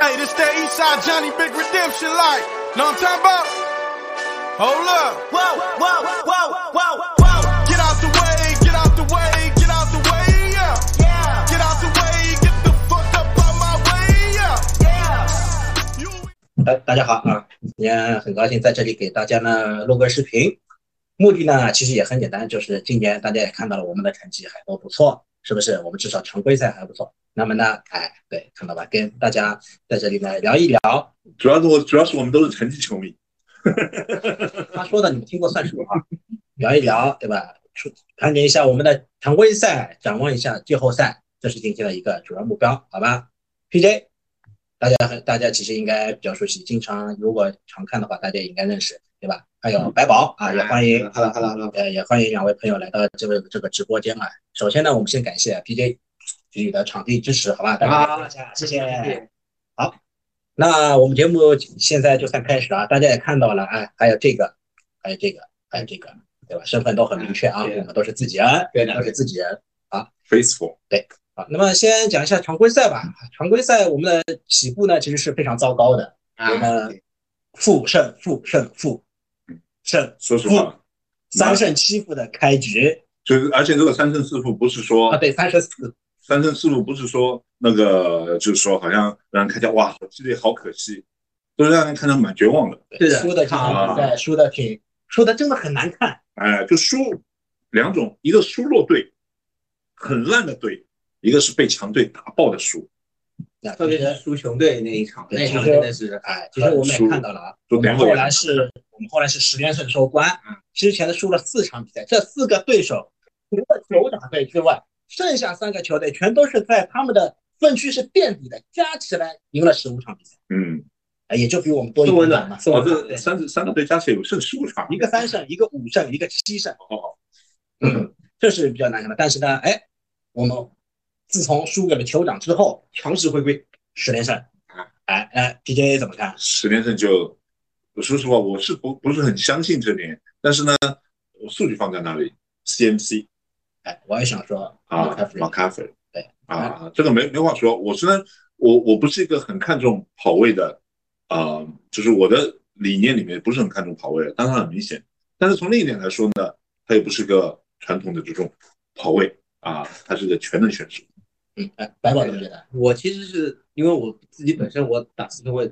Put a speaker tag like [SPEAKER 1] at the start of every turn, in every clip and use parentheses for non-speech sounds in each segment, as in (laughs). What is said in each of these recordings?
[SPEAKER 1] Hey, this that Eastside Johnny Big Redemption like. Know what I'm talking about? Hold up. Whoa, whoa, whoa, whoa, whoa. Get out the way, get out the way, get out the way, yeah. Yeah. Get out the way, get the fuck up out my way, yeah. Yeah. You
[SPEAKER 2] 大大家好啊，今天很高兴在这里给大家呢录个视频，目的呢其实也很简单，就是今年大家也看到了我们的成绩还都不错，是不是？我们至少常规赛还不错。那么呢，哎，对，看到吧，跟大家在这里呢聊一聊，
[SPEAKER 3] 主要是我，主要是我们都是成绩球迷。
[SPEAKER 2] 他说的你们听过算数啊，聊一聊，对吧？出盘点一下我们的常规赛，展望一下季后赛，这是今天的一个主要目标，好吧？PJ，大家很大家其实应该比较熟悉，经常如果常看的话，大家也应该认识，对吧？还有白宝啊，也欢迎，
[SPEAKER 3] 哈喽哈喽哈喽，
[SPEAKER 2] 呃，也欢迎两位朋友来到这个这个直播间啊。首先呢，我们先感谢啊 PJ 给予的场地支持，好吧？大家感谢一下，谢谢。那我们节目现在就算开始啊，大家也看到了，哎，还有这个，还有这个，还有这个，对吧？身份都很明确啊，
[SPEAKER 4] 嗯对
[SPEAKER 2] 我们都是自己人，
[SPEAKER 4] 对的
[SPEAKER 2] 都是自己人。
[SPEAKER 3] Faithful，
[SPEAKER 2] 好，那么先讲一下常规赛吧。常规赛我们的起步呢，其实是非常糟糕的，我们负胜负胜负
[SPEAKER 3] 嗯
[SPEAKER 2] 胜
[SPEAKER 3] 说实话，
[SPEAKER 2] 哦三胜七负的开局
[SPEAKER 3] 就是而且这个三胜四负不是说
[SPEAKER 2] 啊，对，三十四，
[SPEAKER 3] 三胜四负不是说那个，就是说好像让人看见哇，好激烈，好可惜，都是让人看着蛮绝望的。
[SPEAKER 4] 是的
[SPEAKER 2] 输的这啊场比赛输的挺，输的真的很难看。
[SPEAKER 3] 哎，就输两种，一个输弱队，很烂的队，一个是被强队打爆的输，
[SPEAKER 2] 那
[SPEAKER 4] 特别
[SPEAKER 2] 其实
[SPEAKER 4] 是输球队那一场，
[SPEAKER 2] 对
[SPEAKER 4] 那一场
[SPEAKER 2] 其实
[SPEAKER 4] 真的是
[SPEAKER 2] 哎，其实我们也看到了啊，
[SPEAKER 3] 输
[SPEAKER 2] 我们
[SPEAKER 3] 输
[SPEAKER 2] 后来是，我们后来是十连胜收官
[SPEAKER 4] 嗯，
[SPEAKER 2] 之前的输了四场比赛，这四个对手除了酋长队之外，剩下三个球队全都是在他们的分区是垫底的，加起来赢了十五场比赛，
[SPEAKER 3] 嗯，
[SPEAKER 2] 哎也就比我们多一
[SPEAKER 4] 送温
[SPEAKER 2] 点
[SPEAKER 4] 暖
[SPEAKER 2] 嘛。
[SPEAKER 4] 送
[SPEAKER 3] 哦，
[SPEAKER 4] 温暖
[SPEAKER 3] 这三三个队加起来有胜十五场，
[SPEAKER 2] 一个三胜，一个五胜，一个七胜，
[SPEAKER 3] 哦，
[SPEAKER 2] (clears throat) 这是比较难看的。但是呢，哎，我们自从输给了酋长之后，强势回归十连胜
[SPEAKER 3] 嗯。
[SPEAKER 2] 哎哎，PJ 怎么看？
[SPEAKER 3] 十连胜就，我说实话，我是不不是很相信这点，但是呢，数据放在那里，CMC
[SPEAKER 2] 哎，我也想说
[SPEAKER 3] 啊，
[SPEAKER 2] McCaffrey
[SPEAKER 3] 马卡菲，
[SPEAKER 2] 对
[SPEAKER 3] 啊，这个没没话说。我虽然我我不是一个很看重跑位的，啊、就是我的理念里面不是很看重跑位的，当然很明显。但是从另一点来说呢，他也不是个传统的这种跑位啊，他是个全能选手。
[SPEAKER 2] 嗯，哎，白宝怎么觉得？
[SPEAKER 4] 我其实是因为我自己本身我打四分卫，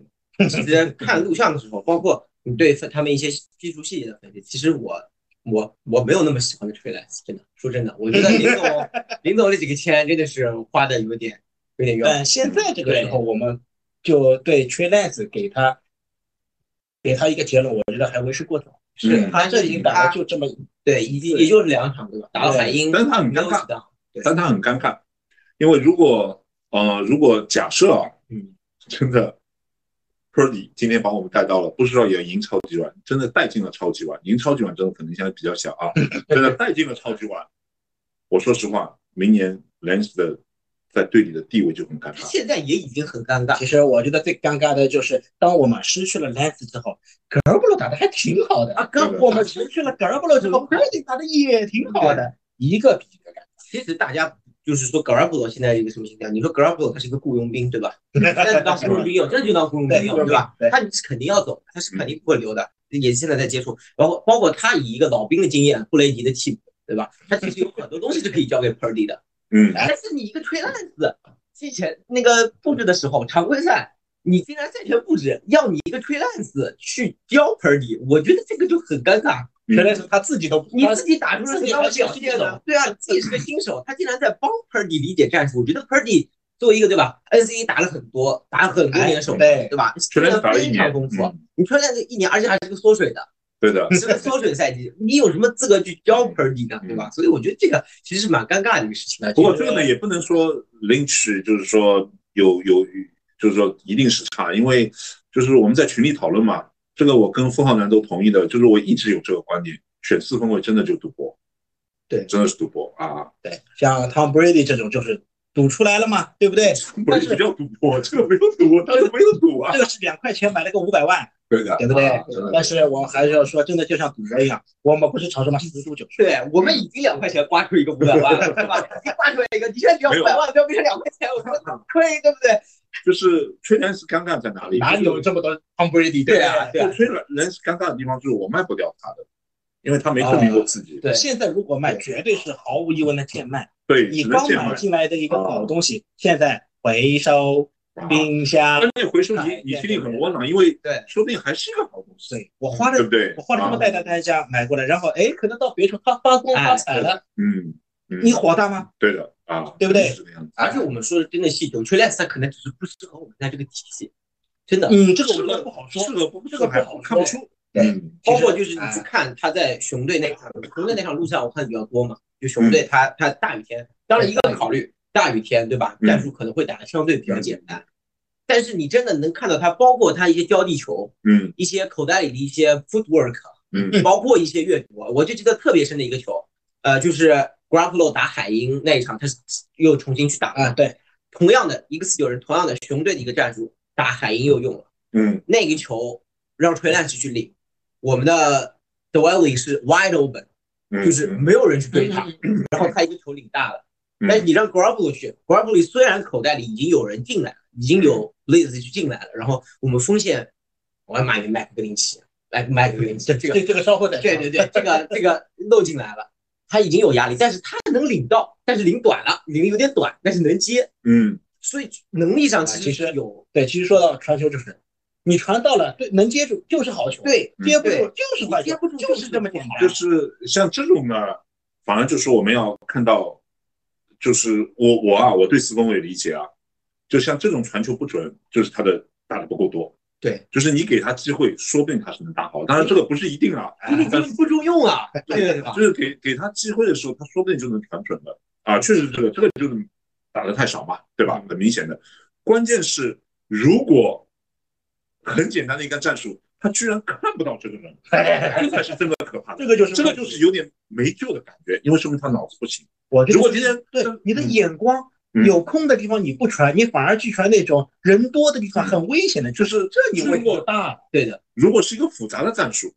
[SPEAKER 4] 之前看录像的时候，包括你对他们一些技术细节的分析，其实我我我没有那么喜欢的吹来，真的说真的，我觉得林总林总这几个签真的是花的有点有点冤。
[SPEAKER 2] 但现在这个时候，我们就对 Trey Lance 给他给他一个结论，我觉得还为时过早。
[SPEAKER 3] 嗯
[SPEAKER 2] 他这已经打了就这么
[SPEAKER 4] 对，已经也就是两场对吧？打到海鹰，
[SPEAKER 3] 但是他很尴尬，
[SPEAKER 4] 尬。对
[SPEAKER 3] 但他很尴尬，因为如果呃，如果假设啊，
[SPEAKER 4] 嗯，
[SPEAKER 3] 真的 Purdy 今天把我们带到了，不是说也赢超级碗，真的带进了超级碗，赢超级碗真的可能现在比较小啊，真的带进了超级碗。我说实话，明年 Lens 的在队里的地位就很尴尬。
[SPEAKER 4] 现在也已经很尴尬。
[SPEAKER 2] 其实我觉得最尴尬的就是，当我们失去了 Lance 之后，格尔布罗打的还挺好的
[SPEAKER 4] 啊
[SPEAKER 3] 格尔布罗
[SPEAKER 2] 我们失去了格尔布罗之后 p u r d y 打的也挺好的，一个比一个尴尬。
[SPEAKER 4] 其实大家就是说格尔布罗现在一个什么形象？你说格尔布罗他是一个雇佣兵，对吧？那就当雇佣兵
[SPEAKER 2] (laughs)
[SPEAKER 4] 用，真的就当雇佣兵用，
[SPEAKER 2] 对
[SPEAKER 4] 对吧
[SPEAKER 2] 对？
[SPEAKER 4] 他是肯定要走，他是肯定不会留的。也现在在接触，包括包括他以一个老兵的经验，布雷迪的替补，对吧？他其实有很多东西是可以交给 Purdy 的。
[SPEAKER 3] 嗯，
[SPEAKER 2] 哎
[SPEAKER 4] 但是你一个吹烂子，之前那个布置的时候，常规赛你竟然赛前布置要你一个吹烂子去教 Purdy，我觉得这个就很尴尬。
[SPEAKER 2] 原来是他自己都不
[SPEAKER 4] 你呃自己打出了
[SPEAKER 2] 自
[SPEAKER 4] 这
[SPEAKER 2] 己
[SPEAKER 4] 样
[SPEAKER 2] 还
[SPEAKER 4] 的
[SPEAKER 2] 是
[SPEAKER 4] 表
[SPEAKER 2] 个新
[SPEAKER 4] 现
[SPEAKER 2] 手
[SPEAKER 4] 的，对啊，你自己是个新手，他竟然在帮 Purdy 理解战术。我觉得 Purdy 作为一个对吧，NCAA 打了很多，打了很多年的手，
[SPEAKER 2] 哎对
[SPEAKER 4] 对吧？
[SPEAKER 3] 全
[SPEAKER 4] 真
[SPEAKER 3] 联
[SPEAKER 4] 的
[SPEAKER 3] 打了一
[SPEAKER 4] 非常
[SPEAKER 3] 年，
[SPEAKER 4] 丰富。
[SPEAKER 3] 嗯
[SPEAKER 4] 你说那个一年，而且还是个缩水的，
[SPEAKER 3] 对的，
[SPEAKER 4] 是个缩水赛季，你有什么资格去教 Purdy 呢？对
[SPEAKER 3] 嗯
[SPEAKER 4] 吧？所以我觉得这个其实是蛮尴尬的一个事情。
[SPEAKER 3] 不过这个呢，也不能说 Lynch 就是说有有，就是说一定是差，因为就是我们在群里讨论嘛，这个我跟付浩南都同意的，就是我一直有这个观点，选四分卫真的就赌博，
[SPEAKER 4] 对
[SPEAKER 3] 真的是赌博啊，
[SPEAKER 2] 对，像 Tom Brady 这种就是赌出来了嘛，对不对？
[SPEAKER 3] 不是叫赌博，这个没有赌，当然没有赌啊
[SPEAKER 2] 这，个是两块钱买了个五百万，
[SPEAKER 3] 对的，
[SPEAKER 2] 对不对？
[SPEAKER 3] 啊真的
[SPEAKER 2] 但是我还是要说，真的就像赌博一样，我们不是朝什么十赌九输，
[SPEAKER 4] 对我们已经两块钱刮
[SPEAKER 3] (laughs)
[SPEAKER 4] 出
[SPEAKER 3] 哎
[SPEAKER 4] 一个五百万了，对吧？已经刮出来一个，你现在只要五百万，不要变成两块钱，我说亏，对不对？
[SPEAKER 3] 就是吹篮是尴尬在哪里？
[SPEAKER 2] 哪有这么多 Tom Brady
[SPEAKER 4] 对
[SPEAKER 2] 吧、
[SPEAKER 4] 啊，对啊，
[SPEAKER 3] 吹篮是尴尬的地方就是我卖不掉他的，因为他没证明过自己。
[SPEAKER 4] 对
[SPEAKER 2] 现在如果卖，绝对是毫无疑问的贱卖。
[SPEAKER 3] 对，
[SPEAKER 2] 你
[SPEAKER 3] 只能
[SPEAKER 2] 刚
[SPEAKER 3] 贱
[SPEAKER 2] 买
[SPEAKER 3] 卖。
[SPEAKER 2] 进来的一个好东西，现在回收冰箱，
[SPEAKER 3] 但那回收你你心里很窝囊，因为
[SPEAKER 4] 对
[SPEAKER 3] 说不定还是一个好东西，
[SPEAKER 2] 对我花了
[SPEAKER 3] 对不对？啊
[SPEAKER 2] 我花了这么大的代价买过来，然后哎，可能到别处它发光发财了，
[SPEAKER 3] 嗯，嗯
[SPEAKER 2] 你火大吗？
[SPEAKER 3] 对的啊，
[SPEAKER 2] 对不对
[SPEAKER 3] 是这个样子。
[SPEAKER 4] 而且我们说的真的细究 t r e l e s 它可能只是不适合我们在这个体系，真的。
[SPEAKER 2] 嗯，这个我
[SPEAKER 3] 适
[SPEAKER 2] 觉得
[SPEAKER 3] 合
[SPEAKER 2] 不好说
[SPEAKER 3] 适。合不
[SPEAKER 2] 这个不
[SPEAKER 3] 还
[SPEAKER 2] 好
[SPEAKER 3] 看不
[SPEAKER 2] 说
[SPEAKER 3] 出。
[SPEAKER 2] 对
[SPEAKER 3] 嗯，
[SPEAKER 4] 包括就是你
[SPEAKER 2] 哎
[SPEAKER 4] 去看他在熊队那场，熊队那场录像我看的比较多嘛，就熊
[SPEAKER 3] 嗯
[SPEAKER 4] 队他他大雨天，当然一个考虑大雨天对吧，
[SPEAKER 3] 嗯
[SPEAKER 4] 战术可能会打的相对比较简单，但是你真的能看到他，包括他一些交地球，
[SPEAKER 3] 嗯
[SPEAKER 4] 一些口袋里的一些 footwork，
[SPEAKER 3] 嗯
[SPEAKER 4] 包括一些阅读，我就记得特别深的一个球，呃，就是 g r a p p l o 打海鹰那一场，他是又重新去打
[SPEAKER 2] 啊，
[SPEAKER 4] 了，
[SPEAKER 2] 对，
[SPEAKER 4] 同样的一个四九人，同样的熊队的一个战术，打海鹰又用了。
[SPEAKER 3] 嗯
[SPEAKER 4] 那个球让 t r e l a n c e 去领，我们的 d w e l l y 是 wide open，
[SPEAKER 3] 嗯，
[SPEAKER 4] 就是没有人去对他，然后他一个球领大了。但是你让 g r a b l o 去 g r a b l o 虽然口袋里已经有人进来了，已经有 Liz 去进来了，然后我们锋线，我要买给麦克格林奇，啊麦麦克格林奇这个
[SPEAKER 2] 这这个稍后再说
[SPEAKER 4] 对对对，这个这个漏进来了，他已经有压力，但是他能领到，但是领短了，领得有点短，但是能接，
[SPEAKER 3] 嗯
[SPEAKER 4] 所以能力上
[SPEAKER 2] 啊
[SPEAKER 4] 其
[SPEAKER 2] 其
[SPEAKER 4] 实
[SPEAKER 2] 实
[SPEAKER 4] 是有
[SPEAKER 2] 对，其实说到传球就是，你传到了，对，能接住就是好球，，
[SPEAKER 4] 对
[SPEAKER 3] 嗯
[SPEAKER 2] 接不
[SPEAKER 4] 对
[SPEAKER 2] 住就是坏球，
[SPEAKER 4] 接不住
[SPEAKER 2] 就
[SPEAKER 4] 就是
[SPEAKER 2] 这么简单。
[SPEAKER 3] 就是像这种呢，反而就是我们要看到，就是我我啊，我对四分卫理解啊，就像这种传球不准，就是他的打的不够多。
[SPEAKER 4] 对，
[SPEAKER 3] 就是你给他机会，说不定他是能打好。当然这个不是一定啊，
[SPEAKER 4] 不是不中用啊，对吧？
[SPEAKER 3] 就是给给他机会的时候，他说不定就能传准了啊。确实，这个这个就是打的太少嘛，对吧？很明显的。关键是，如果很简单的一个战术，他居然看不到这个人，这才是真的可怕的。
[SPEAKER 2] 这个就是
[SPEAKER 3] 这个就是有点没救的感觉，因为说明他脑子不行。
[SPEAKER 2] 我觉得
[SPEAKER 3] 如果今天
[SPEAKER 2] 对
[SPEAKER 3] 嗯
[SPEAKER 2] 你的眼光
[SPEAKER 3] 嗯
[SPEAKER 2] 有空的地方你不传，你反而去传那种人多的地方很危险的，就是这你问
[SPEAKER 3] 如
[SPEAKER 2] 题
[SPEAKER 3] 果
[SPEAKER 2] 就大了。
[SPEAKER 4] 对的，
[SPEAKER 3] 如果是一个复杂的战术，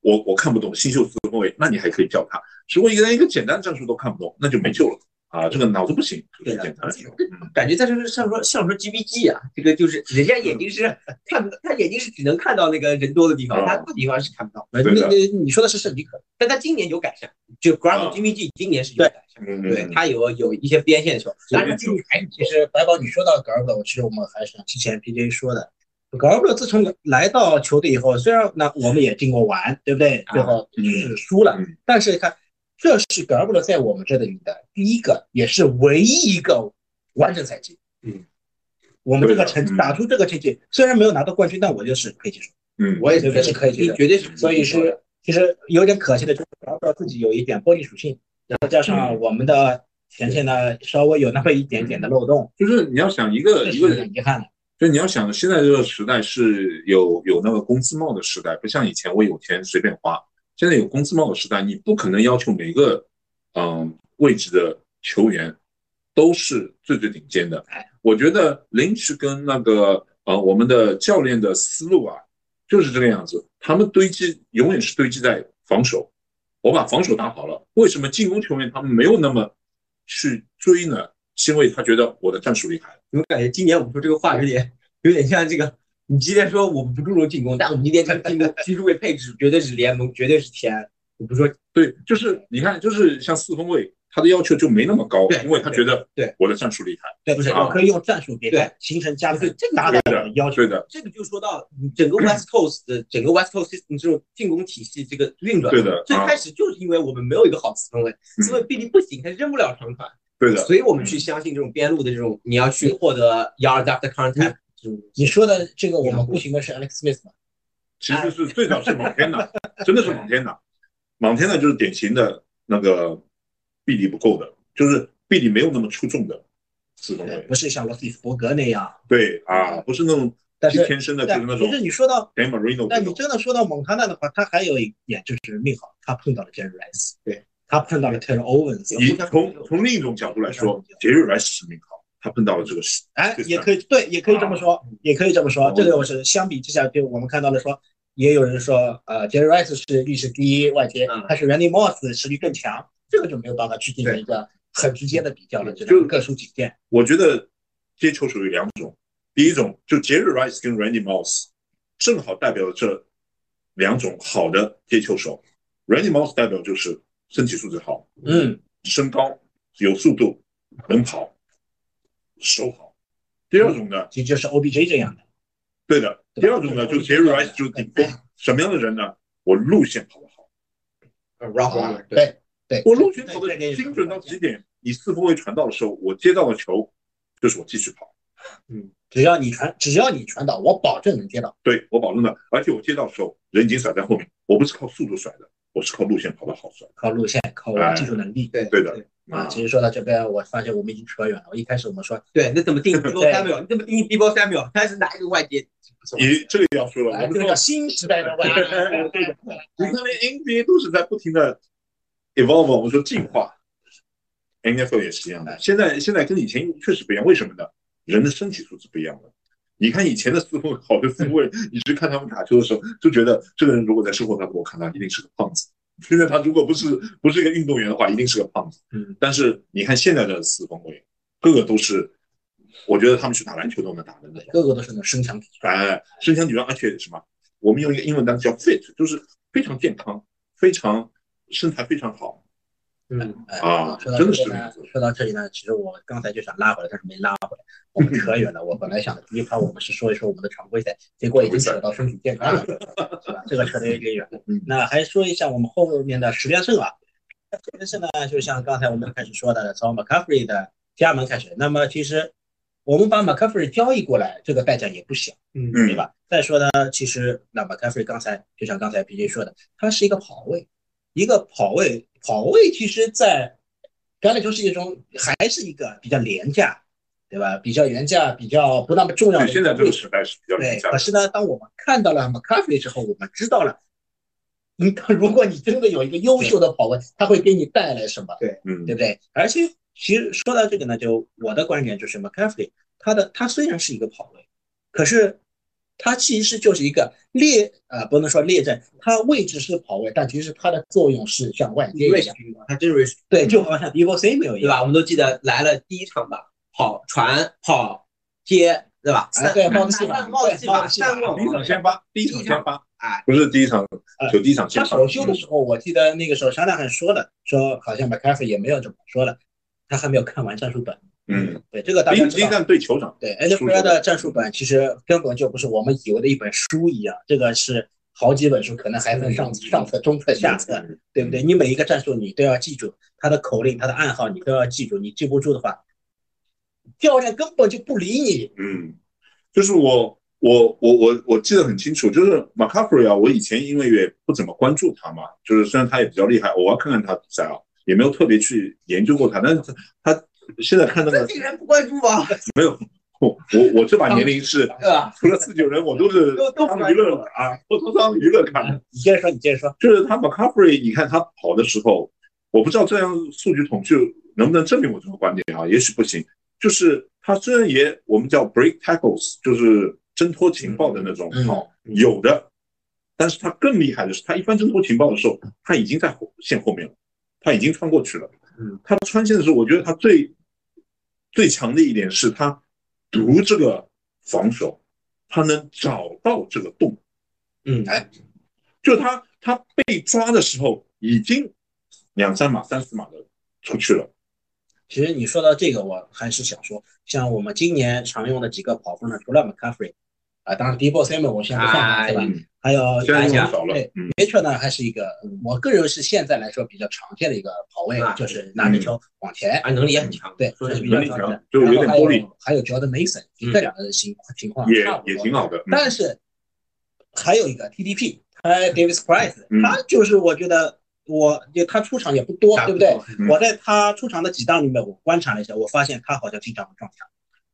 [SPEAKER 3] 我我看不懂新秀四分卫，那你还可以叫他；如果一个人一个简单战术都看不懂，那就没救了啊！这个脑子不行，就是
[SPEAKER 4] 对的
[SPEAKER 3] 简单。嗯
[SPEAKER 4] 感觉在这个像说像说 G B G 啊，这个就是人家眼睛是看不，他眼睛是只能看到那个人多的地方，
[SPEAKER 3] 嗯
[SPEAKER 4] 他大地方是看不到。
[SPEAKER 2] 那
[SPEAKER 3] 对的
[SPEAKER 2] 那你说的是圣迪克，
[SPEAKER 4] 但他今年有改善，就 g r a m
[SPEAKER 3] 嗯
[SPEAKER 4] G B G 今年是有改善，
[SPEAKER 3] 嗯，
[SPEAKER 4] 对他有有一些边线球，
[SPEAKER 3] 对
[SPEAKER 4] 但是今年还是
[SPEAKER 2] 其实白宝你说到格尔布，其实我们还是像之前 PJ 说的。格尔布自从来到球队以后，虽然那我们也进过碗，对不对？最后就是输了，
[SPEAKER 3] 嗯
[SPEAKER 2] 但是看，这是格尔布勒在我们这里的第一个，也是唯一一个完整赛季。
[SPEAKER 4] 嗯，
[SPEAKER 2] 我们这个成
[SPEAKER 3] 对的嗯
[SPEAKER 2] 打出这个成绩，虽然没有拿到冠军，但我就是可以接受。
[SPEAKER 3] 嗯，
[SPEAKER 2] 我也觉
[SPEAKER 4] 绝
[SPEAKER 2] 得
[SPEAKER 4] 对
[SPEAKER 2] 是嗯可以接受。
[SPEAKER 4] 绝对是。
[SPEAKER 2] 所以是其实有点可惜的，就是格尔布勒自己有一点玻璃属性，然后加上我们的前线呢稍微有那么一点点的漏洞，
[SPEAKER 3] 就是你要想一个
[SPEAKER 2] 这是
[SPEAKER 3] 一
[SPEAKER 2] 有
[SPEAKER 3] 个
[SPEAKER 2] 点遗憾的。
[SPEAKER 3] 就你要想，现在这个时代是有有那个工资帽的时代，不像以前我有钱随便花。现在有工资帽的时代，你不可能要求每个嗯位置的球员都是最最顶尖的
[SPEAKER 2] 哎。
[SPEAKER 3] 我觉得林奇跟那个呃我们的教练的思路啊，就是这个样子。他们堆积永远是堆积在防守，我把防守打好了，为什么进攻球员他们没有那么去追呢？是因为他觉得我的战术厉害。
[SPEAKER 4] 你们感觉今年我们说这个话有点有点像这个，你今天说我们不注重进攻，但我们今天这个进攻技术位配置绝对是联盟，绝对是前。我不说
[SPEAKER 3] 对，就是你看，就是像四分卫，他的要求就没那么高
[SPEAKER 4] 对，
[SPEAKER 3] 因为他觉得
[SPEAKER 4] 对
[SPEAKER 3] 我的战术厉害。
[SPEAKER 2] 对，啊
[SPEAKER 4] 不是
[SPEAKER 2] 我可以用战术给他
[SPEAKER 4] 对
[SPEAKER 2] 形成加分
[SPEAKER 4] 对这，个
[SPEAKER 2] 达到我的要求
[SPEAKER 3] 对。的，
[SPEAKER 4] 这个就说到整个 West Coast 的整个 West Coast system 这种进攻体系这个运转。
[SPEAKER 3] 对的
[SPEAKER 4] 最
[SPEAKER 3] 啊
[SPEAKER 4] 开始就是因为我们没有一个好四分卫，四
[SPEAKER 3] 嗯，
[SPEAKER 4] 分卫臂力不行，他扔不了长传，
[SPEAKER 3] 对的，
[SPEAKER 4] 所以我们去相信这种边路的这种，你要去获得 yard after contact 这种。
[SPEAKER 2] 你说的这个，我们不询问是 Alex Smith 吗？
[SPEAKER 3] 其实是最早是莽天的，真的是莽天的，莽天的就是典型的那个臂力不够的，就是臂力没有那么出众的四分卫。
[SPEAKER 2] 不是像罗斯伯格那样，
[SPEAKER 3] 对啊，不是那种
[SPEAKER 2] 但是
[SPEAKER 3] 天生的，就是
[SPEAKER 2] 但
[SPEAKER 3] 那
[SPEAKER 2] 其
[SPEAKER 3] 种
[SPEAKER 2] 实你说到
[SPEAKER 3] Dan Marino
[SPEAKER 2] 但
[SPEAKER 3] 那
[SPEAKER 2] 你
[SPEAKER 3] 种。
[SPEAKER 2] 真的说到蒙塔纳的话，他还有一点就是命好，他碰到了 Jerry Rice，
[SPEAKER 4] 对
[SPEAKER 2] 他碰到了 Terry Owens，
[SPEAKER 3] 你从从另一种角度来说，杰瑞莱斯命好，他碰到了这个事。
[SPEAKER 2] 哎
[SPEAKER 3] 对，的
[SPEAKER 2] 也可以对，也可以这么说，也可以这么说
[SPEAKER 3] 哦。
[SPEAKER 2] 这个我是相比之下，就我们看到了说，也有人说，呃，Jerry Rice 是历史第一外接
[SPEAKER 4] 嗯，
[SPEAKER 2] 但是 Randy Moss 实力更强，这个就没有办法去进行一个很直接的比较了，
[SPEAKER 4] 对
[SPEAKER 2] 只能各抒己见。
[SPEAKER 3] 我觉得接球手有两种，第一种就 Jerry Rice 跟 Randy Moss，正好代表这两种好的接球手。Randy Moss 代表就是身体素质好，
[SPEAKER 2] 嗯，
[SPEAKER 3] 身高有速度，能跑，手好。第二种呢，
[SPEAKER 2] 其实就是 OBJ 这样的，
[SPEAKER 3] 对的，
[SPEAKER 2] 对
[SPEAKER 3] 第二种呢，
[SPEAKER 2] 对
[SPEAKER 3] 就 Jerry Rice 就是顶峰，什么样的人呢？我路线跑得好，
[SPEAKER 4] 呃 rock one，、
[SPEAKER 2] 啊对
[SPEAKER 3] 我路线跑得
[SPEAKER 2] 对对对
[SPEAKER 3] 精准到极点。你四分卫传到的时候，我接到了球，就是我继续跑，
[SPEAKER 2] 只要你传，只要你传导，我保证能接到。
[SPEAKER 3] 对我保证的。而且我接到的时候，人已经甩在后面，我不是靠速度甩的，我是靠路线跑得好甩。
[SPEAKER 2] 靠路线，靠
[SPEAKER 3] 哎
[SPEAKER 2] 技术能力。
[SPEAKER 4] 对
[SPEAKER 3] 对的
[SPEAKER 2] 啊，其实说到这边，我发现我们已经扯远了。我一开始我们说
[SPEAKER 4] 对，那怎么定 B-ball 三秒？你怎么定 B-ball 三秒？他是哪一个外接？
[SPEAKER 3] 你这个要说了，
[SPEAKER 2] 来
[SPEAKER 3] 我
[SPEAKER 2] 这
[SPEAKER 3] 们
[SPEAKER 2] 个
[SPEAKER 3] 说
[SPEAKER 2] 叫新时代
[SPEAKER 3] (laughs)
[SPEAKER 2] 的外
[SPEAKER 3] 哎对
[SPEAKER 2] 援，
[SPEAKER 3] 你看连 NBA 都是在不停的 evolve，我们说进化，NFL 也是一样的。现在现在跟以前确实不一样，为什么呢？人的身体素质不一样了。你看以前的四分卫，好的四分卫，你去看他们打球的时候，就觉得这个人如果在生活当中，我看他一定是个胖子。现在他如果不是不是一个运动员的话，一定是个胖子。
[SPEAKER 2] 嗯，
[SPEAKER 3] 但是你看现在的四分卫，个个都是，我觉得他们去打篮球都能打的那种。
[SPEAKER 2] 个个都是那种身强体壮。
[SPEAKER 3] 哎，身强体壮，而且什么？我们用一个英文单词叫 fit，就是非常健康，非常身材非常好
[SPEAKER 4] 嗯，
[SPEAKER 2] 哎
[SPEAKER 3] 啊
[SPEAKER 2] 说到
[SPEAKER 3] 真的
[SPEAKER 2] 这
[SPEAKER 3] 是
[SPEAKER 2] 边
[SPEAKER 3] 这样
[SPEAKER 2] 呢
[SPEAKER 3] 子，
[SPEAKER 2] 说到这里呢，其实我刚才就想拉回来，但是没拉回来，我们扯远了。我本来想的第一趴我们是说一说我们的常规赛，结果已经扯到身体健康了，是吧？这个扯得有点远了
[SPEAKER 3] 嗯。
[SPEAKER 2] 那还说一下我们后面的十连胜啊，十连胜呢，就像刚才我们开始说的，从 McCaffrey 的加盟开始。那么其实我们把 McCaffrey 交易过来，这个代价也不小。
[SPEAKER 4] 嗯
[SPEAKER 3] 嗯
[SPEAKER 2] 对吧？再说呢，其实那么 c a f r e y 刚才就像刚才 PJ 说的，他是一个跑位，一个跑位，跑位其实在橄榄球世界中还是一个比较廉价，对吧？比较廉价，比较不那么重要的
[SPEAKER 3] 对，
[SPEAKER 2] 一
[SPEAKER 3] 现在
[SPEAKER 2] 个
[SPEAKER 3] 这
[SPEAKER 2] 位
[SPEAKER 3] 个
[SPEAKER 2] 置。
[SPEAKER 3] 时代是比较
[SPEAKER 2] 对
[SPEAKER 3] 廉，价
[SPEAKER 2] 可
[SPEAKER 3] 的。
[SPEAKER 2] 是呢，当我们看到了 McCaffrey 之后，我们知道了，你 (laughs) 如果你真的有一个优秀的跑位，他会给你带来什么？
[SPEAKER 3] 嗯
[SPEAKER 2] 对，不对？而且其实说到这个呢，就我的观点就是 McCaffrey 他的他虽然是一个跑位，可是他其实就是一个列呃不能说列阵，他位置是跑位，但其实他的作用是像外接
[SPEAKER 4] 瑞
[SPEAKER 2] 一
[SPEAKER 4] 士
[SPEAKER 2] 样，
[SPEAKER 4] 他真是瑞士，
[SPEAKER 2] 对，就好像 Debo Samuel 一
[SPEAKER 4] 嗯对
[SPEAKER 2] 样，
[SPEAKER 4] 吧？我们都记得来了第一场吧，跑传跑接，对吧？
[SPEAKER 2] 哎，
[SPEAKER 4] 三
[SPEAKER 2] 对，帽子戏法，
[SPEAKER 4] 三帽子戏法，
[SPEAKER 2] 三
[SPEAKER 4] 三帽
[SPEAKER 3] 第一场先发，第一场先发，
[SPEAKER 4] 哎，
[SPEAKER 3] 不是第一场
[SPEAKER 2] 哎，
[SPEAKER 3] 就第一场先
[SPEAKER 2] 他
[SPEAKER 3] 发。
[SPEAKER 2] 首秀的时候，我记得那个时候沙拉汉说了，说好像 McCaffrey 也没有怎么说了，他还没有看完战术本。
[SPEAKER 3] 嗯，
[SPEAKER 2] 对，这个大
[SPEAKER 3] 第
[SPEAKER 2] 家
[SPEAKER 3] 一
[SPEAKER 2] 知
[SPEAKER 3] 第
[SPEAKER 2] 道
[SPEAKER 3] 一。站对酋长，
[SPEAKER 2] 对 n f
[SPEAKER 3] 书
[SPEAKER 2] l
[SPEAKER 3] 是吧
[SPEAKER 2] 的战术本其实根本就不是我们以为的一本书一样，这个是好几本书，可能还分上上册、中册、下册，
[SPEAKER 3] 嗯
[SPEAKER 2] 对不对？你每一个战术你都要记住，它的口令、它的暗号你都要记住，你记不住的话，教练根本就不理你。
[SPEAKER 3] 嗯，就是我我我我我记得很清楚，就是马卡弗瑞啊，我以前因为也不怎么关注他嘛，就是虽然他也比较厉害，我要看看他比赛啊，也没有特别去研究过他，但是他他现在看那
[SPEAKER 4] 这
[SPEAKER 3] 个
[SPEAKER 4] 个人不关注吗？
[SPEAKER 3] 我我我这把年龄
[SPEAKER 4] (laughs)
[SPEAKER 3] 是
[SPEAKER 4] 对吧？
[SPEAKER 3] 除了四九人，我都是
[SPEAKER 4] 都都不
[SPEAKER 3] 当娱乐的啊，我都当娱乐看的。
[SPEAKER 2] 你接着说，你接着说。
[SPEAKER 3] 就是他 McCaffrey，你看他跑的时候，我不知道这样数据统计能不能证明我这个观点啊，也许不行。就是他虽然也我们叫 break tackles，就是挣脱情报的那种
[SPEAKER 2] 嗯
[SPEAKER 3] 跑，有的，但是他更厉害的是，他一般挣脱情报的时候，他已经在后线后面了，他已经穿过去了。
[SPEAKER 4] 嗯，
[SPEAKER 3] 他穿线的时候，我觉得他最最强的一点是他读这个防守，他能找到这个洞。
[SPEAKER 4] 嗯，
[SPEAKER 2] 哎
[SPEAKER 3] 就他他被抓的时候已经两三码、三四码的出去了。
[SPEAKER 2] 其实你说到这个，我还是想说，像我们今年常用的几个跑步呢，除了 McCaffrey，啊，当然 Debo Samuel 我现在不看了，对吧？
[SPEAKER 3] 嗯，
[SPEAKER 2] 还有
[SPEAKER 3] 现在用
[SPEAKER 2] 大
[SPEAKER 3] 的
[SPEAKER 2] 家
[SPEAKER 3] 少了
[SPEAKER 2] 对。
[SPEAKER 3] 嗯，
[SPEAKER 2] 没错呢，还是一个嗯我个人是现在来说比较常见的一个跑位
[SPEAKER 4] 啊，
[SPEAKER 2] 就是拿着球往前。
[SPEAKER 4] 啊，能力也很强，
[SPEAKER 2] 对，
[SPEAKER 4] 说
[SPEAKER 2] 这
[SPEAKER 4] 的
[SPEAKER 2] 是比
[SPEAKER 4] 比
[SPEAKER 2] 较
[SPEAKER 4] 较
[SPEAKER 3] 能力
[SPEAKER 2] 常
[SPEAKER 3] 强
[SPEAKER 2] 见
[SPEAKER 4] 强，
[SPEAKER 2] 的。
[SPEAKER 3] 就有点
[SPEAKER 2] 然后还
[SPEAKER 3] 玻璃
[SPEAKER 2] 还有 Jordan Mason，
[SPEAKER 4] 嗯
[SPEAKER 2] 这两个人情情况
[SPEAKER 3] 也
[SPEAKER 2] 差不
[SPEAKER 3] 也
[SPEAKER 2] 多
[SPEAKER 3] 挺。好的。嗯
[SPEAKER 2] 但是还有一个 TDP，他 Davis Price，
[SPEAKER 3] 嗯
[SPEAKER 2] 他就是我觉得我就他出场也不多，对不对？？
[SPEAKER 3] 嗯
[SPEAKER 2] 我在他出场的几档里面，我观察了一下，我发现他好像经常会撞墙。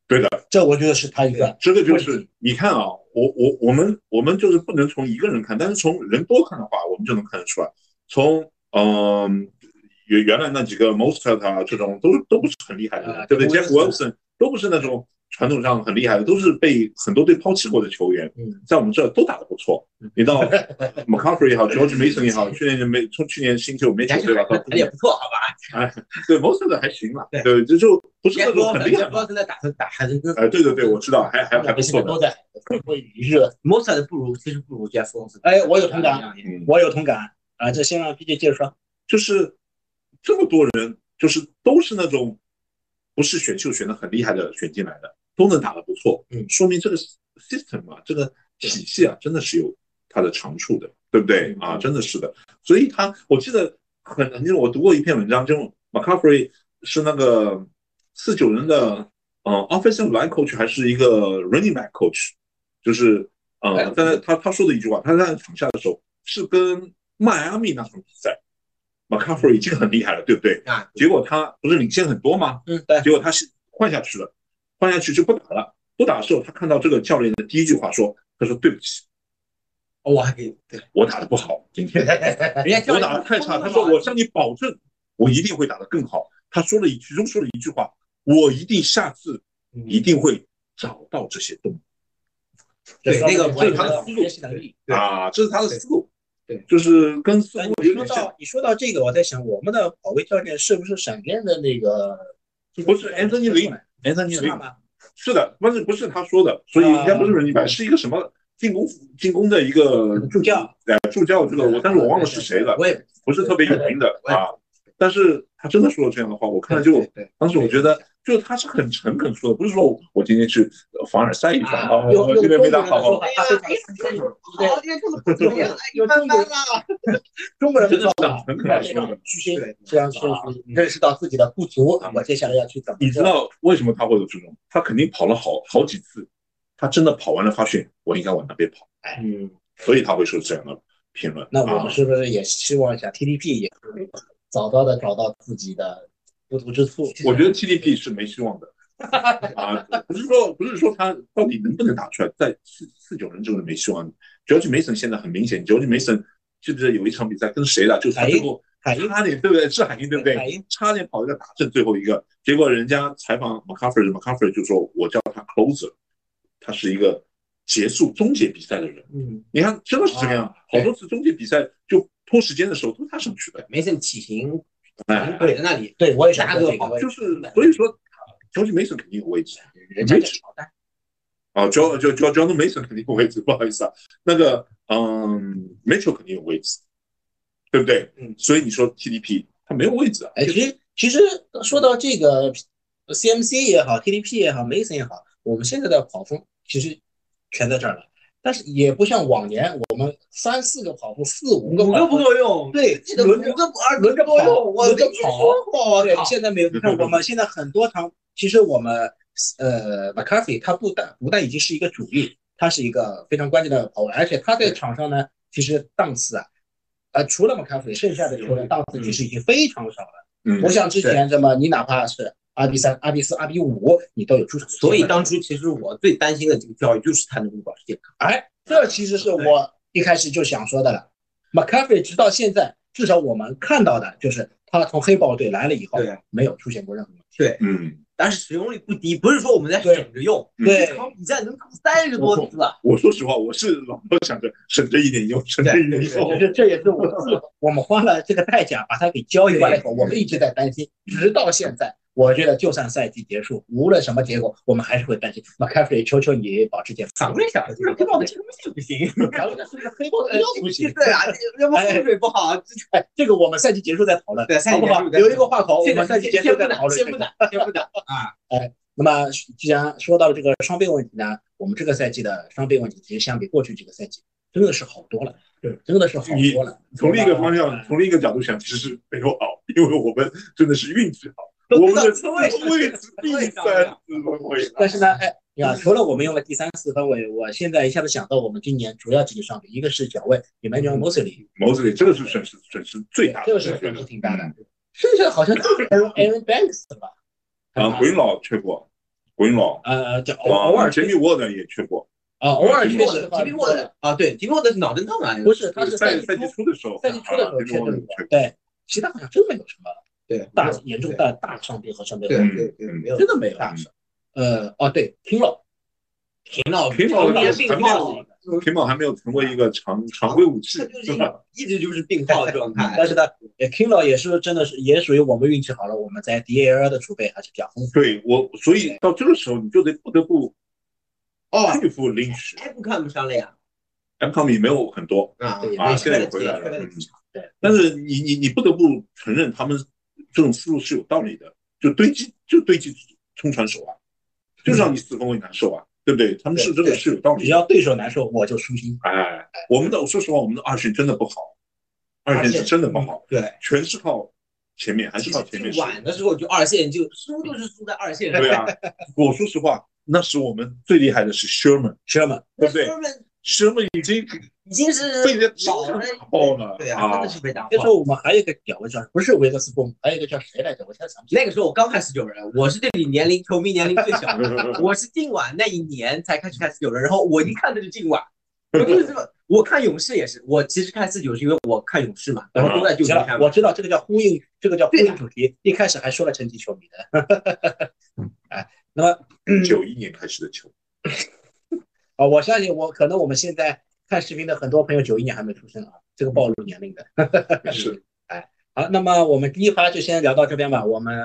[SPEAKER 3] 对
[SPEAKER 2] 的，这我觉得是他一个
[SPEAKER 3] 这个就
[SPEAKER 2] 问
[SPEAKER 3] 是
[SPEAKER 2] 题
[SPEAKER 3] 你看啊，我我我们我们就是不能从一个人看，但是从人多看的话，我们就能看得出来。从嗯原原来那几个 Mostert 啊这种都都不是很厉害的
[SPEAKER 2] 啊
[SPEAKER 3] 人，对不对
[SPEAKER 2] Jeff
[SPEAKER 3] ？Jeff
[SPEAKER 2] Wilson
[SPEAKER 3] Wilson 都不是那种传统上很厉害的，都是被很多队抛弃过的球员，
[SPEAKER 2] 嗯
[SPEAKER 3] 在我们这儿都打得不错。你到 McCaffrey 也好，George Mason 也好，去年就没从去年新秀没球
[SPEAKER 4] 人
[SPEAKER 3] 对吧？到
[SPEAKER 4] 家也不错，好吧？
[SPEAKER 3] 对 most 的还行吧，
[SPEAKER 4] 对
[SPEAKER 3] 对，这就不 (laughs) 是那
[SPEAKER 4] 人家
[SPEAKER 3] 种
[SPEAKER 4] 说
[SPEAKER 3] 很厉害
[SPEAKER 4] 人家
[SPEAKER 3] 的。
[SPEAKER 4] 说现在打成打还是跟
[SPEAKER 3] 哎，对对对，我知道，还还还不错的
[SPEAKER 2] 都。在会热。
[SPEAKER 4] most 的不如，其实不如 Jeff Wilson。
[SPEAKER 2] 哎我有同感
[SPEAKER 4] 啊，
[SPEAKER 3] 嗯，
[SPEAKER 2] 我有同感啊！这先让 PJ 接着说。
[SPEAKER 3] 就是这么多人，就是都是那种不是选秀选的很厉害的选进来的，都能打得不错，
[SPEAKER 2] 嗯
[SPEAKER 3] 说明这个 system 啊，这个体系啊，真的是有它的长处的，对不
[SPEAKER 2] 嗯
[SPEAKER 3] 对啊？真的是的，所以他我记得很，因为我读过一篇文章，就 McCaffrey 是那个四九人的嗯、呃 offensive line coach 还是一个 running back coach，就是
[SPEAKER 4] 哎
[SPEAKER 3] 呃，但是他他说的一句话，他在场下的时候是跟迈阿密那场比赛，McCaffrey 已经很厉害了，对不对？
[SPEAKER 4] 啊，
[SPEAKER 3] 结果他不是领先很多吗？
[SPEAKER 2] 嗯，对，
[SPEAKER 3] 结果他是换下去了，换下去就不打了。不打的时候，他看到这个教练的第一句话说：“他说对不起，
[SPEAKER 4] 哦我还可以，对，
[SPEAKER 3] 我打的不好，今 (laughs) 天
[SPEAKER 4] 人家教
[SPEAKER 3] 我
[SPEAKER 4] 练
[SPEAKER 3] 打的太差。”他说：“我向你保证，我一定会打得更好。”他说了一句，其中说了一句话：“我一定下次一定会找到这些洞。”
[SPEAKER 4] 对那个
[SPEAKER 2] 我有
[SPEAKER 4] 我有
[SPEAKER 2] 的学习能力。
[SPEAKER 4] 对
[SPEAKER 3] 啊，这是他的思路，
[SPEAKER 4] 对对
[SPEAKER 3] 就是跟思
[SPEAKER 2] 哎
[SPEAKER 3] 路
[SPEAKER 2] 你
[SPEAKER 3] 有
[SPEAKER 2] 说
[SPEAKER 3] 点像，
[SPEAKER 2] 到你说到这个，我在想我们的跑位教练是不是闪电的那个？
[SPEAKER 3] 不是 Anthony Lynn，Anthony
[SPEAKER 2] 是他吗？
[SPEAKER 3] 是的，但是不是他说的，所以应该
[SPEAKER 4] 啊
[SPEAKER 3] 不是人力白，是一个什么进攻进攻的一
[SPEAKER 4] (laughs)
[SPEAKER 3] 个
[SPEAKER 2] 助教，
[SPEAKER 3] 哎助教这个我，但是我忘了是谁了，
[SPEAKER 4] 我也
[SPEAKER 3] 不是特别有名的
[SPEAKER 4] 我也
[SPEAKER 3] 啊。但是他真的说了这样的话，我看了就
[SPEAKER 4] 对对对
[SPEAKER 3] 当时我觉得，就是他是很诚恳说的，不是说我今天去凡尔赛一番
[SPEAKER 4] 啊
[SPEAKER 3] 啊，我
[SPEAKER 2] 用
[SPEAKER 3] 我
[SPEAKER 2] 用
[SPEAKER 3] 这边
[SPEAKER 2] 中
[SPEAKER 3] 没
[SPEAKER 2] 国
[SPEAKER 3] 打
[SPEAKER 2] 人的说
[SPEAKER 3] 好
[SPEAKER 2] 法，，
[SPEAKER 4] 哎呀
[SPEAKER 2] 他非常
[SPEAKER 4] 哎呀
[SPEAKER 2] 诚恳。
[SPEAKER 4] 对，今天这么不重要，哎
[SPEAKER 2] 有
[SPEAKER 4] 慢
[SPEAKER 2] 中国
[SPEAKER 4] 慢
[SPEAKER 2] 人
[SPEAKER 4] 啦，
[SPEAKER 2] 中国人的说法，
[SPEAKER 3] 很可爱
[SPEAKER 2] 非常虚心，
[SPEAKER 4] 对
[SPEAKER 2] 非常谦虚，认识到自己的不足啊，我接下来要去怎么做？
[SPEAKER 3] 啊你知道为什么他会有这种？他肯定跑了好好几次，他真的跑完了，发现我应该往那边跑，
[SPEAKER 4] 哎
[SPEAKER 2] 嗯，
[SPEAKER 3] 所以他会说这样的评论。
[SPEAKER 2] 那我
[SPEAKER 3] 啊
[SPEAKER 2] 们是不是也希望一下 TDP 也
[SPEAKER 4] 嗯
[SPEAKER 2] 早早的找到自己的不足之处？
[SPEAKER 3] 我觉得 TDP 是没希望的啊，不是说不是说他到底能不能打出来，在四四九人中是没希望。George Mason 现在很明显，George Mason 记不记得有一场比赛跟谁的，就是他
[SPEAKER 2] 海鹰
[SPEAKER 3] 最后
[SPEAKER 2] 海鹰
[SPEAKER 3] 差点对不对？是海鹰对不
[SPEAKER 2] 海
[SPEAKER 3] 对
[SPEAKER 2] 鹰？
[SPEAKER 3] 差点跑一个打正最后一个，结果人家采访 McCaffrey，McCaffrey 就说我叫他 closer，他是一个结束终结比赛的人。
[SPEAKER 2] 嗯，啊哎
[SPEAKER 3] 你看真的是这个样，好多次终结比赛就拖时间的时候都他上去的，
[SPEAKER 4] 没什么体型
[SPEAKER 3] 哎，
[SPEAKER 4] 摆在那里，
[SPEAKER 2] 对我也想说这
[SPEAKER 4] 大
[SPEAKER 2] 个，
[SPEAKER 3] 就是所以说 George Mason 肯定有位置。
[SPEAKER 2] 人家
[SPEAKER 3] 没啊，Jo Jo Jo John Mason 肯定有位置，不好意思啊，那个嗯，Mitchell 肯定有位置，对不对？
[SPEAKER 2] 嗯，
[SPEAKER 3] 所以你说 TDP 他没有位置啊，
[SPEAKER 2] 哎，其实其实说到这个 CMC 也好，TDP 也好，Mason 也好，我们现在的跑锋其实全在这儿了，但是也不像往年我们三四个跑锋，四五个
[SPEAKER 4] 五
[SPEAKER 2] 跑
[SPEAKER 4] 个
[SPEAKER 2] 锋
[SPEAKER 4] 不够用，
[SPEAKER 2] 对
[SPEAKER 4] 记得五个不二
[SPEAKER 2] 轮着
[SPEAKER 4] 不够
[SPEAKER 2] 跑
[SPEAKER 4] 用，我
[SPEAKER 2] 轮着
[SPEAKER 4] 跟你
[SPEAKER 2] 跑啊
[SPEAKER 4] 说过，我
[SPEAKER 2] 对，
[SPEAKER 4] 靠，
[SPEAKER 2] 现在没有，你看我们现在很多
[SPEAKER 4] (laughs)
[SPEAKER 2] 场，其实我们呃，McCarthy 他不但不但已经是一个主力，他是一个非常关键的跑位，而且他在场上呢，其实档次啊，呃，除了 McCarthy，剩下的球
[SPEAKER 4] 嗯
[SPEAKER 2] 员档次其实已经非常少了。
[SPEAKER 3] 嗯
[SPEAKER 2] 不，像之前这么，你哪怕是二比三、二比四、二比五，你都有出手。
[SPEAKER 4] 所以当初其实我最担心的这个交易就是他能够保持健康，
[SPEAKER 2] 哎，这其实是我一开始就想说的了。McCarthy 直到现在，至少我们看到的就是他从黑豹队来了以后，
[SPEAKER 4] 对
[SPEAKER 2] 没有出现过任何问题。
[SPEAKER 4] 对，
[SPEAKER 3] 嗯，
[SPEAKER 4] 但是使用率不低，不是说我们在省着用，
[SPEAKER 3] 嗯
[SPEAKER 2] 对
[SPEAKER 4] 这场比赛能扣三十多次啊，
[SPEAKER 3] 我说实话，我是老想着省着一点用，省着一点
[SPEAKER 2] 这
[SPEAKER 3] 用，
[SPEAKER 2] 是嗯这也是我自我们花了这个代价把它给交易过来以后，我们一直在担心，直到现在，我觉得就算赛季结束，无论什么结果，我们还是会担心。McCaffrey，求求你保持健
[SPEAKER 4] 反
[SPEAKER 2] 康。
[SPEAKER 4] 过来想，就是黑豹的球线不行，
[SPEAKER 2] 然后呢，是不是黑豹的不行？
[SPEAKER 4] 对啊， (laughs) 要不风水不好，啊这
[SPEAKER 2] 哎，这个我们赛季结束再讨论，
[SPEAKER 4] 对赛
[SPEAKER 2] 好
[SPEAKER 4] 季
[SPEAKER 2] 不
[SPEAKER 4] 结
[SPEAKER 2] 好？
[SPEAKER 4] 束再
[SPEAKER 2] 留一个话口，我
[SPEAKER 4] 这
[SPEAKER 2] 们
[SPEAKER 4] 个
[SPEAKER 2] 赛季结束再讨论
[SPEAKER 4] 先
[SPEAKER 2] 这
[SPEAKER 4] 不
[SPEAKER 2] 个。
[SPEAKER 4] 打，先不打啊！
[SPEAKER 2] 那么，既然说到了这个伤病问题呢，我们这个赛季的伤病问题其实相比过去几个赛季真的是好多了，
[SPEAKER 3] 对，
[SPEAKER 2] 真的是好
[SPEAKER 3] 你
[SPEAKER 2] 多了。
[SPEAKER 3] 从另一个方向，
[SPEAKER 2] 啊
[SPEAKER 3] 从另一个角度想，其实没有好，因为我们真的是运气好，
[SPEAKER 4] 都
[SPEAKER 3] 我们
[SPEAKER 4] 不知道
[SPEAKER 3] 的
[SPEAKER 4] 车位
[SPEAKER 3] 中位置第三次轮回了，
[SPEAKER 2] 但是呢，哎，你看，除了我们用了第三四分卫，我现在一下子想到我们今年主要几个伤病，一个是脚位 Emmanuel Mosley，
[SPEAKER 3] 毛子里这个是损失损失最大的，
[SPEAKER 2] 这个是
[SPEAKER 3] 我觉
[SPEAKER 2] 损失
[SPEAKER 3] 得
[SPEAKER 2] 挺大的
[SPEAKER 3] 嗯。
[SPEAKER 2] (laughs) 剩下的好像就是 Aaron Aaron Banks 了吧？
[SPEAKER 3] 啊，回老去过，回老。
[SPEAKER 2] 呃，就偶偶尔
[SPEAKER 3] 杰米沃德也去过，
[SPEAKER 2] 啊，偶尔
[SPEAKER 3] 吉
[SPEAKER 2] 确
[SPEAKER 3] 米
[SPEAKER 4] 沃
[SPEAKER 2] 实
[SPEAKER 4] 德，
[SPEAKER 2] 的话
[SPEAKER 4] 吉米沃德啊，对，吉米沃德是脑震荡啊，
[SPEAKER 2] 不是，他是赛
[SPEAKER 3] 赛
[SPEAKER 2] 季
[SPEAKER 3] 赛季
[SPEAKER 2] 初
[SPEAKER 3] 初的时候，
[SPEAKER 2] 赛季初的时候
[SPEAKER 3] 啊
[SPEAKER 2] 确
[SPEAKER 3] 杰米沃德
[SPEAKER 2] 诊
[SPEAKER 3] 也去
[SPEAKER 2] 过，
[SPEAKER 3] 过。
[SPEAKER 2] 对，其他好像真没有什么
[SPEAKER 4] 对
[SPEAKER 2] 大严重的大伤病和伤病，
[SPEAKER 4] 对
[SPEAKER 2] 问题，
[SPEAKER 4] 对对，没有
[SPEAKER 2] 真的没有
[SPEAKER 4] 大伤，
[SPEAKER 2] 呃，哦对，听了，听了，
[SPEAKER 3] 听
[SPEAKER 2] 常
[SPEAKER 3] 了
[SPEAKER 2] 年病
[SPEAKER 3] 还没有
[SPEAKER 2] 号了，
[SPEAKER 3] 平保还没有成为一个常常规武器
[SPEAKER 4] 他，就是
[SPEAKER 3] 对
[SPEAKER 4] 一
[SPEAKER 3] 吧？
[SPEAKER 4] 个一直就是病号状态。
[SPEAKER 2] 嗯但是呢，也 k i n l 也是真的是也属于我们运气好了，我们在 DAL 的储备还是比较丰富。
[SPEAKER 3] 对我，所以到这个时候你就得不得不
[SPEAKER 4] 哦
[SPEAKER 3] 佩服林奇
[SPEAKER 4] 哎，不看不上了呀，
[SPEAKER 3] m c o m 也没有很多，
[SPEAKER 4] 啊
[SPEAKER 2] 对
[SPEAKER 3] 啊
[SPEAKER 4] 也
[SPEAKER 3] 现在也回来了
[SPEAKER 4] 也
[SPEAKER 3] 嗯
[SPEAKER 2] 对
[SPEAKER 3] 但是你你你不得不承认他们这种思路是有道理的，就堆积就堆积冲传手啊，就让你四分卫难受啊，对不对？他们是这个
[SPEAKER 2] 对
[SPEAKER 3] 是有道理
[SPEAKER 2] 只
[SPEAKER 3] 的。
[SPEAKER 2] 要对手难受，我就舒心。
[SPEAKER 3] 哎，我们的我说实话，我们的二线真的不好，二线是真的不好，
[SPEAKER 4] 嗯对，
[SPEAKER 3] 全是靠前面，还是靠前面
[SPEAKER 4] 就
[SPEAKER 3] 射。
[SPEAKER 4] 晚的时候就二线就输都是输在二线上，
[SPEAKER 3] 对啊，我说实话，那时我们最厉害的是 Sherman，
[SPEAKER 2] Sherman，
[SPEAKER 3] 对不对
[SPEAKER 4] 那哥们
[SPEAKER 3] ，Sherman 已经
[SPEAKER 4] 已经是
[SPEAKER 3] 被人家
[SPEAKER 4] 老了，
[SPEAKER 3] 打爆了
[SPEAKER 4] 对啊，真
[SPEAKER 3] 啊
[SPEAKER 4] 的！是被打
[SPEAKER 2] 那时
[SPEAKER 4] 爆。
[SPEAKER 2] 候我们还有一个屌的叫，不是维克斯布姆，还有一个叫谁来着？我现在想不起来。
[SPEAKER 4] 那个时候我刚看十九人，我是这里年龄球迷年龄最小的，我是今晚那一年才开始看四九人，然后我一看的就
[SPEAKER 2] (laughs)
[SPEAKER 4] 今晚，我就是这么，我看勇士也是，我其实看四九是因为我看勇士嘛，
[SPEAKER 3] 嗯
[SPEAKER 4] 然后都在
[SPEAKER 2] 我
[SPEAKER 4] 九
[SPEAKER 2] 知
[SPEAKER 4] 零看
[SPEAKER 2] 道，
[SPEAKER 4] 嘛
[SPEAKER 2] 嗯我，知道这个叫呼应，这个叫呼
[SPEAKER 4] 对
[SPEAKER 2] 应
[SPEAKER 4] 的
[SPEAKER 2] 主题。一开始还说了成绩球迷的，哎，那么
[SPEAKER 3] (laughs) 九一年开始的球，
[SPEAKER 2] 啊，我相信我可能我们现在看视频的很多朋友九一年还没出生啊，这个暴露年龄的。
[SPEAKER 3] 也是
[SPEAKER 2] 好，那么我们第一趴就先聊到这边吧。我们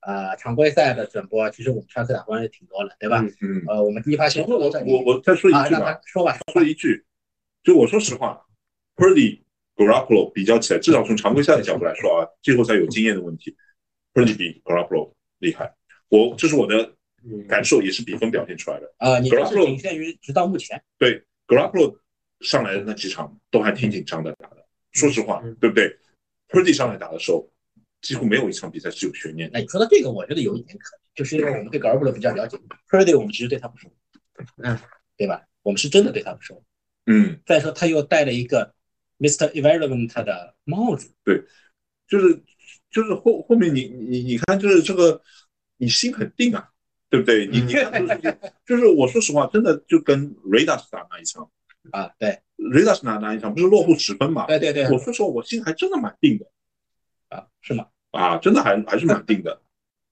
[SPEAKER 2] 呃常规赛的转播，其实我们上次打关也挺多了，对吧？
[SPEAKER 4] 嗯
[SPEAKER 3] 嗯。
[SPEAKER 2] 呃，我们第一趴先聊
[SPEAKER 3] 我
[SPEAKER 2] 到这里
[SPEAKER 3] 我我再说一
[SPEAKER 2] 啊，
[SPEAKER 3] 句
[SPEAKER 2] 让
[SPEAKER 3] 吧
[SPEAKER 2] 他，说吧，
[SPEAKER 3] 说一句，就我说实话，Purdy、Garoppolo 比较起来，至少从常规赛的角度来说啊，季后赛有经验的问题，Purdy 比 Garoppolo 厉害。我这是我的感受，也是比分表现出来的。
[SPEAKER 2] 呃，你还是
[SPEAKER 3] Garoppolo
[SPEAKER 2] 仅限于直到目前，
[SPEAKER 3] 对 Garoppolo 上来的那几场都还挺紧张的打的，说实话
[SPEAKER 4] 嗯，
[SPEAKER 3] 对不对？Purdy 上来打的时候，几乎没有一场比赛是有悬念的。
[SPEAKER 2] 那你说到这个，我觉得有一点可能，就是因为我们对 g a r o 比较了解 p u r d y 我们其实对他不熟，
[SPEAKER 4] 嗯，
[SPEAKER 2] 对吧？我们是真的对他不熟。
[SPEAKER 3] 嗯，
[SPEAKER 2] 再说他又戴了一个 Mr. Irrelevant 的帽子，
[SPEAKER 3] 就是就是后后面你你你看，就是这个你心很定啊，对不对？你你看就是就是我说实话，真的就跟 Radas 打那一场
[SPEAKER 2] 啊，对，
[SPEAKER 3] ，Radas 打那一场不是落后十分嘛？
[SPEAKER 2] 对对对，
[SPEAKER 3] 我说实话，我心还真的蛮定的
[SPEAKER 2] 啊，是吗？
[SPEAKER 3] 啊，真的还还是蛮定的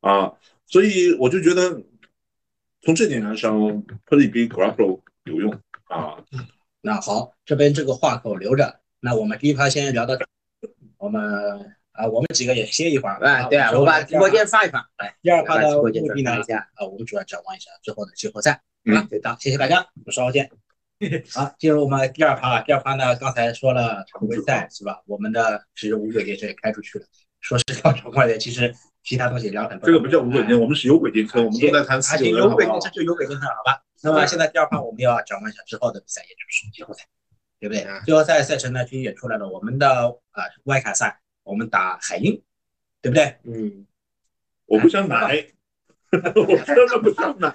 [SPEAKER 3] 啊，所以我就觉得从这点来上 p u r d y 比 Garoppolo 有用啊。
[SPEAKER 2] 那好，这边这个话口留着，那我们第一趴先聊到这儿，我们啊，我们几个也歇一会儿
[SPEAKER 4] 哎，对啊，
[SPEAKER 2] 们
[SPEAKER 4] 我把
[SPEAKER 2] 第
[SPEAKER 4] 直
[SPEAKER 2] 二
[SPEAKER 4] 播
[SPEAKER 2] 趴
[SPEAKER 4] 间发一发，来，
[SPEAKER 2] 第二趴
[SPEAKER 4] 把直
[SPEAKER 2] 的
[SPEAKER 4] 播间
[SPEAKER 2] 目的
[SPEAKER 4] 转发
[SPEAKER 2] 呢
[SPEAKER 4] 一，下，
[SPEAKER 2] 啊，我们主要展望一下最后的季后赛。
[SPEAKER 3] 嗯
[SPEAKER 2] 好，好，谢谢大家，我是敖健。好，进入我们第二趴。第二趴呢，刚才说了常规赛是吧？我们的是五九节车也开出去了，说是聊常规赛，其实其他东西聊很多。
[SPEAKER 3] 这个不叫无轨电，我们是有轨电车，我们都在谈
[SPEAKER 2] 啊，
[SPEAKER 3] 四
[SPEAKER 2] 行，
[SPEAKER 3] 九人，
[SPEAKER 2] 有
[SPEAKER 3] 好不
[SPEAKER 2] 轨
[SPEAKER 3] 好
[SPEAKER 2] 电？车就有轨电车，好吧？那
[SPEAKER 3] 嗯
[SPEAKER 2] 么现在第二趴我们要展望一下之后的比赛，也就是季后赛，对不对
[SPEAKER 4] 嗯？
[SPEAKER 2] 季后赛赛程呢，其实也出来了，我们的啊外卡赛，我们打海鹰，对不对？
[SPEAKER 4] 嗯，
[SPEAKER 3] 我不想奶，我真的不想奶。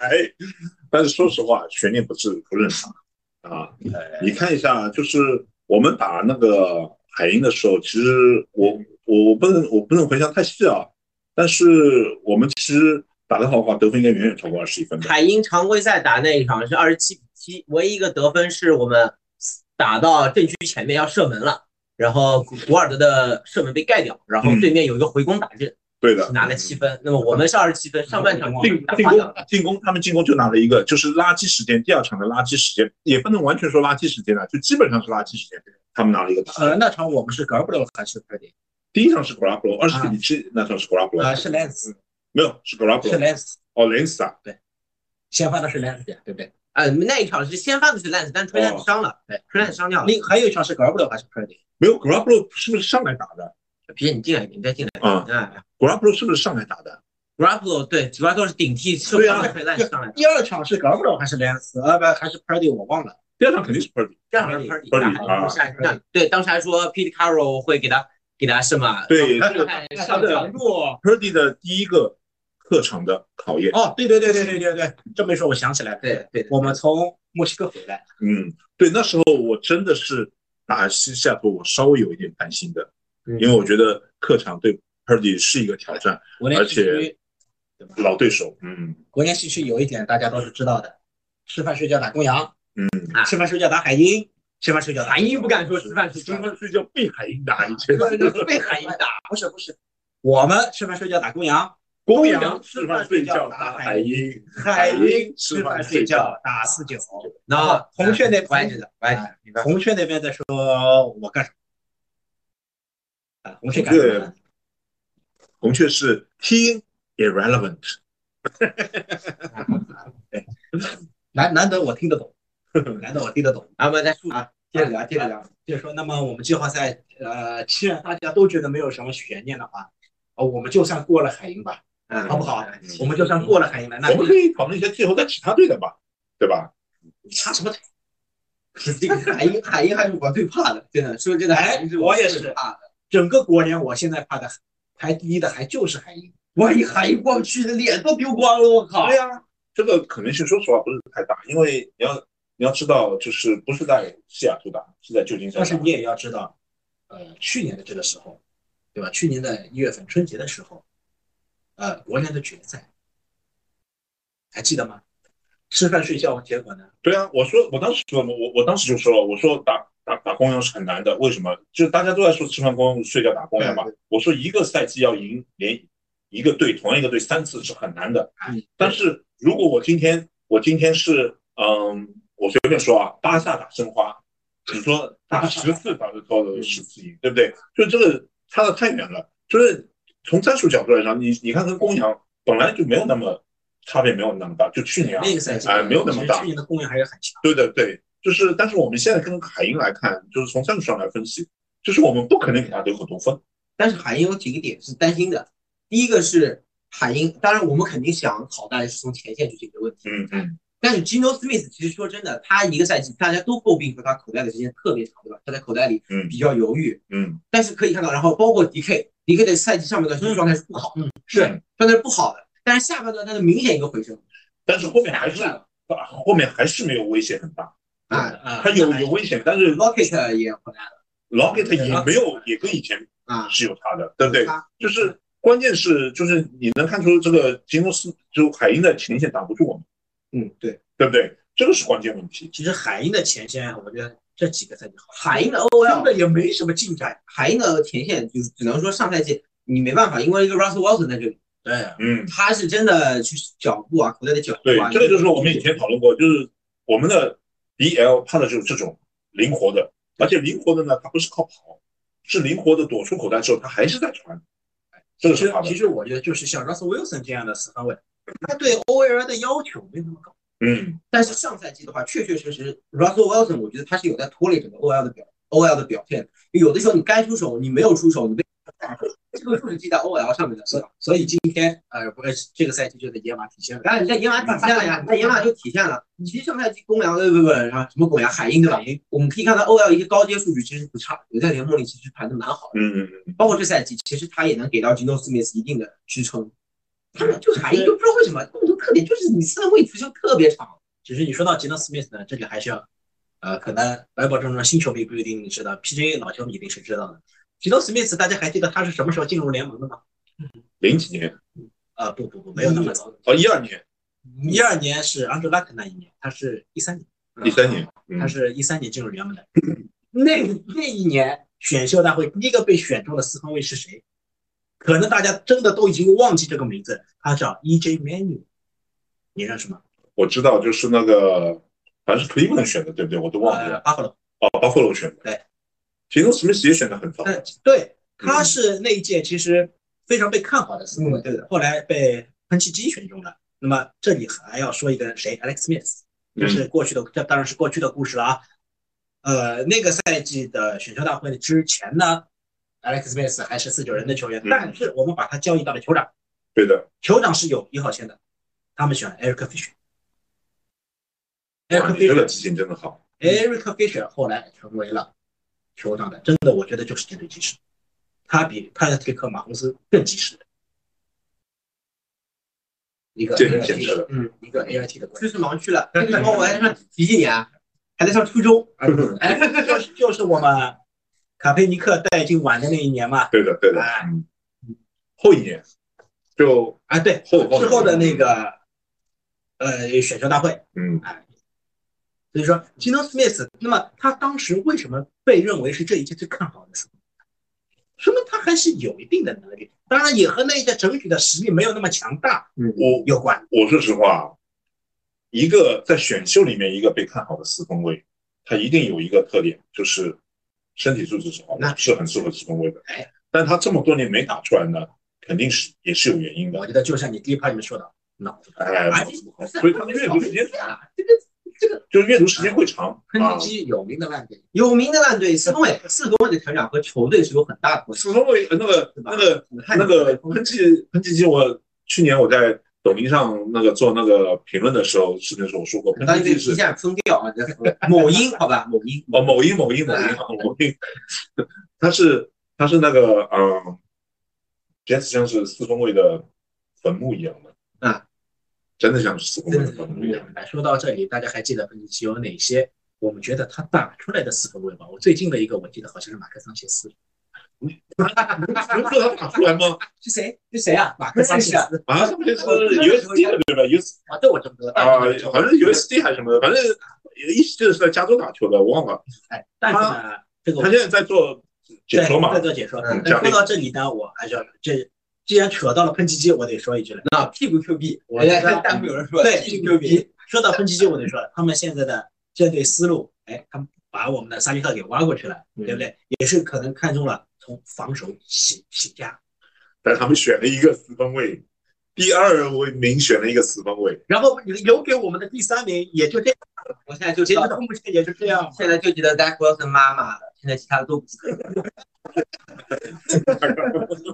[SPEAKER 3] 但是说实话，悬念不是不是很大啊。你看一下，就是我们打那个海鹰的时候，其实我我我不能我不能回想太细啊，但是我们其实打得好的话，得分应该远远超过二十一分的。
[SPEAKER 4] 海鹰常规赛打那一场是二十七比七，唯一一个得分是我们打到阵区前面要射门了，然后古古尔德的射门被盖掉，然
[SPEAKER 2] 嗯
[SPEAKER 4] 后对面有一个回攻打阵，
[SPEAKER 3] 对的，
[SPEAKER 4] 拿了七分。那么我们是二十七分，上
[SPEAKER 2] 嗯
[SPEAKER 4] 半场
[SPEAKER 3] 进
[SPEAKER 4] 打
[SPEAKER 3] 进
[SPEAKER 4] 花
[SPEAKER 3] 攻
[SPEAKER 4] 掉，
[SPEAKER 3] 进攻，他们进攻就拿了一个，就是垃圾时间，第二场的垃圾时间，也不能完全说垃圾时间啊，就基本上是垃圾时间，他们拿了一个打。
[SPEAKER 2] 呃，那场我们是 g a r b r o 还是 p r d y
[SPEAKER 3] 第一场是 Garoppolo，二十比七那场是 Garoppolo，
[SPEAKER 2] 啊，是 Lance，
[SPEAKER 3] 没有
[SPEAKER 2] 是
[SPEAKER 3] 是 Garoppolo，
[SPEAKER 2] Lance，
[SPEAKER 3] 哦雷斯啊，
[SPEAKER 2] 先发的是 Lance，对不对？
[SPEAKER 4] 呃，那一场是先发的是 Lance，但 t r a 伤了，
[SPEAKER 2] 对
[SPEAKER 4] t r a 伤掉了。
[SPEAKER 2] 另还有一场是 g a r b r o 还是 p r d y
[SPEAKER 3] 没有 Garoppolo 是不是上来打的？
[SPEAKER 4] 皮姐，你进来一点，你再进来。
[SPEAKER 3] 啊
[SPEAKER 4] 哎
[SPEAKER 3] ，Garoppolo 是不是上来打的？
[SPEAKER 4] ，Rapolo 对，主要都是顶替受
[SPEAKER 2] 对啊
[SPEAKER 4] 伤的 t r a 上来的。
[SPEAKER 2] 第二场是 g a r b r o 还是 Lance？呃，不，还是 p r d y 我忘了。
[SPEAKER 3] 第二场肯定是 Purdy，
[SPEAKER 4] 这样是
[SPEAKER 3] Purdy，啊
[SPEAKER 4] 当时还那对，当时还说 Pete Carroll 会给他给他什么？
[SPEAKER 3] 啊
[SPEAKER 2] (laughs)
[SPEAKER 3] 对
[SPEAKER 4] 上看上角度。
[SPEAKER 3] ，Purdy 的第一个客场的考验，
[SPEAKER 2] 哦，对对对对对对对，这么一说我想起来了，
[SPEAKER 4] 对对，
[SPEAKER 2] 我们从墨西哥回来，
[SPEAKER 3] 嗯，对，那时候我真的是打西西雅图，我稍微有一点担心的，
[SPEAKER 4] 嗯
[SPEAKER 3] 因为我觉得客场对 Purdy 是一个挑战，
[SPEAKER 2] 国内
[SPEAKER 3] 而
[SPEAKER 2] 地区
[SPEAKER 3] 且老对手，嗯
[SPEAKER 2] 国内戏曲有一点大家都是知道的，吃饭睡觉打公羊，
[SPEAKER 3] 嗯，
[SPEAKER 2] 吃饭睡觉打海鹰，吃饭睡觉打
[SPEAKER 4] 韩一不敢说吃饭是
[SPEAKER 3] 吃
[SPEAKER 4] 中国，
[SPEAKER 3] 饭睡觉被海鹰打，以前
[SPEAKER 4] 对对对被韩一打，
[SPEAKER 2] 不是不是，我们吃饭睡觉打公羊，
[SPEAKER 3] 公
[SPEAKER 2] 公
[SPEAKER 3] 羊
[SPEAKER 2] 羊
[SPEAKER 3] 吃饭睡觉打海鹰，
[SPEAKER 2] 海
[SPEAKER 3] 鹰
[SPEAKER 2] 鹰
[SPEAKER 3] 吃
[SPEAKER 2] 吃
[SPEAKER 3] 饭
[SPEAKER 2] 饭
[SPEAKER 3] 睡
[SPEAKER 2] 睡
[SPEAKER 3] 觉
[SPEAKER 2] 觉打四九，
[SPEAKER 4] 然后
[SPEAKER 2] 孔雀那
[SPEAKER 4] 歪
[SPEAKER 2] 边
[SPEAKER 4] 着的，歪着的，
[SPEAKER 2] 孔雀那边在说我干什么？啊，孔雀干什么？
[SPEAKER 3] 孔雀是 team irrelevant。
[SPEAKER 2] 难难得我听得懂， (laughs) 难得我听得懂。
[SPEAKER 4] 然后我们在树
[SPEAKER 2] 啊
[SPEAKER 4] 接着聊，接着聊，
[SPEAKER 2] 就是说，那么我们季后赛，呃，既然大家都觉得没有什么悬念的话，呃，我们就算过了海鹰吧，
[SPEAKER 4] 嗯
[SPEAKER 2] 好不好？我们就算过了海鹰吧，那
[SPEAKER 3] 我们可以讨论一下季后赛其他队的吧，对吧？
[SPEAKER 2] 差什么？
[SPEAKER 4] 这个海鹰，海鹰还是我最怕的，真的，说真的，
[SPEAKER 2] 哎
[SPEAKER 4] 海鹰是
[SPEAKER 2] 我也
[SPEAKER 4] 最
[SPEAKER 2] 是
[SPEAKER 4] 怕的。 (laughs)
[SPEAKER 2] 整个国联，我现在怕的排第一的还就是海鹰。
[SPEAKER 4] 万一海鹰过不去，脸都丢光了，我靠
[SPEAKER 3] 对！哎呀、这个可能性说实话不是太大，因为你要你要知道，就是不是在西雅图打，是在旧金山
[SPEAKER 2] 但是
[SPEAKER 3] 打。
[SPEAKER 2] 你也要知道，呃，去年的这个时候，对吧？去年的一月份春节的时候，呃，国联的决赛，还记得吗？吃饭睡觉，结果呢？
[SPEAKER 3] 对啊，我说我当时说嘛，我我当时就说了，我说打打打公羊是很难的，为什么？就是大家都在说吃饭公睡觉打公羊嘛
[SPEAKER 4] 对。
[SPEAKER 3] 我说一个赛季要赢连一个队同样一个队三次是很难的
[SPEAKER 4] 嗯。
[SPEAKER 3] 但是如果我今天我今天是嗯，我随便说啊，巴萨打申花，你说打十次打就高
[SPEAKER 4] 嗯
[SPEAKER 3] 了十次赢，对不对？就这个差的太远了。就是从战术角度来讲，你你看跟公羊本来就没有那么差别，没有那么大。就去年啊，
[SPEAKER 2] 那个赛季
[SPEAKER 3] 哎没有那么
[SPEAKER 2] 其
[SPEAKER 3] 大
[SPEAKER 2] 实去年的供应还是很强。
[SPEAKER 3] 对的，对，就是，但是我们现在跟海鹰来看，就是从战术上来分析，就是我们不可能给他留很多分。
[SPEAKER 4] 但是海鹰有几个点是担心的，第一个是海鹰，当然我们肯定想好大家是从前线去解决问题，
[SPEAKER 3] 嗯嗯，
[SPEAKER 4] 但是 Gino Smith 其实说真的，他一个赛季大家都诟病说他口袋的时间特别长，对吧？他在口袋里
[SPEAKER 3] 嗯
[SPEAKER 4] 比较犹豫，
[SPEAKER 3] 嗯，
[SPEAKER 4] 但是可以看到，然后包括 DK，DK 的赛季上半段其实状态是不好的，是状态是不好的，但是下半段他的明显一个回升
[SPEAKER 3] 但是后面还是啊后面还是没有威胁很大，
[SPEAKER 4] 啊
[SPEAKER 2] 啊
[SPEAKER 3] 他有有危险，但是
[SPEAKER 4] ，Rocket 也回来了
[SPEAKER 3] Locket 也没有，也跟以前
[SPEAKER 4] 啊，
[SPEAKER 3] 是有差的，对不对？
[SPEAKER 4] 他
[SPEAKER 3] 就是关键是就是你能看出这个金诺斯就海鹰的前线挡不住我们，
[SPEAKER 4] 嗯对，
[SPEAKER 3] 对不对？这个是关键问题。
[SPEAKER 2] 其实海鹰的前线，我觉得这几个赛季好，
[SPEAKER 4] 海鹰的
[SPEAKER 2] 根
[SPEAKER 4] OL，
[SPEAKER 2] 本也没什么进展。
[SPEAKER 4] 海鹰的前线就是只能说上赛季你没办法，因为一个 Russell Wilson 在这里。
[SPEAKER 2] 对，
[SPEAKER 3] 嗯，
[SPEAKER 4] 他是真的去脚步啊，口袋的脚步
[SPEAKER 3] 对
[SPEAKER 4] 啊，，
[SPEAKER 3] 这个就是我们以前讨论过，就是我们的 BL 怕的就是这种灵活的，而且灵活的呢，它不是靠跑，是灵活的躲出口袋之后，它还是在传，这个
[SPEAKER 2] 其
[SPEAKER 3] 是
[SPEAKER 2] 实
[SPEAKER 3] 他的
[SPEAKER 2] 其。实我觉得就是像 Russell Wilson 这样的四分卫，他对 OL 的要求没那么高。
[SPEAKER 3] 嗯，
[SPEAKER 4] 但是上赛季的话，确确实实，Russell Wilson 我觉得他是有在拖累整个 OL 的表 OL 的表现。有的时候你该出手，你没有出手，你被这个数是记在 OL 上面的。所以
[SPEAKER 2] 所以今天呃，不是这个赛季就在野马体现了。
[SPEAKER 4] 当然你在野马体现了呀，你在野马就体现了。其实上赛季公羊呃不不然后什么公羊海鹰对吧？我们可以看到 OL 一些高阶数据其实不差，留在联盟里其实排的蛮好的。
[SPEAKER 3] 嗯嗯嗯，
[SPEAKER 4] 包括这赛季，其实他也能给到 Geno Smith 一定的支撑。他们就是海鹰，就不知道为什么共同特点就是你三位持球特别长。
[SPEAKER 2] 只是你说到吉诺斯密斯呢，这里还是要，呃，可能来保证的新球迷不一定知道，PJ 老球迷一定是知道的。吉诺斯密斯，大家还记得他是什么时候进入联盟的吗？
[SPEAKER 3] 零几年
[SPEAKER 2] 啊、不不不，没有那么早。
[SPEAKER 3] 哦，一二年、嗯
[SPEAKER 2] 一二年是 Andrew Luck 那一年，他是一三年，
[SPEAKER 3] 一三年，嗯
[SPEAKER 2] 他是一三年进入联盟的。那那一年选秀大会第一个被选中的四分卫是谁？可能大家真的都已经忘记这个名字，他叫 E.J. Manu，你认识吗？
[SPEAKER 3] 我知道，就是那个反正是 Cleveland 选的，对不对？我都忘记
[SPEAKER 2] 呃
[SPEAKER 3] 了，
[SPEAKER 2] 巴赫罗。
[SPEAKER 3] 哦，包括我选的。
[SPEAKER 2] 对，
[SPEAKER 3] 其实 Smith 也选的很早，
[SPEAKER 2] 嗯，对，他是那一届其实非常被看好的四分卫，
[SPEAKER 4] 嗯对的
[SPEAKER 2] 后来被喷气机选中了。那么这里还要说一个人谁，Alex Smith，这
[SPEAKER 3] 嗯
[SPEAKER 2] 是过去的，这当然是过去的故事了啊。呃，那个赛季的选秀大会之前呢，Alex Smith 还是四九人的球员，
[SPEAKER 3] 嗯
[SPEAKER 2] 但是我们把他交易到了酋长，
[SPEAKER 3] 对的，
[SPEAKER 2] 酋长是有一号签的，他们选了 Eric Fisher。
[SPEAKER 3] 哇
[SPEAKER 2] Eric
[SPEAKER 3] 啊你这个
[SPEAKER 2] Fisher
[SPEAKER 3] 记性真的好。
[SPEAKER 2] Eric Fisher 后来成为了酋长的，真的，我觉得就是战队基石，他比帕特里克·马洪斯更及时，一个
[SPEAKER 3] 这个
[SPEAKER 2] AIT
[SPEAKER 3] 简直了
[SPEAKER 2] 嗯，一个 AIT 的关系。
[SPEAKER 4] 追是盲区了，那个时候我还在上几几年啊，还在上初中。
[SPEAKER 2] 哎，就是就是我们卡佩尼克带进晚的那一年嘛，
[SPEAKER 3] (laughs) 对的，对的
[SPEAKER 2] 哎，
[SPEAKER 3] 嗯，后一年就
[SPEAKER 2] 啊，对，
[SPEAKER 3] 后后
[SPEAKER 2] 之后的那个呃选秀大会，
[SPEAKER 3] 嗯
[SPEAKER 2] 所以说 Gino Smith，那么他当时为什么被认为是这一届最看好的四分卫？说明他还是有一定的能力，当然也和那届整体的实力没有那么强大
[SPEAKER 3] 我
[SPEAKER 2] 有关。
[SPEAKER 3] 我说实话，啊一个在选秀里面一个被看好的四分卫，他一定有一个特点，就是身体素质是好的，
[SPEAKER 2] 那
[SPEAKER 3] 是很适合四分卫的
[SPEAKER 2] 哎。
[SPEAKER 3] 但他这么多年没打出来呢，肯定是也是有原因
[SPEAKER 2] 我
[SPEAKER 3] 的。
[SPEAKER 2] 觉得就像你第一趴里面说的，脑子
[SPEAKER 3] 哎
[SPEAKER 2] 而且不是
[SPEAKER 3] 所以他的阅读时间
[SPEAKER 2] 啊，这个这个
[SPEAKER 3] 就是阅读时间会长
[SPEAKER 2] 肯
[SPEAKER 3] 啊
[SPEAKER 2] 德。基有名的烂点，
[SPEAKER 4] 有名的烂队，四分卫，四分卫的成长和球队是有很大的关系。
[SPEAKER 3] 四分卫呃那个那个
[SPEAKER 4] 看
[SPEAKER 3] 那个喷气喷气机，我去年我在抖音上那个做那个评论的时候，视频的时候我说过，
[SPEAKER 4] 当
[SPEAKER 3] 喷
[SPEAKER 4] 然
[SPEAKER 3] 气
[SPEAKER 4] 这
[SPEAKER 3] 机
[SPEAKER 4] 个一
[SPEAKER 3] 是
[SPEAKER 4] 下封掉啊，这个某音好吧，某音
[SPEAKER 3] 哦某音某音某音啊某音，他是他是那个嗯，真的像是四分卫的坟墓一样的
[SPEAKER 4] 啊，
[SPEAKER 3] 真的像是四分
[SPEAKER 2] 真
[SPEAKER 3] 卫
[SPEAKER 2] 的
[SPEAKER 3] 的
[SPEAKER 2] 是
[SPEAKER 3] 坟
[SPEAKER 2] 很
[SPEAKER 3] 墓
[SPEAKER 2] 不
[SPEAKER 3] 一
[SPEAKER 2] 一
[SPEAKER 3] 样
[SPEAKER 2] (laughs) 样。来说到这里，大家还记得本期有哪些我们觉得他打出来的四分卫吗？我最近的一个我记得好像是马克桑切斯，
[SPEAKER 3] 能说他打出来吗？
[SPEAKER 2] 是谁？是谁啊？马克桑切斯
[SPEAKER 3] 啊，上面是 USD 的对吧？US
[SPEAKER 2] 啊，这我真不知道。
[SPEAKER 3] 啊，好像是 USD 还是什么的，反正一直是在加州打球的，我忘了。
[SPEAKER 2] 哎，但是呢，这个我
[SPEAKER 3] 啊他现在在做解说嘛
[SPEAKER 2] 对在，做解说。
[SPEAKER 4] 嗯
[SPEAKER 2] 但说到这里呢，我还是要这既然扯到了喷气机，我得说一句了。
[SPEAKER 4] 啊，屁股 Q 币，我
[SPEAKER 2] 哎
[SPEAKER 4] 在看弹幕有人说
[SPEAKER 2] 对
[SPEAKER 4] 屁股 Q 币，
[SPEAKER 2] 说到喷气机，我得说了，他们现在的战队思路，哎，他们把我们的萨利赫给挖过去了，对不对？也是可能看中了从防守起起家，
[SPEAKER 3] 但是他们选了一个四分卫，第二位名选了一个四分卫，
[SPEAKER 2] 然后留给我们的第三名也就这样，
[SPEAKER 4] 我现在就
[SPEAKER 2] 其
[SPEAKER 4] 知
[SPEAKER 2] 实
[SPEAKER 4] 道，
[SPEAKER 2] 到目前也就这样。
[SPEAKER 4] 嗯现在就记得 Zach Wilson 妈妈了，现在其他的都不记得。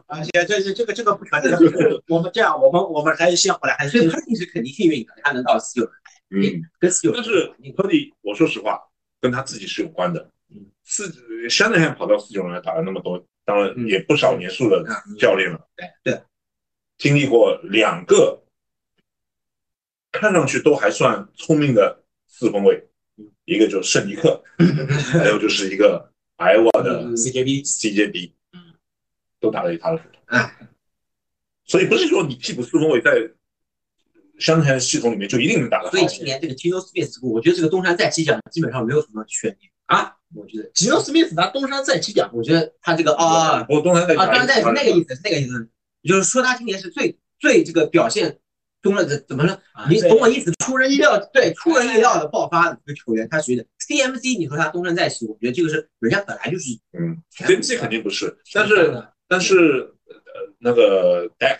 [SPEAKER 2] 而且啊这是这个这个不可能，就是我们这样，我们我们还是先回来，还
[SPEAKER 4] 所
[SPEAKER 2] 是
[SPEAKER 4] 以 p a r t y 是肯定幸运的，他能到四九人，
[SPEAKER 3] (laughs) 嗯，
[SPEAKER 4] 跟四九
[SPEAKER 3] 但
[SPEAKER 4] 人
[SPEAKER 3] 是科里，我说实话，跟他自己是有关的
[SPEAKER 2] 嗯。
[SPEAKER 3] 四山南跑到四九人来打了那么多，当
[SPEAKER 2] 嗯
[SPEAKER 3] 然也不少年数的教练了，
[SPEAKER 2] 对
[SPEAKER 4] 对，
[SPEAKER 3] 经历过两个看上去都还算聪明的四分卫，
[SPEAKER 2] 嗯
[SPEAKER 3] 一个就是圣尼
[SPEAKER 2] (laughs)
[SPEAKER 3] 克，还有就是一个艾娃的
[SPEAKER 2] 嗯 CJB
[SPEAKER 3] CJB，
[SPEAKER 2] 嗯，啊
[SPEAKER 3] 都打了一塌糊涂。
[SPEAKER 4] 哎，
[SPEAKER 3] 所以不是说你替补四分卫在湘潭系统里面就一定能打得好
[SPEAKER 4] 所。以今年这个 Gino Smith，我觉得这个东山再起奖基本上没有什么悬念啊，我觉得，
[SPEAKER 2] 吉诺斯密斯拿东山再起奖，
[SPEAKER 4] 我觉得他这个啊啊，
[SPEAKER 3] 我东山再打
[SPEAKER 4] 当然在
[SPEAKER 3] 一
[SPEAKER 4] 是
[SPEAKER 3] 场
[SPEAKER 4] 那个意思，是那个意思，就是说他今年是最最这个表现中了的怎么了？
[SPEAKER 2] 啊
[SPEAKER 4] 你
[SPEAKER 2] 这
[SPEAKER 4] 懂我意思？出人意料，对，出人意料的爆发的一个球员，他属于的 CMC，你说他东山再起，我觉得这个是人家本来就是，
[SPEAKER 3] 嗯，CMC 肯定不是，但是
[SPEAKER 4] 嗯
[SPEAKER 3] 但是呃那个 Deck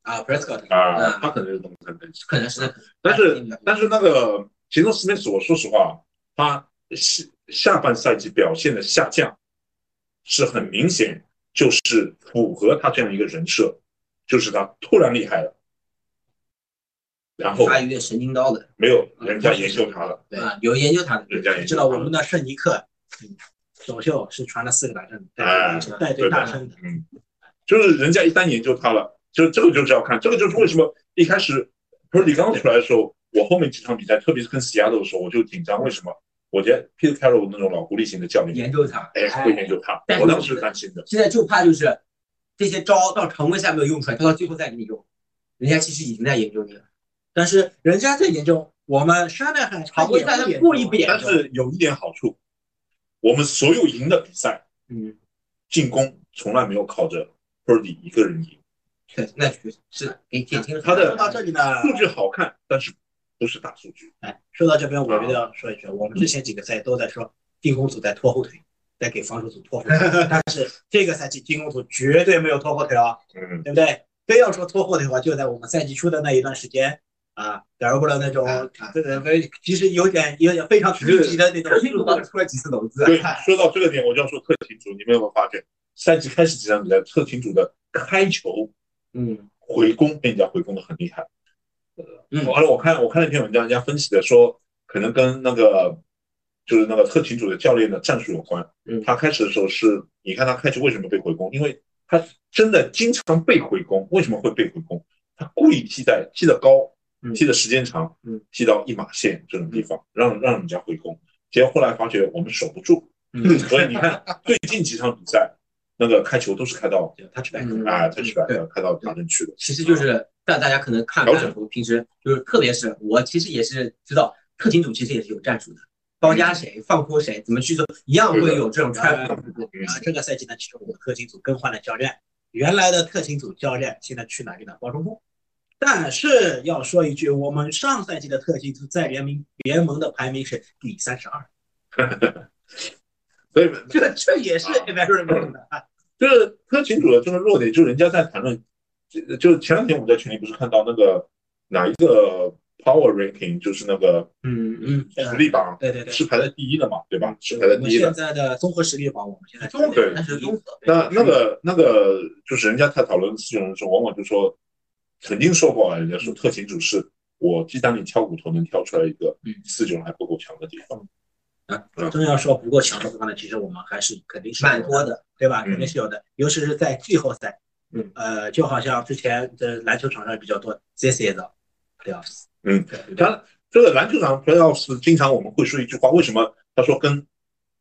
[SPEAKER 4] 啊 Prescott
[SPEAKER 3] 啊，
[SPEAKER 4] 嗯
[SPEAKER 3] 他可能是东山再起，
[SPEAKER 4] 可能是那个，
[SPEAKER 3] 但是但是那个杰诺斯密斯，我说实话，他下下半赛季表现的下降是很明显，就是符合他这样一个人设，就是他突然厉害了，然后
[SPEAKER 4] 他有嗯点神经刀的，
[SPEAKER 3] 没有人家研究他了，
[SPEAKER 2] 对
[SPEAKER 4] 啊，有研究他的，
[SPEAKER 3] 人家研
[SPEAKER 2] 知
[SPEAKER 3] 究
[SPEAKER 2] 道
[SPEAKER 3] 他
[SPEAKER 2] 我
[SPEAKER 3] 了
[SPEAKER 2] 们。的圣尼克，嗯首秀是传了四个大阵，
[SPEAKER 4] 啊
[SPEAKER 3] 哎
[SPEAKER 2] 带队大胜的，
[SPEAKER 3] 嗯，就是人家一旦研究他了，就这个就是要看，这个就是为什么一开始 Purdy 刚出来的时候，我后面几场比赛，特别是跟西雅图的时候，我就紧张。为什么？我觉得 Peter Carroll 那种老狐狸型的教练，
[SPEAKER 4] 研究他，
[SPEAKER 3] 哎，会研究他
[SPEAKER 4] 但，是
[SPEAKER 3] 我当时是担心的。
[SPEAKER 4] 现在就怕就是这些招到常规赛没有用出来，他到最后再给你用，人家其实已经在研究你了。
[SPEAKER 2] 但是人家在研究，我们山奈海
[SPEAKER 4] 常规赛他故意不研
[SPEAKER 3] 但
[SPEAKER 4] 究，
[SPEAKER 3] 是有一点好处，我们所有赢的比赛
[SPEAKER 4] 嗯，
[SPEAKER 3] 进攻从来没有靠着 Purdy 一个人赢，
[SPEAKER 4] 确实，那确实是给给听了
[SPEAKER 3] 他的
[SPEAKER 2] 说到这里呢，
[SPEAKER 3] 数据好看，但是不是大数据。
[SPEAKER 2] 哎，说到这边，我觉得要说一句，我们之前几个赛都在说进攻组在拖后腿，在给防守组拖后腿，但是这个赛季进攻组绝对没有拖后腿啊，
[SPEAKER 3] 嗯，
[SPEAKER 2] 对不对？非要说拖后腿的话，就在我们赛季初的那一段时间啊，打入了那种
[SPEAKER 4] 啊啊
[SPEAKER 2] 这个其实有点有点非常贫瘠的那种
[SPEAKER 4] 听到出了几次啊投资，
[SPEAKER 3] 对，说到这个点，我就要说特勤组，你们有没有发现，赛季开始几场比赛，特勤组的开球
[SPEAKER 4] 嗯，
[SPEAKER 3] 回攻被人家回攻的很厉害。
[SPEAKER 4] 嗯
[SPEAKER 3] 完了，我看我看了一篇文章，人家分析的说，可能跟那个就是那个特勤组的教练的战术有关。
[SPEAKER 4] 嗯
[SPEAKER 3] 他开始的时候是，你看他开始为什么被回攻，因为他真的经常被回攻。为什么会被回攻？他故意踢在踢得高
[SPEAKER 4] 嗯，
[SPEAKER 3] 踢的时间长
[SPEAKER 4] 嗯，
[SPEAKER 3] 踢到一码线这种地方，让让人家回攻。结果后来发觉我们守不住，
[SPEAKER 4] 嗯
[SPEAKER 3] (laughs) 所以你看最近几场比赛，那个开球都是开到
[SPEAKER 2] 他去
[SPEAKER 4] 嗯
[SPEAKER 3] 啊，他去来
[SPEAKER 4] 对
[SPEAKER 3] 开到达阵去的。
[SPEAKER 4] 其实就是让大家可能看
[SPEAKER 3] 调
[SPEAKER 4] 战
[SPEAKER 3] 整
[SPEAKER 4] 术，平时就是特别是我其实也是知道特勤组其实也是有战术的，包夹谁放空谁怎么去做，一样会有这种穿
[SPEAKER 2] 啊，这个赛季呢，其实我们特勤组更换了教练，原来的特勤组教练现在去哪里呢？包装部。但是要说一句，我们上赛季的特勤组在联名联盟的排名是第三十二，
[SPEAKER 3] 所以
[SPEAKER 2] 这这也是 e v a n g e l i 的啊。
[SPEAKER 3] 就是特勤组的这个弱点，就是人家在谈论，就就前两天我们在群里不是看到那个哪一个 Power Ranking，就是那个
[SPEAKER 2] 嗯嗯，是的
[SPEAKER 3] 实力榜
[SPEAKER 2] 对对对，嗯
[SPEAKER 3] 是排在第一的嘛，对吧？是排在第一
[SPEAKER 2] 我们现在
[SPEAKER 3] 的。
[SPEAKER 2] 的综合实力榜，我们现在
[SPEAKER 3] 综合
[SPEAKER 2] 但是综合
[SPEAKER 3] 那那个那个就是人家在讨论这种时候，往往就说曾经说过啊，人家
[SPEAKER 2] 嗯
[SPEAKER 3] 说特勤组是我鸡蛋里挑骨头能挑出来一个
[SPEAKER 2] 嗯
[SPEAKER 3] 四九还不够强的地方。
[SPEAKER 2] 啊，真要说不够强的话呢，其实我们还是肯定是
[SPEAKER 4] 蛮
[SPEAKER 2] 有
[SPEAKER 4] 多
[SPEAKER 2] 的，对吧？
[SPEAKER 3] 嗯
[SPEAKER 2] 肯定是有的，尤其是在季后赛，
[SPEAKER 3] 嗯，
[SPEAKER 2] 呃，就好像之前的篮球场上比较多 ZCS 的 playoffs，
[SPEAKER 3] 嗯
[SPEAKER 2] 对，对
[SPEAKER 3] 当然，这个篮球场 playoffs 经常我们会说一句话，为什么他说跟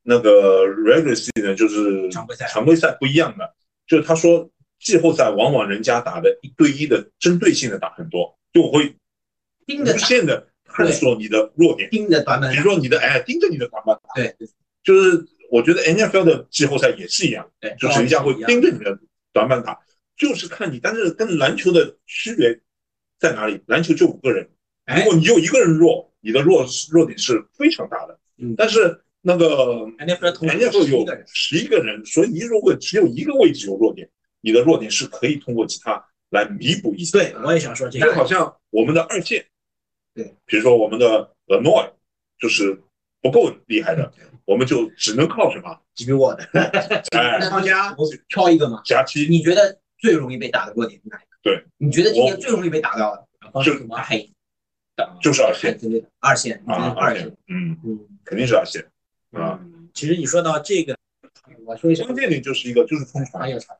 [SPEAKER 3] 那个 regular season 就是
[SPEAKER 2] 常规赛
[SPEAKER 3] 常规赛不一样的？就是他说季后赛往往人家打的一对一的针对性的打很多，就我会
[SPEAKER 4] 盯着
[SPEAKER 3] 无
[SPEAKER 4] 打，
[SPEAKER 3] 限的探索你的弱点，
[SPEAKER 4] 盯着短板
[SPEAKER 3] 比，如说你的哎盯着你的短板打，
[SPEAKER 4] 对，
[SPEAKER 3] 就是我觉得 NFL 的季后赛也是一样，
[SPEAKER 2] 对，
[SPEAKER 3] 就是人家会
[SPEAKER 2] 一样
[SPEAKER 3] 盯着你的短板打，就是看你，但是跟篮球的区别在哪里？篮球就五个人，
[SPEAKER 2] 哎
[SPEAKER 3] 如果你有一个人弱，你的弱弱点是非常大的。
[SPEAKER 2] 嗯
[SPEAKER 3] 但是那个
[SPEAKER 2] NFL 同时
[SPEAKER 3] 人家说
[SPEAKER 2] 11
[SPEAKER 3] 有
[SPEAKER 2] 个人
[SPEAKER 3] 十一个人，所以你如果只有一个位置有弱点，你的弱点是可以通过其他来弥补一些。
[SPEAKER 2] 对，我也想说这
[SPEAKER 3] 就好
[SPEAKER 2] 个，
[SPEAKER 3] 像我们的二线，
[SPEAKER 4] 对，
[SPEAKER 3] 比如说我们的 l e n o i 就是不够厉害的，
[SPEAKER 4] 嗯
[SPEAKER 3] 我们就只能靠什么？
[SPEAKER 2] 吉米沃德，
[SPEAKER 3] 哎，
[SPEAKER 4] 那
[SPEAKER 2] 康佳，
[SPEAKER 4] 我挑一个嘛，
[SPEAKER 3] 夹击
[SPEAKER 4] 你觉得最容易被打得过你是哪一个？
[SPEAKER 3] 对，
[SPEAKER 4] 你觉得今年最容易被打到的？
[SPEAKER 3] 就
[SPEAKER 4] 什么黑？
[SPEAKER 3] 就是二线
[SPEAKER 4] 之类的，二线，你觉得
[SPEAKER 3] 啊，
[SPEAKER 4] 二
[SPEAKER 3] 线
[SPEAKER 4] 线，，
[SPEAKER 3] 嗯，
[SPEAKER 2] 嗯
[SPEAKER 3] 肯定是二线啊。
[SPEAKER 2] 嗯，其实你说到这个，我说一下
[SPEAKER 3] 关，键点就是一个就是冲
[SPEAKER 2] 还
[SPEAKER 3] 传，
[SPEAKER 2] 有啥？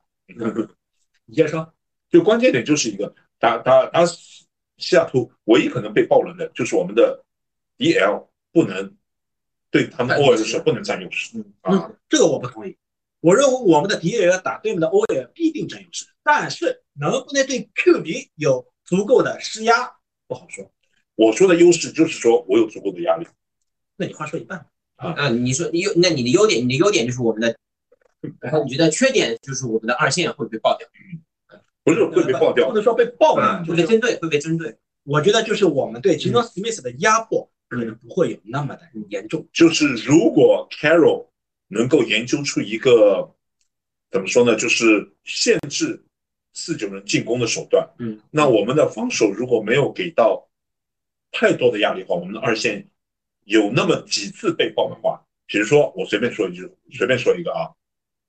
[SPEAKER 2] 你先说，
[SPEAKER 3] 就关键点就是一个打打打西西雅图唯一可能被爆冷的就是我们的 DL 不能对他们
[SPEAKER 4] 占优
[SPEAKER 3] OL
[SPEAKER 4] 势
[SPEAKER 3] 的时候不能占优势
[SPEAKER 2] 嗯
[SPEAKER 3] 啊，
[SPEAKER 2] 嗯，这个我不同意。我认为我们的敌人打对面的 OL 必定占优势，但是能不能对 QB 有足够的施压不好说。
[SPEAKER 3] 我说的优势就是说我有足够的压力，
[SPEAKER 2] 那你话说一半，
[SPEAKER 4] 啊，你说你优，那你的优点，你的优点就是我们的，然后你觉得缺点就是我们的二线会被爆掉，
[SPEAKER 3] 不是会被爆掉
[SPEAKER 2] 不。能说被爆了，
[SPEAKER 3] 嗯
[SPEAKER 2] 就
[SPEAKER 4] 会被
[SPEAKER 2] 是
[SPEAKER 4] 针对，会被针对。
[SPEAKER 2] 我觉得就是我们对
[SPEAKER 4] 嗯
[SPEAKER 2] Geno Smith 的压迫可能不会有那么的嗯严重。
[SPEAKER 3] 就是如果 Carol 能够研究出一个怎么说呢，就是限制四九人进攻的手段，
[SPEAKER 2] 嗯，
[SPEAKER 3] 那我们的防守如果没有给到太多的压力的话，我们的二线有那么几次被爆的话，比如说我随便说一句，随便说一个啊，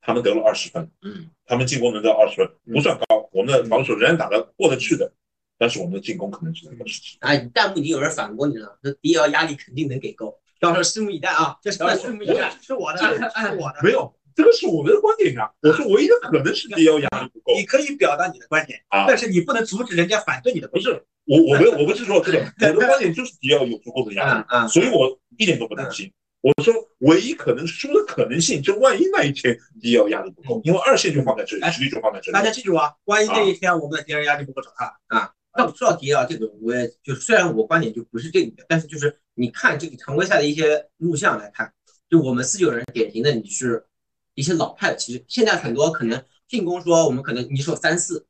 [SPEAKER 3] 他们得了二十分，
[SPEAKER 2] 嗯，
[SPEAKER 3] 他们进攻能得二十分，
[SPEAKER 2] 嗯
[SPEAKER 3] 不算高，我们的防守仍然打得过得去的，但是我们的进攻可能只能二十七。
[SPEAKER 4] 啊，弹幕已经有人反驳你了，这 DL 压力肯定能给够，到时候拭目以待啊，这是
[SPEAKER 2] 但
[SPEAKER 4] 拭目以待。
[SPEAKER 2] 是我的，
[SPEAKER 4] 这
[SPEAKER 2] 是我的。
[SPEAKER 3] 没有，这个是我们的观点呀、我说唯一的可能是 DL 压力不够。
[SPEAKER 2] 你可以表达你的观点，
[SPEAKER 3] 啊
[SPEAKER 2] 但是你不能阻止人家反对你的
[SPEAKER 3] 不
[SPEAKER 2] 观点。
[SPEAKER 3] 是我，我没有，我不是说这个，我的观点就是迪奥有足够的压
[SPEAKER 4] 啊
[SPEAKER 3] 力，
[SPEAKER 4] 啊，
[SPEAKER 3] 所以我一点都不担心。我说唯一可能输的可能性，就万一那一天迪奥压力不够，因为二线就放在这里，
[SPEAKER 2] 哎
[SPEAKER 3] 实力就放在这
[SPEAKER 2] 大家
[SPEAKER 3] 里。
[SPEAKER 2] 记住啊，万一这一天我们的敌人压力不够找他，
[SPEAKER 4] 啊那我说到 DL 这个，我也就虽然我观点就不是这个，但是就是你看这个常规赛的一些录像来看，就我们四九人典型的你是一些老派的，其实现在很多可能进攻说我们可能你守三四。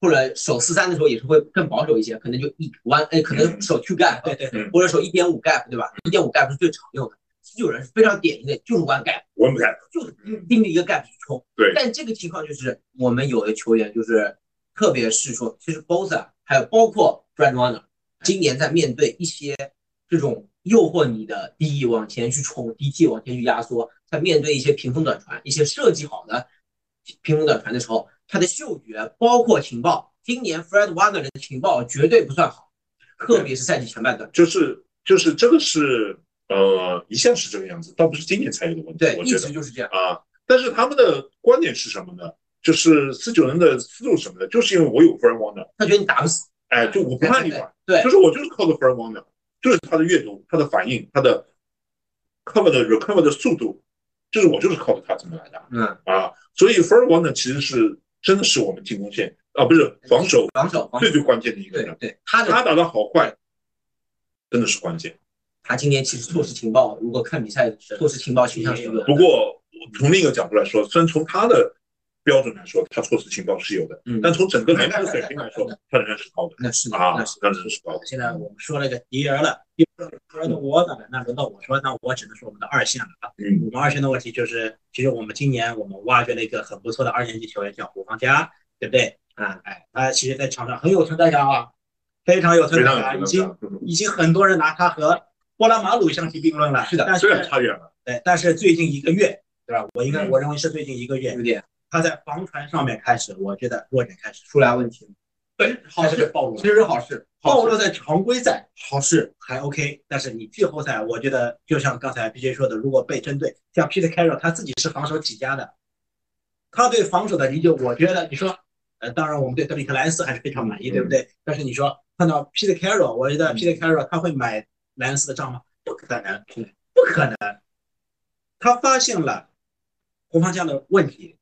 [SPEAKER 4] 或者守四三的时候也是会更保守一些，可能就一弯，哎，可能守 two gap，
[SPEAKER 2] 嗯对对对，
[SPEAKER 4] 或者守一点五 gap，对吧？一点五 gap 是最常用的。四九人是非常典型的，就是弯 gap，
[SPEAKER 3] 我们看，
[SPEAKER 4] 就是盯着一个 gap 去冲。
[SPEAKER 3] 对
[SPEAKER 4] 但这个情况就是我们有的球员就是，特别是说，其实 Bosa 还有包括 Brad Warner，今年在面对一些这种诱惑你的 DE 往前去冲，DT 往前去压缩，在面对一些屏风短传、一些设计好的屏风短传的时候，他的嗅觉包括情报，今年 Fred Warner 的情报绝对不算好，特别是赛季前半段。
[SPEAKER 3] 就是就是这个是呃，一向是这个样子，倒不是今年才有的问题
[SPEAKER 4] 对，，
[SPEAKER 3] 我
[SPEAKER 4] 一
[SPEAKER 3] 觉
[SPEAKER 4] 直
[SPEAKER 3] 得
[SPEAKER 4] 就是这样。
[SPEAKER 3] 啊。但是他们的观点是什么呢？就是四九人的思路是什么呢？就是因为我有 f r i e n d w a r n e r
[SPEAKER 4] 他觉得你打不死，
[SPEAKER 3] 哎，就我不怕你管。
[SPEAKER 4] 对
[SPEAKER 3] 就，是我就是靠着 f r e n Warner，就是他的阅读、他的反应、他的 cover 的 recover 的速度，就是我就是靠着他这么来的
[SPEAKER 4] 嗯，
[SPEAKER 3] 啊。所以 f r e n Warner 其实是真的是我们进攻线啊，不是防守
[SPEAKER 4] 防守，防守
[SPEAKER 3] 最，最关键的一个
[SPEAKER 4] 对
[SPEAKER 3] 人，
[SPEAKER 4] 对，他的
[SPEAKER 3] 他打的好坏真的是关键。
[SPEAKER 4] 他今年其实错失情报，如果看比赛，错失情报倾向是有
[SPEAKER 3] 不
[SPEAKER 4] 的。
[SPEAKER 3] 过我从另一个角度来说，虽然从他的标准来说，他措辞情报是有的，
[SPEAKER 4] 嗯
[SPEAKER 3] 但从整个篮球水平来说，他仍然是高的
[SPEAKER 2] 那是的，
[SPEAKER 3] 啊
[SPEAKER 2] 那是，
[SPEAKER 3] 他仍然是高的。
[SPEAKER 2] 现在我们说了个敌人了，又说了我的了，那轮到我说，那我只能说我们的二线了啊。
[SPEAKER 3] 嗯
[SPEAKER 2] 我们二线的问题就是，其实我们今年我们挖掘了一个很不错的二年级球员，叫胡方佳，对不对？啊，哎，他其实在场上很有存在感啊，非常有存
[SPEAKER 3] 非
[SPEAKER 2] 在
[SPEAKER 3] 常
[SPEAKER 2] 感啊，
[SPEAKER 3] 有
[SPEAKER 2] 已
[SPEAKER 3] 可
[SPEAKER 2] 经
[SPEAKER 3] 能嗯
[SPEAKER 2] 已经很多人拿他和波拉马鲁相提并论了。
[SPEAKER 4] 是的
[SPEAKER 2] 但
[SPEAKER 3] 虽然
[SPEAKER 2] 是
[SPEAKER 3] 差远了，
[SPEAKER 2] 对，但是最近一个月，对吧？我应该
[SPEAKER 3] 嗯
[SPEAKER 2] 我认为是最近一个月
[SPEAKER 4] 有，点
[SPEAKER 2] 他在防传上面开始，我觉得弱点开始
[SPEAKER 4] 出来问题了。
[SPEAKER 2] 对，
[SPEAKER 4] 好事
[SPEAKER 2] 暴露了
[SPEAKER 4] 其实是好事，
[SPEAKER 2] 暴
[SPEAKER 4] 好
[SPEAKER 2] 露
[SPEAKER 4] 事。
[SPEAKER 2] 在常规赛好是还 OK，但是你季后赛，我觉得就像刚才 BJ 说的，如果被针对，像 Peter Carroll 他自己是防守起家的，他对防守的理解，我觉得你说，呃，当然我们对德里克莱恩斯还是非常满意，
[SPEAKER 3] 嗯
[SPEAKER 2] 对不对？但是你说看到 Peter Carroll，我觉得 Peter Carroll 他会买莱恩斯的账吗？不可能，不可能。他发现了红方家的问题，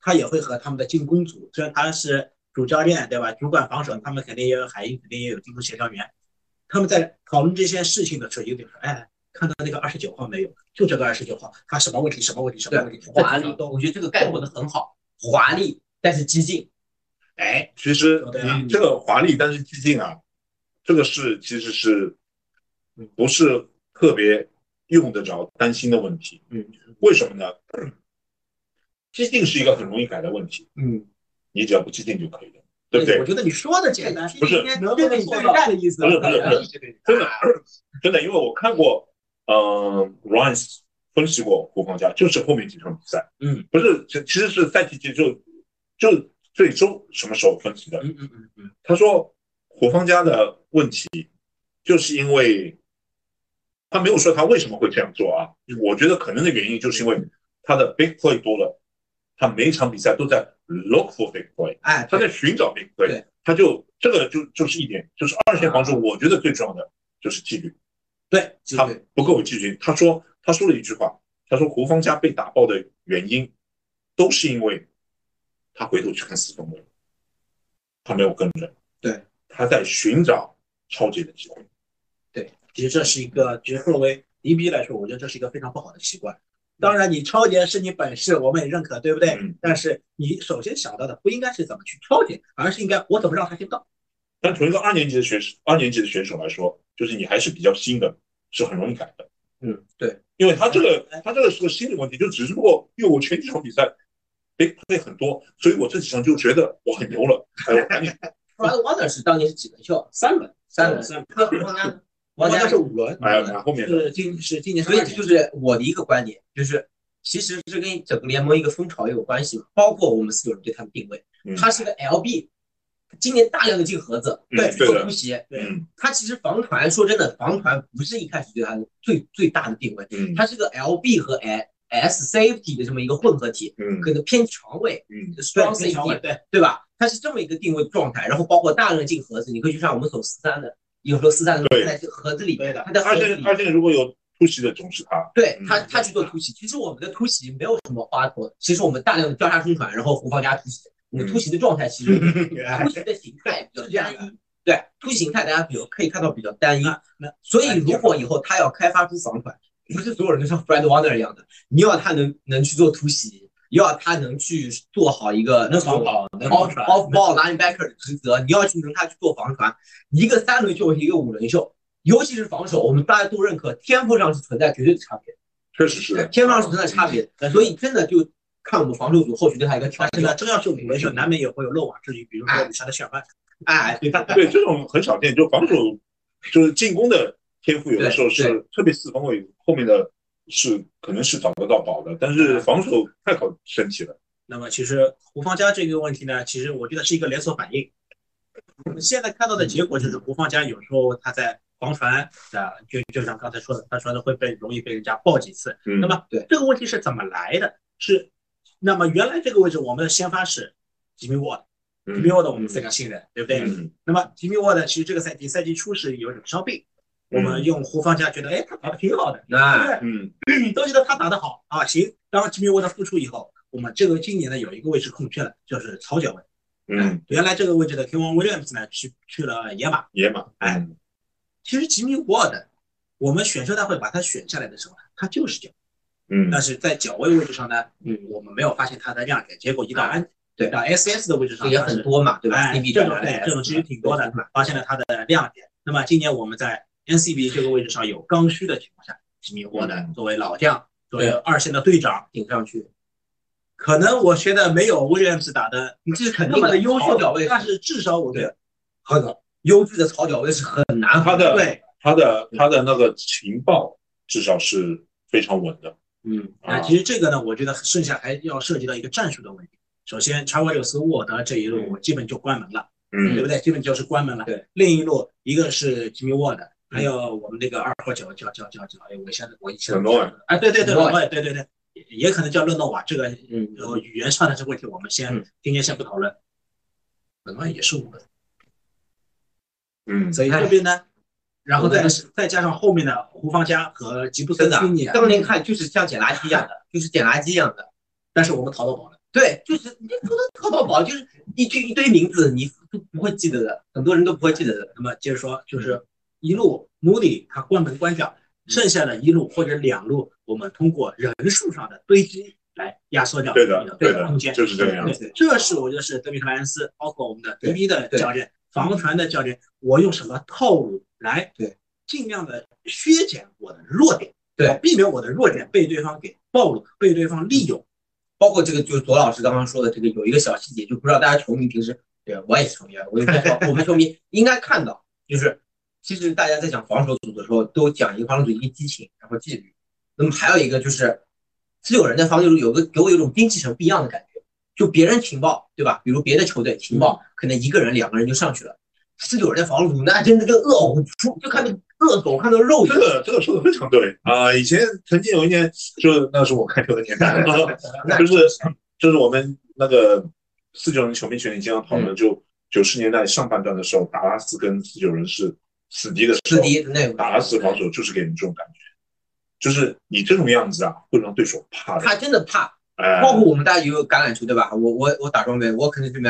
[SPEAKER 2] 他也会和他们的进攻组，虽然他是主教练对吧，主管防守，他们肯定也有海鹰，肯定也有进攻协调员。他们在讨论这些事情的时候，有点说，哎，看到那个二十九号没有？就这个二十九号，他什么问题？什么问题？什么问题？
[SPEAKER 4] 华
[SPEAKER 2] 这
[SPEAKER 4] 丽
[SPEAKER 2] 个都
[SPEAKER 4] 我觉得这个概括的很好，华丽但是激进。
[SPEAKER 2] 哎，
[SPEAKER 3] 其实
[SPEAKER 2] 对啊
[SPEAKER 3] 你这个华丽但是激进啊，这个是其实是嗯不是特别用得着担心的问题？
[SPEAKER 4] 嗯，
[SPEAKER 3] 为什么呢？激进是一个很容易改的问题，
[SPEAKER 4] 嗯，
[SPEAKER 3] 你只要不激进就可以了，对不对
[SPEAKER 2] 我？觉得你说的这个呢，
[SPEAKER 3] 不是
[SPEAKER 2] 应该能这个你对战的意思
[SPEAKER 3] 不是不是不是真的真的，因为我看过，嗯、r i n e 分析过胡方家，就是后面几场比赛，
[SPEAKER 2] 嗯，
[SPEAKER 3] 不是，其其实是赛季结束就最终什么时候分析的？
[SPEAKER 2] 嗯嗯嗯嗯，
[SPEAKER 3] 他说胡方家的问题，就是因为他没有说他为什么会这样做啊，我觉得可能的原因就是因为他的 big play 多了，他每一场比赛都在 look for big play。
[SPEAKER 2] 哎，
[SPEAKER 3] 他在寻找 big play，
[SPEAKER 4] 对
[SPEAKER 3] 他就这个就就是一点，就是二线防守，我觉得最重要的就是纪律，
[SPEAKER 2] 对，
[SPEAKER 3] 他不够有纪律。他说他说了一句话，他说胡方家被打爆的原因，都是因为他回头去看四分卫，他没有跟着，
[SPEAKER 4] 对，
[SPEAKER 3] 他在寻找超级的机会。
[SPEAKER 2] 其实这是一个，其实作为泥逼来说，我觉得这是一个非常不好的习惯。当然，你超前是你本事，我们也认可，对不对？
[SPEAKER 3] 嗯
[SPEAKER 2] 但是你首先想到的不应该是怎么去超前，而是应该我怎么让他先到。
[SPEAKER 3] 但从一个二年级的学生二年级的选手来说，就是你还是比较新的，是很容易改的。
[SPEAKER 4] 嗯，对，
[SPEAKER 3] 因为他这个他这个是个心理问题，就只是过，因为我前几场比赛 big play 很多，所以我这几场就觉得我很牛了，哎，我赶紧
[SPEAKER 4] f r a n Warner 是当年是几轮秀？三轮，三轮。
[SPEAKER 2] 三
[SPEAKER 4] 那王家，
[SPEAKER 2] 王
[SPEAKER 4] 王
[SPEAKER 2] 家
[SPEAKER 4] 家
[SPEAKER 2] 是
[SPEAKER 4] 是
[SPEAKER 2] 五轮，
[SPEAKER 3] 哎，然后面的
[SPEAKER 2] 是今是今年
[SPEAKER 4] 所以
[SPEAKER 2] 三
[SPEAKER 4] 这
[SPEAKER 2] 年
[SPEAKER 4] 就是我的一个观点，就是其实这跟整个联盟一个风潮也有关系嘛，包括我们四九人对他们定位
[SPEAKER 3] 嗯，
[SPEAKER 4] 他是个 LB，今年大量的进盒子，
[SPEAKER 3] 嗯
[SPEAKER 4] 去
[SPEAKER 3] 对
[SPEAKER 4] 做
[SPEAKER 3] 的
[SPEAKER 4] 突袭，
[SPEAKER 3] 嗯
[SPEAKER 4] 他其实防传，说真的，防传不是一开始对他的最最大的定位，
[SPEAKER 3] 嗯
[SPEAKER 4] 他是个 LB 和 S S safety 的这么一个混合体，
[SPEAKER 3] 嗯
[SPEAKER 4] 可能偏长位
[SPEAKER 3] 嗯
[SPEAKER 2] 对
[SPEAKER 4] strong
[SPEAKER 2] 非常稳
[SPEAKER 4] safety，
[SPEAKER 2] 对，
[SPEAKER 4] 对吧？它是这么一个定位状态，然后包括大量进盒子，你可以去看我们走四三的，有时候四三的
[SPEAKER 3] 对
[SPEAKER 4] 在这个盒子里
[SPEAKER 2] 对
[SPEAKER 4] 面
[SPEAKER 2] 的，
[SPEAKER 4] 它在盒
[SPEAKER 3] 二
[SPEAKER 4] 子里
[SPEAKER 3] 线二线如果有突袭的总是他，
[SPEAKER 4] 对
[SPEAKER 3] 嗯
[SPEAKER 4] 他，他去做突袭。其实我们的突袭没有什么花头，其实我们大量的交叉中传，然后胡方加突袭。我们突袭的状态其实，突袭的形态比较单一。对，突袭形态大家比较可以看到比较单一。
[SPEAKER 2] 那
[SPEAKER 4] 所以如果以后他要开发出防传，不是所有人都像 Fred Warner 一样的，你要他能能去做突袭，要他能去做好一哦个
[SPEAKER 2] 能防跑，能
[SPEAKER 4] off
[SPEAKER 2] 防
[SPEAKER 4] off ball linebacker 的职责，你要去能他去做防传，一个三轮秀和一个五轮秀，尤其是防守，我们大家都认可，天赋上是存在绝对的差别，
[SPEAKER 3] 确实是的，
[SPEAKER 4] 天赋上是存在差别的，所以真的就看我们防守组后续对他一个挑
[SPEAKER 2] 但是
[SPEAKER 4] 战
[SPEAKER 2] 呢，。真要是五轮秀，难免也会有漏网之鱼，比如
[SPEAKER 4] 啊
[SPEAKER 2] 说你杀的选犯，
[SPEAKER 4] 哎，对
[SPEAKER 2] (laughs)
[SPEAKER 4] 吧？
[SPEAKER 3] 对这种很少见，就防守就是进攻的天赋有的时候
[SPEAKER 4] 对
[SPEAKER 3] 是特别四分卫后面的是可能是找得到宝的，但是防守太考身体了，
[SPEAKER 2] 那么其实胡方家这个问题呢，其实我觉得是一个连锁反应。我们现在看到的结果就是胡方家有时候他在防传啊，就就像刚才说的，他说的会被容易被人家爆几次。
[SPEAKER 3] 嗯
[SPEAKER 2] 那么
[SPEAKER 4] 对
[SPEAKER 2] 这个问题是怎么来的？是那么原来这个位置我们的先发是吉米沃德，吉米沃德我们非常信任，对不对？
[SPEAKER 3] 嗯
[SPEAKER 2] 那么吉米沃德其实这个赛季赛季初是有一种伤病，我
[SPEAKER 4] 嗯
[SPEAKER 2] 们用胡方家觉得哎他打的挺好的，
[SPEAKER 4] 那
[SPEAKER 3] 嗯
[SPEAKER 2] 你都觉得他打得好啊，行。当吉米沃特复出以后，我们这个今年呢有一个位置空缺了，就是曹脚位。哎
[SPEAKER 3] 嗯，
[SPEAKER 2] 原来这个位置的 k e v i Williams 呢去去了野马。
[SPEAKER 3] 野马，
[SPEAKER 2] 哎
[SPEAKER 3] 嗯，
[SPEAKER 2] 其实吉米沃特，我们选秀大会把他选下来的时候，他就是脚，
[SPEAKER 3] 嗯
[SPEAKER 2] 但是在脚位位置上呢，
[SPEAKER 4] 嗯，
[SPEAKER 2] 我们没有发现他的亮点，结果一到安
[SPEAKER 4] 对
[SPEAKER 2] 到 SS 的位置上
[SPEAKER 4] 也
[SPEAKER 2] 他是
[SPEAKER 4] 很多嘛，对吧
[SPEAKER 2] 哎，
[SPEAKER 4] ？CB
[SPEAKER 2] 这
[SPEAKER 4] 转
[SPEAKER 2] 种
[SPEAKER 4] 来
[SPEAKER 2] 对
[SPEAKER 4] 的
[SPEAKER 2] 这种其实挺多的，发现了它的亮点。那么今年我们在 NCB 这个位置上有刚需的情况下，是迷惑的
[SPEAKER 3] 嗯。
[SPEAKER 2] 作为老将，作为
[SPEAKER 4] 对
[SPEAKER 2] 二线的队长，
[SPEAKER 4] 顶上去，
[SPEAKER 2] 可能我觉得没有 Williams 打的
[SPEAKER 4] 你这是肯
[SPEAKER 2] 那
[SPEAKER 4] 定
[SPEAKER 2] 么
[SPEAKER 4] 的
[SPEAKER 2] 的优
[SPEAKER 4] 好
[SPEAKER 2] 秀
[SPEAKER 4] 脚位，
[SPEAKER 2] 但是至少我觉得
[SPEAKER 4] 很优质的草脚位是很难
[SPEAKER 3] 他的
[SPEAKER 2] 对，
[SPEAKER 3] 他的他的那个情报至少是非常稳的。
[SPEAKER 4] 嗯，
[SPEAKER 3] 啊
[SPEAKER 2] 那其实这个呢，我觉得剩下还要涉及到一个战术的问题。首先，查韦柳斯沃德这一路
[SPEAKER 3] 嗯
[SPEAKER 2] 我基本就关门了，对
[SPEAKER 3] 嗯
[SPEAKER 2] 不对？基本就是关门了。
[SPEAKER 4] 对，
[SPEAKER 2] 另一路一个是吉米沃德，还有我们那个二号角叫叫叫叫，哎，我现在我现在
[SPEAKER 3] 冷诺瓦
[SPEAKER 2] 哎，对对对，
[SPEAKER 4] 冷诺瓦
[SPEAKER 2] 对对对对，也可能叫勒诺瓦，这个
[SPEAKER 4] 嗯
[SPEAKER 2] 呃语言上的这个问题，我们先、
[SPEAKER 3] 嗯
[SPEAKER 2] 今天先不讨论。冷诺瓦也是五个，
[SPEAKER 3] 嗯，
[SPEAKER 2] 所以这边呢，然后再再加上后面的胡方家和吉布森
[SPEAKER 4] 真的
[SPEAKER 2] 青，年，
[SPEAKER 4] 当年看就是像捡垃圾一样的，就是捡垃圾一样的。
[SPEAKER 2] 但是我们淘到宝了。
[SPEAKER 4] 对，就是你不能淘到宝，就是一堆一堆名字，你都不会记得的，很多人都不会记得的。
[SPEAKER 2] 那么接着说，就是一路穆里他关门关掉，
[SPEAKER 3] 嗯
[SPEAKER 2] 剩下的一路或者两路，我们通过人数上的堆积来压缩掉
[SPEAKER 3] 对的，
[SPEAKER 2] 对
[SPEAKER 3] 的
[SPEAKER 2] 空，间。
[SPEAKER 3] 就是这个样子。
[SPEAKER 2] 对，这是我觉得是德米特莱恩斯，包括我们的
[SPEAKER 4] 对
[SPEAKER 2] DB 的
[SPEAKER 4] 对
[SPEAKER 2] 教练、防传的教练，我用什么套路来
[SPEAKER 4] 对
[SPEAKER 2] 尽量的削减我的弱点，
[SPEAKER 4] 对
[SPEAKER 2] 我避免我的弱点被对方给暴露，被对方利用。
[SPEAKER 4] 包括这个，就是左老师刚刚说的这个有一个小细节，就不知道大家球迷平时，对我也是球迷啊，我也在说我们球迷应该看到，就是其实大家在讲防守组的时候，都讲一个防守组一个激情，然后纪律，那么还有一个就是，是有人在防守组有个给我有一种精气神不一样的感觉，就别人情报对吧？比如别的球队情报可能一个人两个人就上去了，是有人在防守组那真的跟饿虎出，就看到饿狗看到肉一
[SPEAKER 3] 这 (laughs)
[SPEAKER 4] 样。
[SPEAKER 3] 个这个说的非常对啊、以前曾经有一年，就是那是我看球的年代， (laughs)
[SPEAKER 4] 那
[SPEAKER 3] 就是就是我们那个四九人球迷群里经常讨论，就九十年代上半段的时候，达拉斯跟四九人是死敌的时
[SPEAKER 4] 是
[SPEAKER 3] 候，
[SPEAKER 4] 第一的那个
[SPEAKER 3] 达拉斯防守就是给人这种感觉，就是你这种样子啊，会让对手怕的。
[SPEAKER 4] 他真的怕，
[SPEAKER 3] 哎，
[SPEAKER 4] 包括我们大家也有橄榄球对吧？我我我打装备，我肯定是没，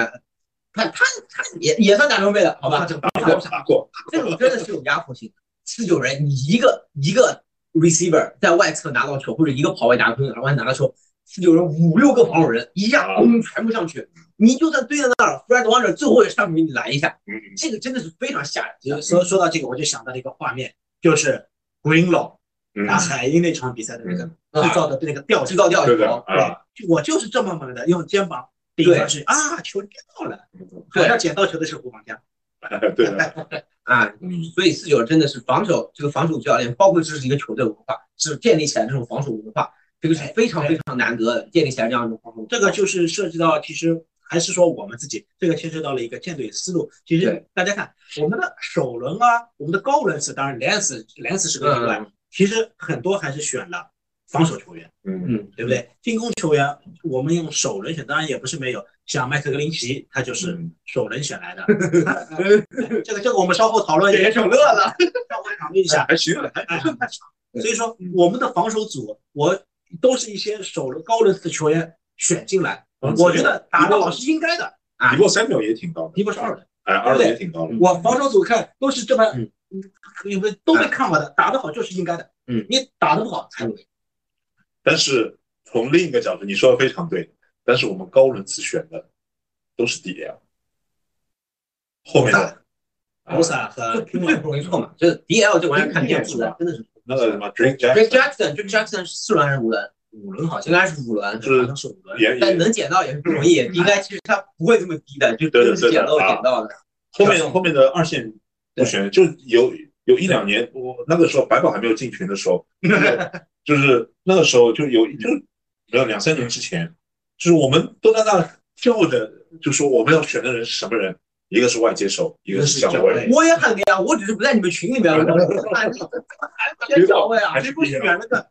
[SPEAKER 4] 他他他也也算打装备的，好吧？
[SPEAKER 3] 打过打过，
[SPEAKER 4] 这种真的是有压迫性的。四九人，你一个一个 receiver 在外侧拿到球，或者一个跑位打空，然后拿到球，四九人五六个防守人一
[SPEAKER 3] 啊
[SPEAKER 4] 下轰全部上去，你就算堆在那儿，Fred Warner 最后也上去给你拦一下，
[SPEAKER 3] 嗯，
[SPEAKER 4] 这个真的是非常吓人。
[SPEAKER 2] 所以说说到这个，我就想到了一个画面，就是 Greenlaw
[SPEAKER 3] 嗯
[SPEAKER 2] 打海鹰那场比赛的那个
[SPEAKER 3] 嗯
[SPEAKER 2] 制造的那个吊
[SPEAKER 4] 制
[SPEAKER 2] 球，
[SPEAKER 4] 造掉
[SPEAKER 3] 对
[SPEAKER 4] 以
[SPEAKER 3] 的
[SPEAKER 4] 后，
[SPEAKER 3] 啊，
[SPEAKER 2] 我就是这么猛的用肩膀顶上去啊，球掉了。好
[SPEAKER 4] 对
[SPEAKER 2] 像捡到球的是胡方家，
[SPEAKER 3] 对的，
[SPEAKER 4] 啊，
[SPEAKER 3] 嗯
[SPEAKER 4] 所以四九真的是防守这个防守教练，包括这是一个球队文化，是建立起来这种防守文化，这个是
[SPEAKER 3] 哎
[SPEAKER 4] 非常非常难得的，建立起来这样一种防守文化。
[SPEAKER 2] 这个就是涉及到，其实还是说我们自己，这个牵涉到了一个舰队思路。其实
[SPEAKER 4] 对
[SPEAKER 2] 大家看，我们的首轮啊，我们的高轮次，当然莱恩斯莱恩斯是个例外，
[SPEAKER 4] 嗯
[SPEAKER 2] 其实很多还是选了防守球员，
[SPEAKER 3] 嗯
[SPEAKER 4] 嗯，
[SPEAKER 2] 对不？对？进攻球员我们用首轮选，当然也不是没有，像麦克格林奇他就是
[SPEAKER 3] 嗯
[SPEAKER 2] 首轮选
[SPEAKER 4] (laughs)
[SPEAKER 2] 来的。这个这个我们稍后讨论一下，
[SPEAKER 4] 省乐了。
[SPEAKER 2] 稍后讨论一下。
[SPEAKER 3] 还行，啊还
[SPEAKER 2] 哎，所以说
[SPEAKER 3] 嗯
[SPEAKER 2] 我们的防守组，我都是一些首轮高轮次的球员选进来，我觉得打得好是应该的。
[SPEAKER 3] 一波啊三秒也挺高的，
[SPEAKER 2] 尼泊是二轮，
[SPEAKER 3] 哎，二轮也挺高的，
[SPEAKER 2] 我防守组看都是这么
[SPEAKER 4] 嗯，
[SPEAKER 2] 你们都被看好的，打得好就是应该的。
[SPEAKER 4] 嗯
[SPEAKER 2] 你打得不好才会。
[SPEAKER 3] 但是从另一个角度，你说的非常对，但是我们高轮次选的都是 DL，后面的啊
[SPEAKER 4] 嗯
[SPEAKER 2] 罗萨和
[SPEAKER 4] 这评论不容易错嘛，就是 DL 这玩意儿看天赋的，真的是。
[SPEAKER 3] 那个什么 Drake
[SPEAKER 4] Drake
[SPEAKER 3] Jackson
[SPEAKER 4] Jackson 就 Jackson 是四轮还是五轮？五轮好像应该是五轮，
[SPEAKER 3] 是
[SPEAKER 2] 好像是五轮，
[SPEAKER 3] 也
[SPEAKER 4] 但
[SPEAKER 3] 也
[SPEAKER 4] 能捡到也是不容易，应该其实他不会这么低的，就
[SPEAKER 3] 对
[SPEAKER 4] 真
[SPEAKER 3] 的
[SPEAKER 4] 的是捡漏
[SPEAKER 3] 对啊的
[SPEAKER 4] 捡到的。
[SPEAKER 3] 后面后面的二线不选，就有有一两年，我那个时候白宝还没有进群的时候，就是那个时候就有就两两三年之前，就是我们都在那叫着，就说我们要选的人是什么人，一个是外接手，一个是小
[SPEAKER 2] 一个是
[SPEAKER 3] 位
[SPEAKER 2] 角，
[SPEAKER 4] 我也很厉害，哎我只是不在你们群里
[SPEAKER 3] (laughs)
[SPEAKER 4] 面。我还捡到位啊，
[SPEAKER 3] 还
[SPEAKER 4] 这
[SPEAKER 3] 是
[SPEAKER 4] 不选了个。
[SPEAKER 3] 啊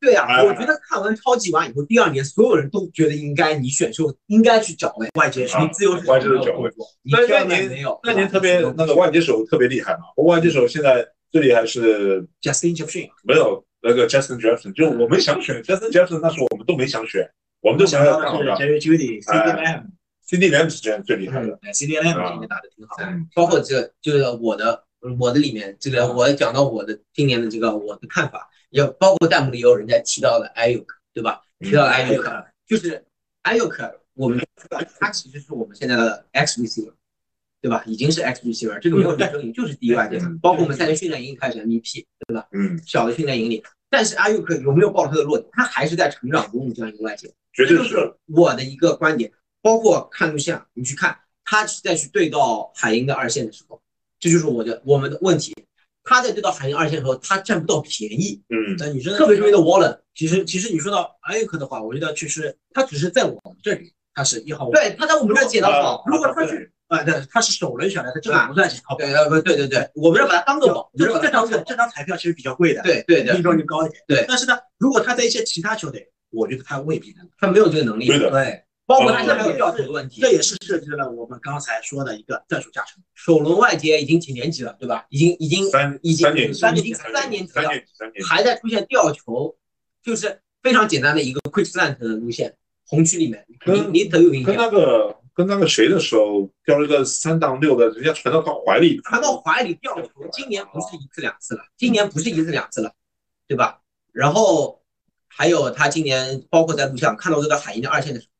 [SPEAKER 4] 对呀、
[SPEAKER 3] 哎
[SPEAKER 4] 我觉得看完超级碗以后，第二年所有人都觉得应该你选秀应该去找位外接手，
[SPEAKER 3] 啊
[SPEAKER 4] 你自由市
[SPEAKER 3] 外
[SPEAKER 4] 场
[SPEAKER 3] 接手
[SPEAKER 4] 没有
[SPEAKER 3] 找位
[SPEAKER 4] 动作，你
[SPEAKER 3] 那
[SPEAKER 4] 这样
[SPEAKER 3] 那年
[SPEAKER 4] 没有，
[SPEAKER 3] 那年特别那个外接手特别厉害嘛，外接手现在最厉害是
[SPEAKER 2] Justin Jefferson，
[SPEAKER 3] 没有那个 Justin Jefferson，就我们想
[SPEAKER 4] 嗯
[SPEAKER 3] 选 Justin Jefferson，那时候我们都没想选，我们都
[SPEAKER 2] 想
[SPEAKER 3] 想要
[SPEAKER 2] 到
[SPEAKER 3] 看好
[SPEAKER 2] 的
[SPEAKER 3] 的
[SPEAKER 2] 是 Jerry Judy、CD Lamb，
[SPEAKER 3] CD Lamb 是这样最厉害
[SPEAKER 4] 嗯
[SPEAKER 3] 的，啊
[SPEAKER 2] CD Lamb 今年打得挺好的。
[SPEAKER 3] 嗯
[SPEAKER 4] 包括这个就是我的我的里面这个，我讲到我的今年的这个我的看法，也包括弹幕里有人在提到的艾尤克，对吧？
[SPEAKER 3] 嗯
[SPEAKER 4] 提到艾尤克，就是艾尤克，我们说他其实是我们现在的 X receiver，对吧？已经是 X receiver，这个没有战争营，就是第一外界
[SPEAKER 3] 嗯，
[SPEAKER 4] 包括我们三年训练营开始 MVP，
[SPEAKER 3] 嗯，
[SPEAKER 4] 小的训练营里。但是艾尤克有没有暴露他的弱点？他还是在成长中，这样一个外界。
[SPEAKER 3] 绝
[SPEAKER 4] 这
[SPEAKER 3] 对
[SPEAKER 4] 就是是我的一个观点。包括看录像，你去看他在去对到海鹰的二线的时候，这就是我的我们的问题。他在对到海鹰二线的时候，他占不到便宜，嗯
[SPEAKER 3] 嗯
[SPEAKER 2] 但你真的
[SPEAKER 4] 特别是因为的 Wallen，
[SPEAKER 2] 其实其实你说到艾克的话，我觉得其实他只是在我们这里，哎他是一号位，
[SPEAKER 4] 对他在我们这儿解到好。如果他去，
[SPEAKER 2] 啊，对，他是首轮选来的，这个不算是好。
[SPEAKER 4] 对呃不对对对，我们这儿把他当个宝，我们
[SPEAKER 2] 这
[SPEAKER 4] 这儿把
[SPEAKER 2] 这
[SPEAKER 4] 他
[SPEAKER 2] 张
[SPEAKER 4] 当个
[SPEAKER 2] 这
[SPEAKER 4] 宝。
[SPEAKER 2] 这张彩票其实比较贵的，，
[SPEAKER 4] 对对对
[SPEAKER 2] 命，中率高一点。
[SPEAKER 4] 对
[SPEAKER 2] 但是呢，如果他在一些其他球队，我觉得他未必能。
[SPEAKER 4] 他没有这个能力。
[SPEAKER 3] 对的
[SPEAKER 2] 对，
[SPEAKER 4] 包括他现在
[SPEAKER 3] 哦
[SPEAKER 4] 还有调整的问题
[SPEAKER 2] 这。也是涉及了我们刚才说的一个战术加成。
[SPEAKER 4] 首轮外接已经几年级了，对吧？已经已经
[SPEAKER 3] 三
[SPEAKER 4] 已经
[SPEAKER 3] 三年级
[SPEAKER 4] 三年
[SPEAKER 3] 三级
[SPEAKER 4] 级三
[SPEAKER 3] 三
[SPEAKER 4] 年
[SPEAKER 3] 年级三年级
[SPEAKER 4] 还在出现吊球，就是非常简单的一个 quick slant 的路线，红区里面，你
[SPEAKER 3] 跟
[SPEAKER 4] 你得有影
[SPEAKER 3] 跟
[SPEAKER 4] 响，
[SPEAKER 3] 那个跟那个谁的时候掉了一个三档六的，人家传到他怀里，
[SPEAKER 4] 传到怀里吊球，今年不是一次两次了，今年不是一次两次了，对吧？然后还有他今年包括在录像看到这个海鹰的二线的时候，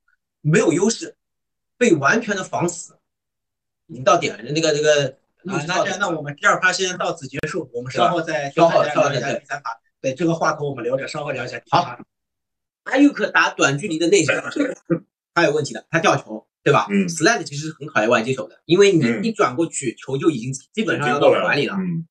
[SPEAKER 4] 没有优势，被完全的防死，已经到点了，那个那个
[SPEAKER 2] 啊，那这样，那我们第二趴先到此结束，我们
[SPEAKER 4] 对吧
[SPEAKER 2] 稍后再
[SPEAKER 4] 稍后
[SPEAKER 2] 再聊一
[SPEAKER 4] 稍后
[SPEAKER 2] 下
[SPEAKER 4] 再
[SPEAKER 2] 第三趴。对，这个话头我们留着，稍后聊一下第
[SPEAKER 4] 好
[SPEAKER 2] 三趴。
[SPEAKER 4] 艾尤克打短距离的内线，他有问题的，他吊球，对吧？
[SPEAKER 3] 嗯
[SPEAKER 4] s l a d 其实是很考验外接手的，因为你
[SPEAKER 3] 嗯
[SPEAKER 4] 一转过去，球就已经基本上
[SPEAKER 3] 已
[SPEAKER 4] 要
[SPEAKER 3] 经
[SPEAKER 4] 到
[SPEAKER 3] 过来
[SPEAKER 4] 怀里了。
[SPEAKER 3] 嗯，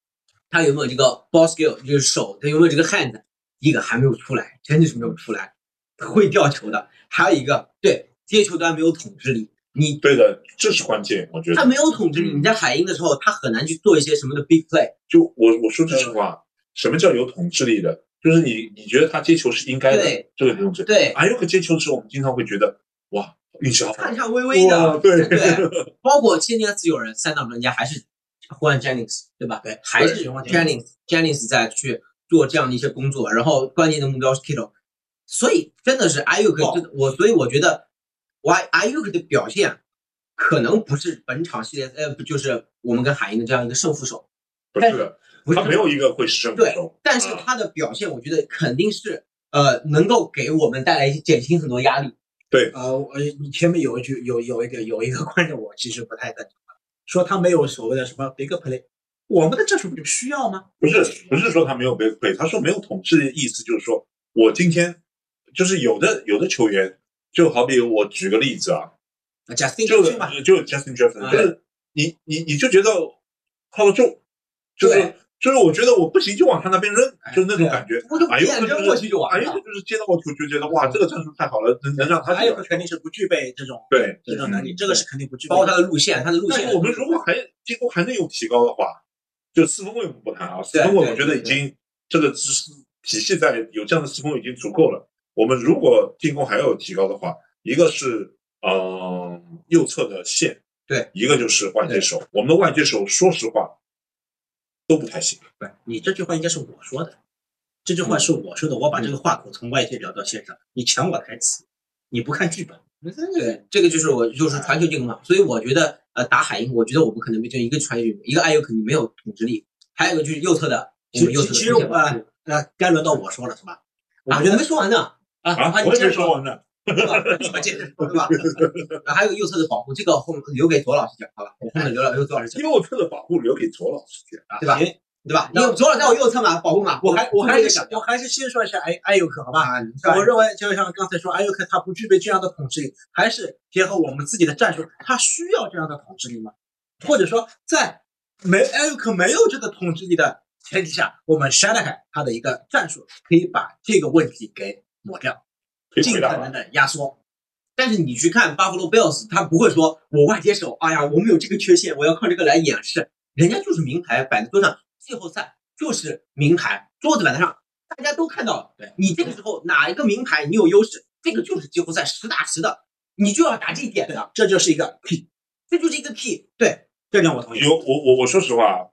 [SPEAKER 4] 他有没有这个 ball skill，就是手，他有没有这个 hand？第一个还没有出来，真的是没有出来，会吊球的。还有一个，对接球端没有统治力，你
[SPEAKER 3] 对的，这是关键，我觉
[SPEAKER 4] 他
[SPEAKER 3] 得。
[SPEAKER 4] 没有统治力，
[SPEAKER 3] 嗯
[SPEAKER 4] 你在海鹰的时候，他很难去做一些什么的 big play。
[SPEAKER 3] 就我我说这句话，什么叫有统治力的？就是你你觉得他接球是应该的
[SPEAKER 4] 对，
[SPEAKER 3] 这个不用争。
[SPEAKER 4] 对，
[SPEAKER 3] 还有个接球的时候，我们经常会觉得哇，运气好好，
[SPEAKER 4] 颤颤巍巍的
[SPEAKER 3] 哇，对
[SPEAKER 4] 对，包括今年自由人三档专家还是 Juan Jennings 对吧？对，还是
[SPEAKER 2] 对
[SPEAKER 4] Juan
[SPEAKER 2] ，Juan
[SPEAKER 4] Jennings Jennings 在去做这样的一些工作，然后关键的目标是 Kittle，所以真的是 Ayuk，
[SPEAKER 2] 哦
[SPEAKER 4] 真的我所以我觉得 Y Ayuk 的表现可能不是本场系列呃，不就是我们跟海鹰的这样一个胜负手，
[SPEAKER 3] (laughs) 不是的，
[SPEAKER 4] 不是
[SPEAKER 3] 他没有一个会是胜负
[SPEAKER 4] 哎对
[SPEAKER 3] 手。
[SPEAKER 4] 但是
[SPEAKER 3] 啊
[SPEAKER 4] 他的表现我觉得肯定是呃能够给我们带来一些减轻很多压力。
[SPEAKER 2] 呃，我你前面有一句有有一个有一个观点，我其实不太赞同，说他没有所谓的什么 big play，我们的战术不就需要吗？
[SPEAKER 3] 不是不是说他没有被亏，他说没有统治的意思就是说我今天就是有的有的球员，就好比我举个例子啊，
[SPEAKER 4] 啊 Justin
[SPEAKER 3] 就
[SPEAKER 4] Jefferson 吧，
[SPEAKER 3] 就 Justin Jefferson，
[SPEAKER 4] 嗯
[SPEAKER 3] 就是你你你就觉得靠得住，就是
[SPEAKER 4] 对啊
[SPEAKER 3] 就是我觉得我不行就往他那边扔，就是那种
[SPEAKER 2] 对
[SPEAKER 3] 感觉。
[SPEAKER 4] 我就
[SPEAKER 3] 哎呦
[SPEAKER 4] 点
[SPEAKER 3] 这就
[SPEAKER 4] 扔
[SPEAKER 3] 是
[SPEAKER 4] 过去就
[SPEAKER 3] 哎
[SPEAKER 4] 完
[SPEAKER 3] 呀，
[SPEAKER 4] 了。
[SPEAKER 3] 就是接到我球就觉得哇，这个战术太好了，能能让他
[SPEAKER 2] 还有肯定是不具备这种
[SPEAKER 3] 对。
[SPEAKER 2] 这种能力，
[SPEAKER 3] 嗯
[SPEAKER 2] 这个是肯定不具备
[SPEAKER 4] 包括他
[SPEAKER 2] 的。
[SPEAKER 4] 的路线，他的路
[SPEAKER 3] 但
[SPEAKER 4] 线。
[SPEAKER 3] 是我们如果还进攻还能有提高的话，就四分卫不谈啊，四分
[SPEAKER 4] 对
[SPEAKER 3] 卫
[SPEAKER 4] 对
[SPEAKER 3] 我觉得已经这个知识体系在有这样的四分卫已经足够了。我们如果进攻还要有提高的话，一个是嗯、呃右侧的线，
[SPEAKER 4] 对，
[SPEAKER 3] 一个就是外接手。我们的外接手说实话都不太行，
[SPEAKER 2] 对，你这句话应该是我说的，这句话是我说的，我把这个话口从外界聊到线上，你抢我台词，你不看剧本，
[SPEAKER 4] 对，这个就是我就是传球进攻嘛，所以我觉得呃打海鹰，我觉得我们可能就一个传球进攻，一个艾尤肯定没有统治力，还有一个就是右侧的我
[SPEAKER 2] 其实
[SPEAKER 4] 们右侧
[SPEAKER 2] 其
[SPEAKER 4] 的
[SPEAKER 2] 实
[SPEAKER 4] 中线啊吧
[SPEAKER 2] 呃呃，该轮到我说了是吧？我
[SPEAKER 4] 啊，
[SPEAKER 2] 觉
[SPEAKER 4] 我
[SPEAKER 2] 得
[SPEAKER 4] 没说完呢，
[SPEAKER 2] 啊
[SPEAKER 3] 啊，
[SPEAKER 2] 你
[SPEAKER 3] 我也
[SPEAKER 2] 接着
[SPEAKER 3] 没说完呢。
[SPEAKER 4] 对吧？ (laughs) 你把这个说对吧？ (laughs) 然后还有右侧的保护，这个后面留给左老师讲好吧？后面留了留左老师
[SPEAKER 3] (laughs)
[SPEAKER 4] 讲，
[SPEAKER 3] 右侧的保护留给左老师讲。
[SPEAKER 2] 啊
[SPEAKER 4] 对吧
[SPEAKER 2] 行
[SPEAKER 4] 对吧？因
[SPEAKER 2] 那
[SPEAKER 4] 为左老师在我右侧嘛，保护嘛，
[SPEAKER 2] 我还我还
[SPEAKER 4] 是
[SPEAKER 2] 是
[SPEAKER 4] 想
[SPEAKER 2] 我还是先说一下哎埃埃尤克，好吧？
[SPEAKER 4] 啊，你说
[SPEAKER 2] 我认为就像刚才说，埃尤克他不具备这样的统治力，还是结合我们自己的战术，他需要这样的统治力吗？或者说，在没埃尤克没有这个统治力的前提下，我们 s h a n a h a n 他的一个战术可以把这个问题给抹掉，
[SPEAKER 3] 可以
[SPEAKER 2] 尽
[SPEAKER 3] 回
[SPEAKER 2] 可
[SPEAKER 3] 答
[SPEAKER 2] 能
[SPEAKER 3] 吗？
[SPEAKER 2] 的压缩。
[SPEAKER 4] 但是你去看 Buffalo Bills，他不会说我外接手，哎呀，我们有这个缺陷，我要靠这个来掩饰。人家就是名牌摆在桌上，季后赛就是名牌，桌子摆在上，大家都看到了。
[SPEAKER 2] 对
[SPEAKER 4] 你这个时候哪一个名牌你有优势，这个就是季后赛实打实的，你就要打这一点
[SPEAKER 2] 对
[SPEAKER 4] 的，，
[SPEAKER 2] 这就是一个 key，
[SPEAKER 4] 这就是一个 key。对，
[SPEAKER 2] 这点我同意。
[SPEAKER 3] 有我我我说实话，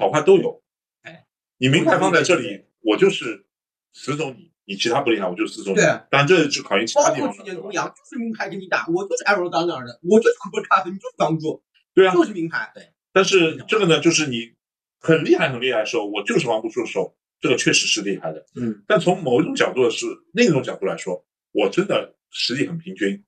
[SPEAKER 3] 好坏都有。
[SPEAKER 2] 哎，
[SPEAKER 3] 你名牌放在这里，我就是死走你，你其他不厉害，我就死走你。
[SPEAKER 4] 对啊
[SPEAKER 3] 当然这是考验其他
[SPEAKER 4] 包
[SPEAKER 3] 地方
[SPEAKER 4] 括
[SPEAKER 3] 的。
[SPEAKER 4] 去
[SPEAKER 3] 对
[SPEAKER 4] 年
[SPEAKER 3] 吧
[SPEAKER 4] 公羊就是名牌给你打，我就是 Aaron Donald 的，我就是 (laughs) Cooper Cup，你就是防不住，
[SPEAKER 3] 对啊，
[SPEAKER 4] 就是名牌。
[SPEAKER 3] 但是这个呢，就是你很厉害很厉害的时候，我就是防不住的时候，这个确实是厉害的。
[SPEAKER 5] 嗯，
[SPEAKER 3] 但从某一种角度是另一种角度来说，我真的实力很平均，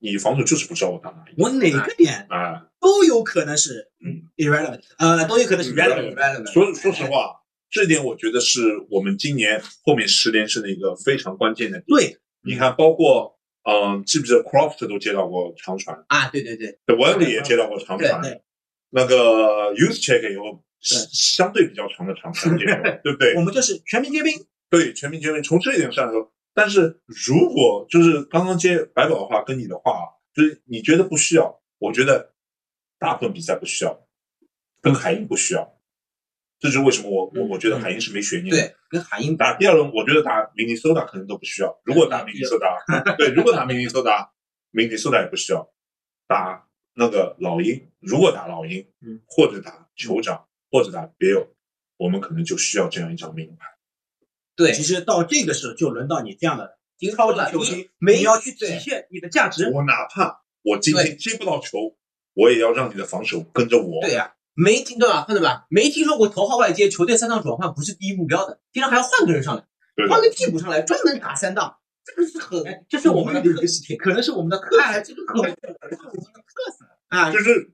[SPEAKER 3] 你防守就是不知道我打哪一
[SPEAKER 2] 我哪
[SPEAKER 4] 哎
[SPEAKER 2] 个点
[SPEAKER 3] 啊，
[SPEAKER 2] 都有可能是
[SPEAKER 3] 嗯
[SPEAKER 2] irrelevant，呃，都有可能是
[SPEAKER 3] 嗯
[SPEAKER 2] relevant。
[SPEAKER 3] 所以说实话，这点我觉得是我们今年后面十连胜的一个非常关键的。
[SPEAKER 2] 对，
[SPEAKER 3] 你看，包括嗯，记不记得 Croft 都接到过长传，
[SPEAKER 4] 啊，对对对，
[SPEAKER 3] 对，文里也接到过长传
[SPEAKER 2] 对对，
[SPEAKER 3] 那个 Use Check 也有相对比较长的长传接到过，
[SPEAKER 2] (laughs)
[SPEAKER 3] 对不对
[SPEAKER 2] 我？们就是全民皆兵。
[SPEAKER 3] 对，全民全民，从这一点上来说，但是如果就是刚刚接白宝的话跟你的话，就是你觉得不需要，我觉得大部分比赛不需要，跟海鹰不需要，这就是为什么我我我觉得海鹰是没悬念的。
[SPEAKER 4] 对，跟韩英
[SPEAKER 3] 打第二轮，我觉得打明尼苏达可能都不需要。如果打明尼苏达，对，如果打明尼苏达，明尼苏达也不需要。打那个老鹰，如果打老鹰，
[SPEAKER 5] 嗯
[SPEAKER 3] 或者打酋长，或者打别有，我们可能就需要这样一场名牌。
[SPEAKER 4] 对
[SPEAKER 2] 其实到这个时候，就轮到你这样的超级球星，
[SPEAKER 4] 没
[SPEAKER 2] 你要去
[SPEAKER 4] 对
[SPEAKER 2] 体现你的价值。
[SPEAKER 3] 我哪怕我今天接不到球，我也要让你的防守跟着我。
[SPEAKER 4] 对啊呀、没听对吧？看到吧？没听说过头号外接球队三档转换不是第一目标的，经常还要换个人上来，
[SPEAKER 3] 对吧
[SPEAKER 4] 换个替补上来，专门打三档，这个是
[SPEAKER 2] 哎
[SPEAKER 4] 很，这是我们的特
[SPEAKER 2] 色，可能是我们的特
[SPEAKER 4] 哎，这个很我们的特色啊，
[SPEAKER 3] 就是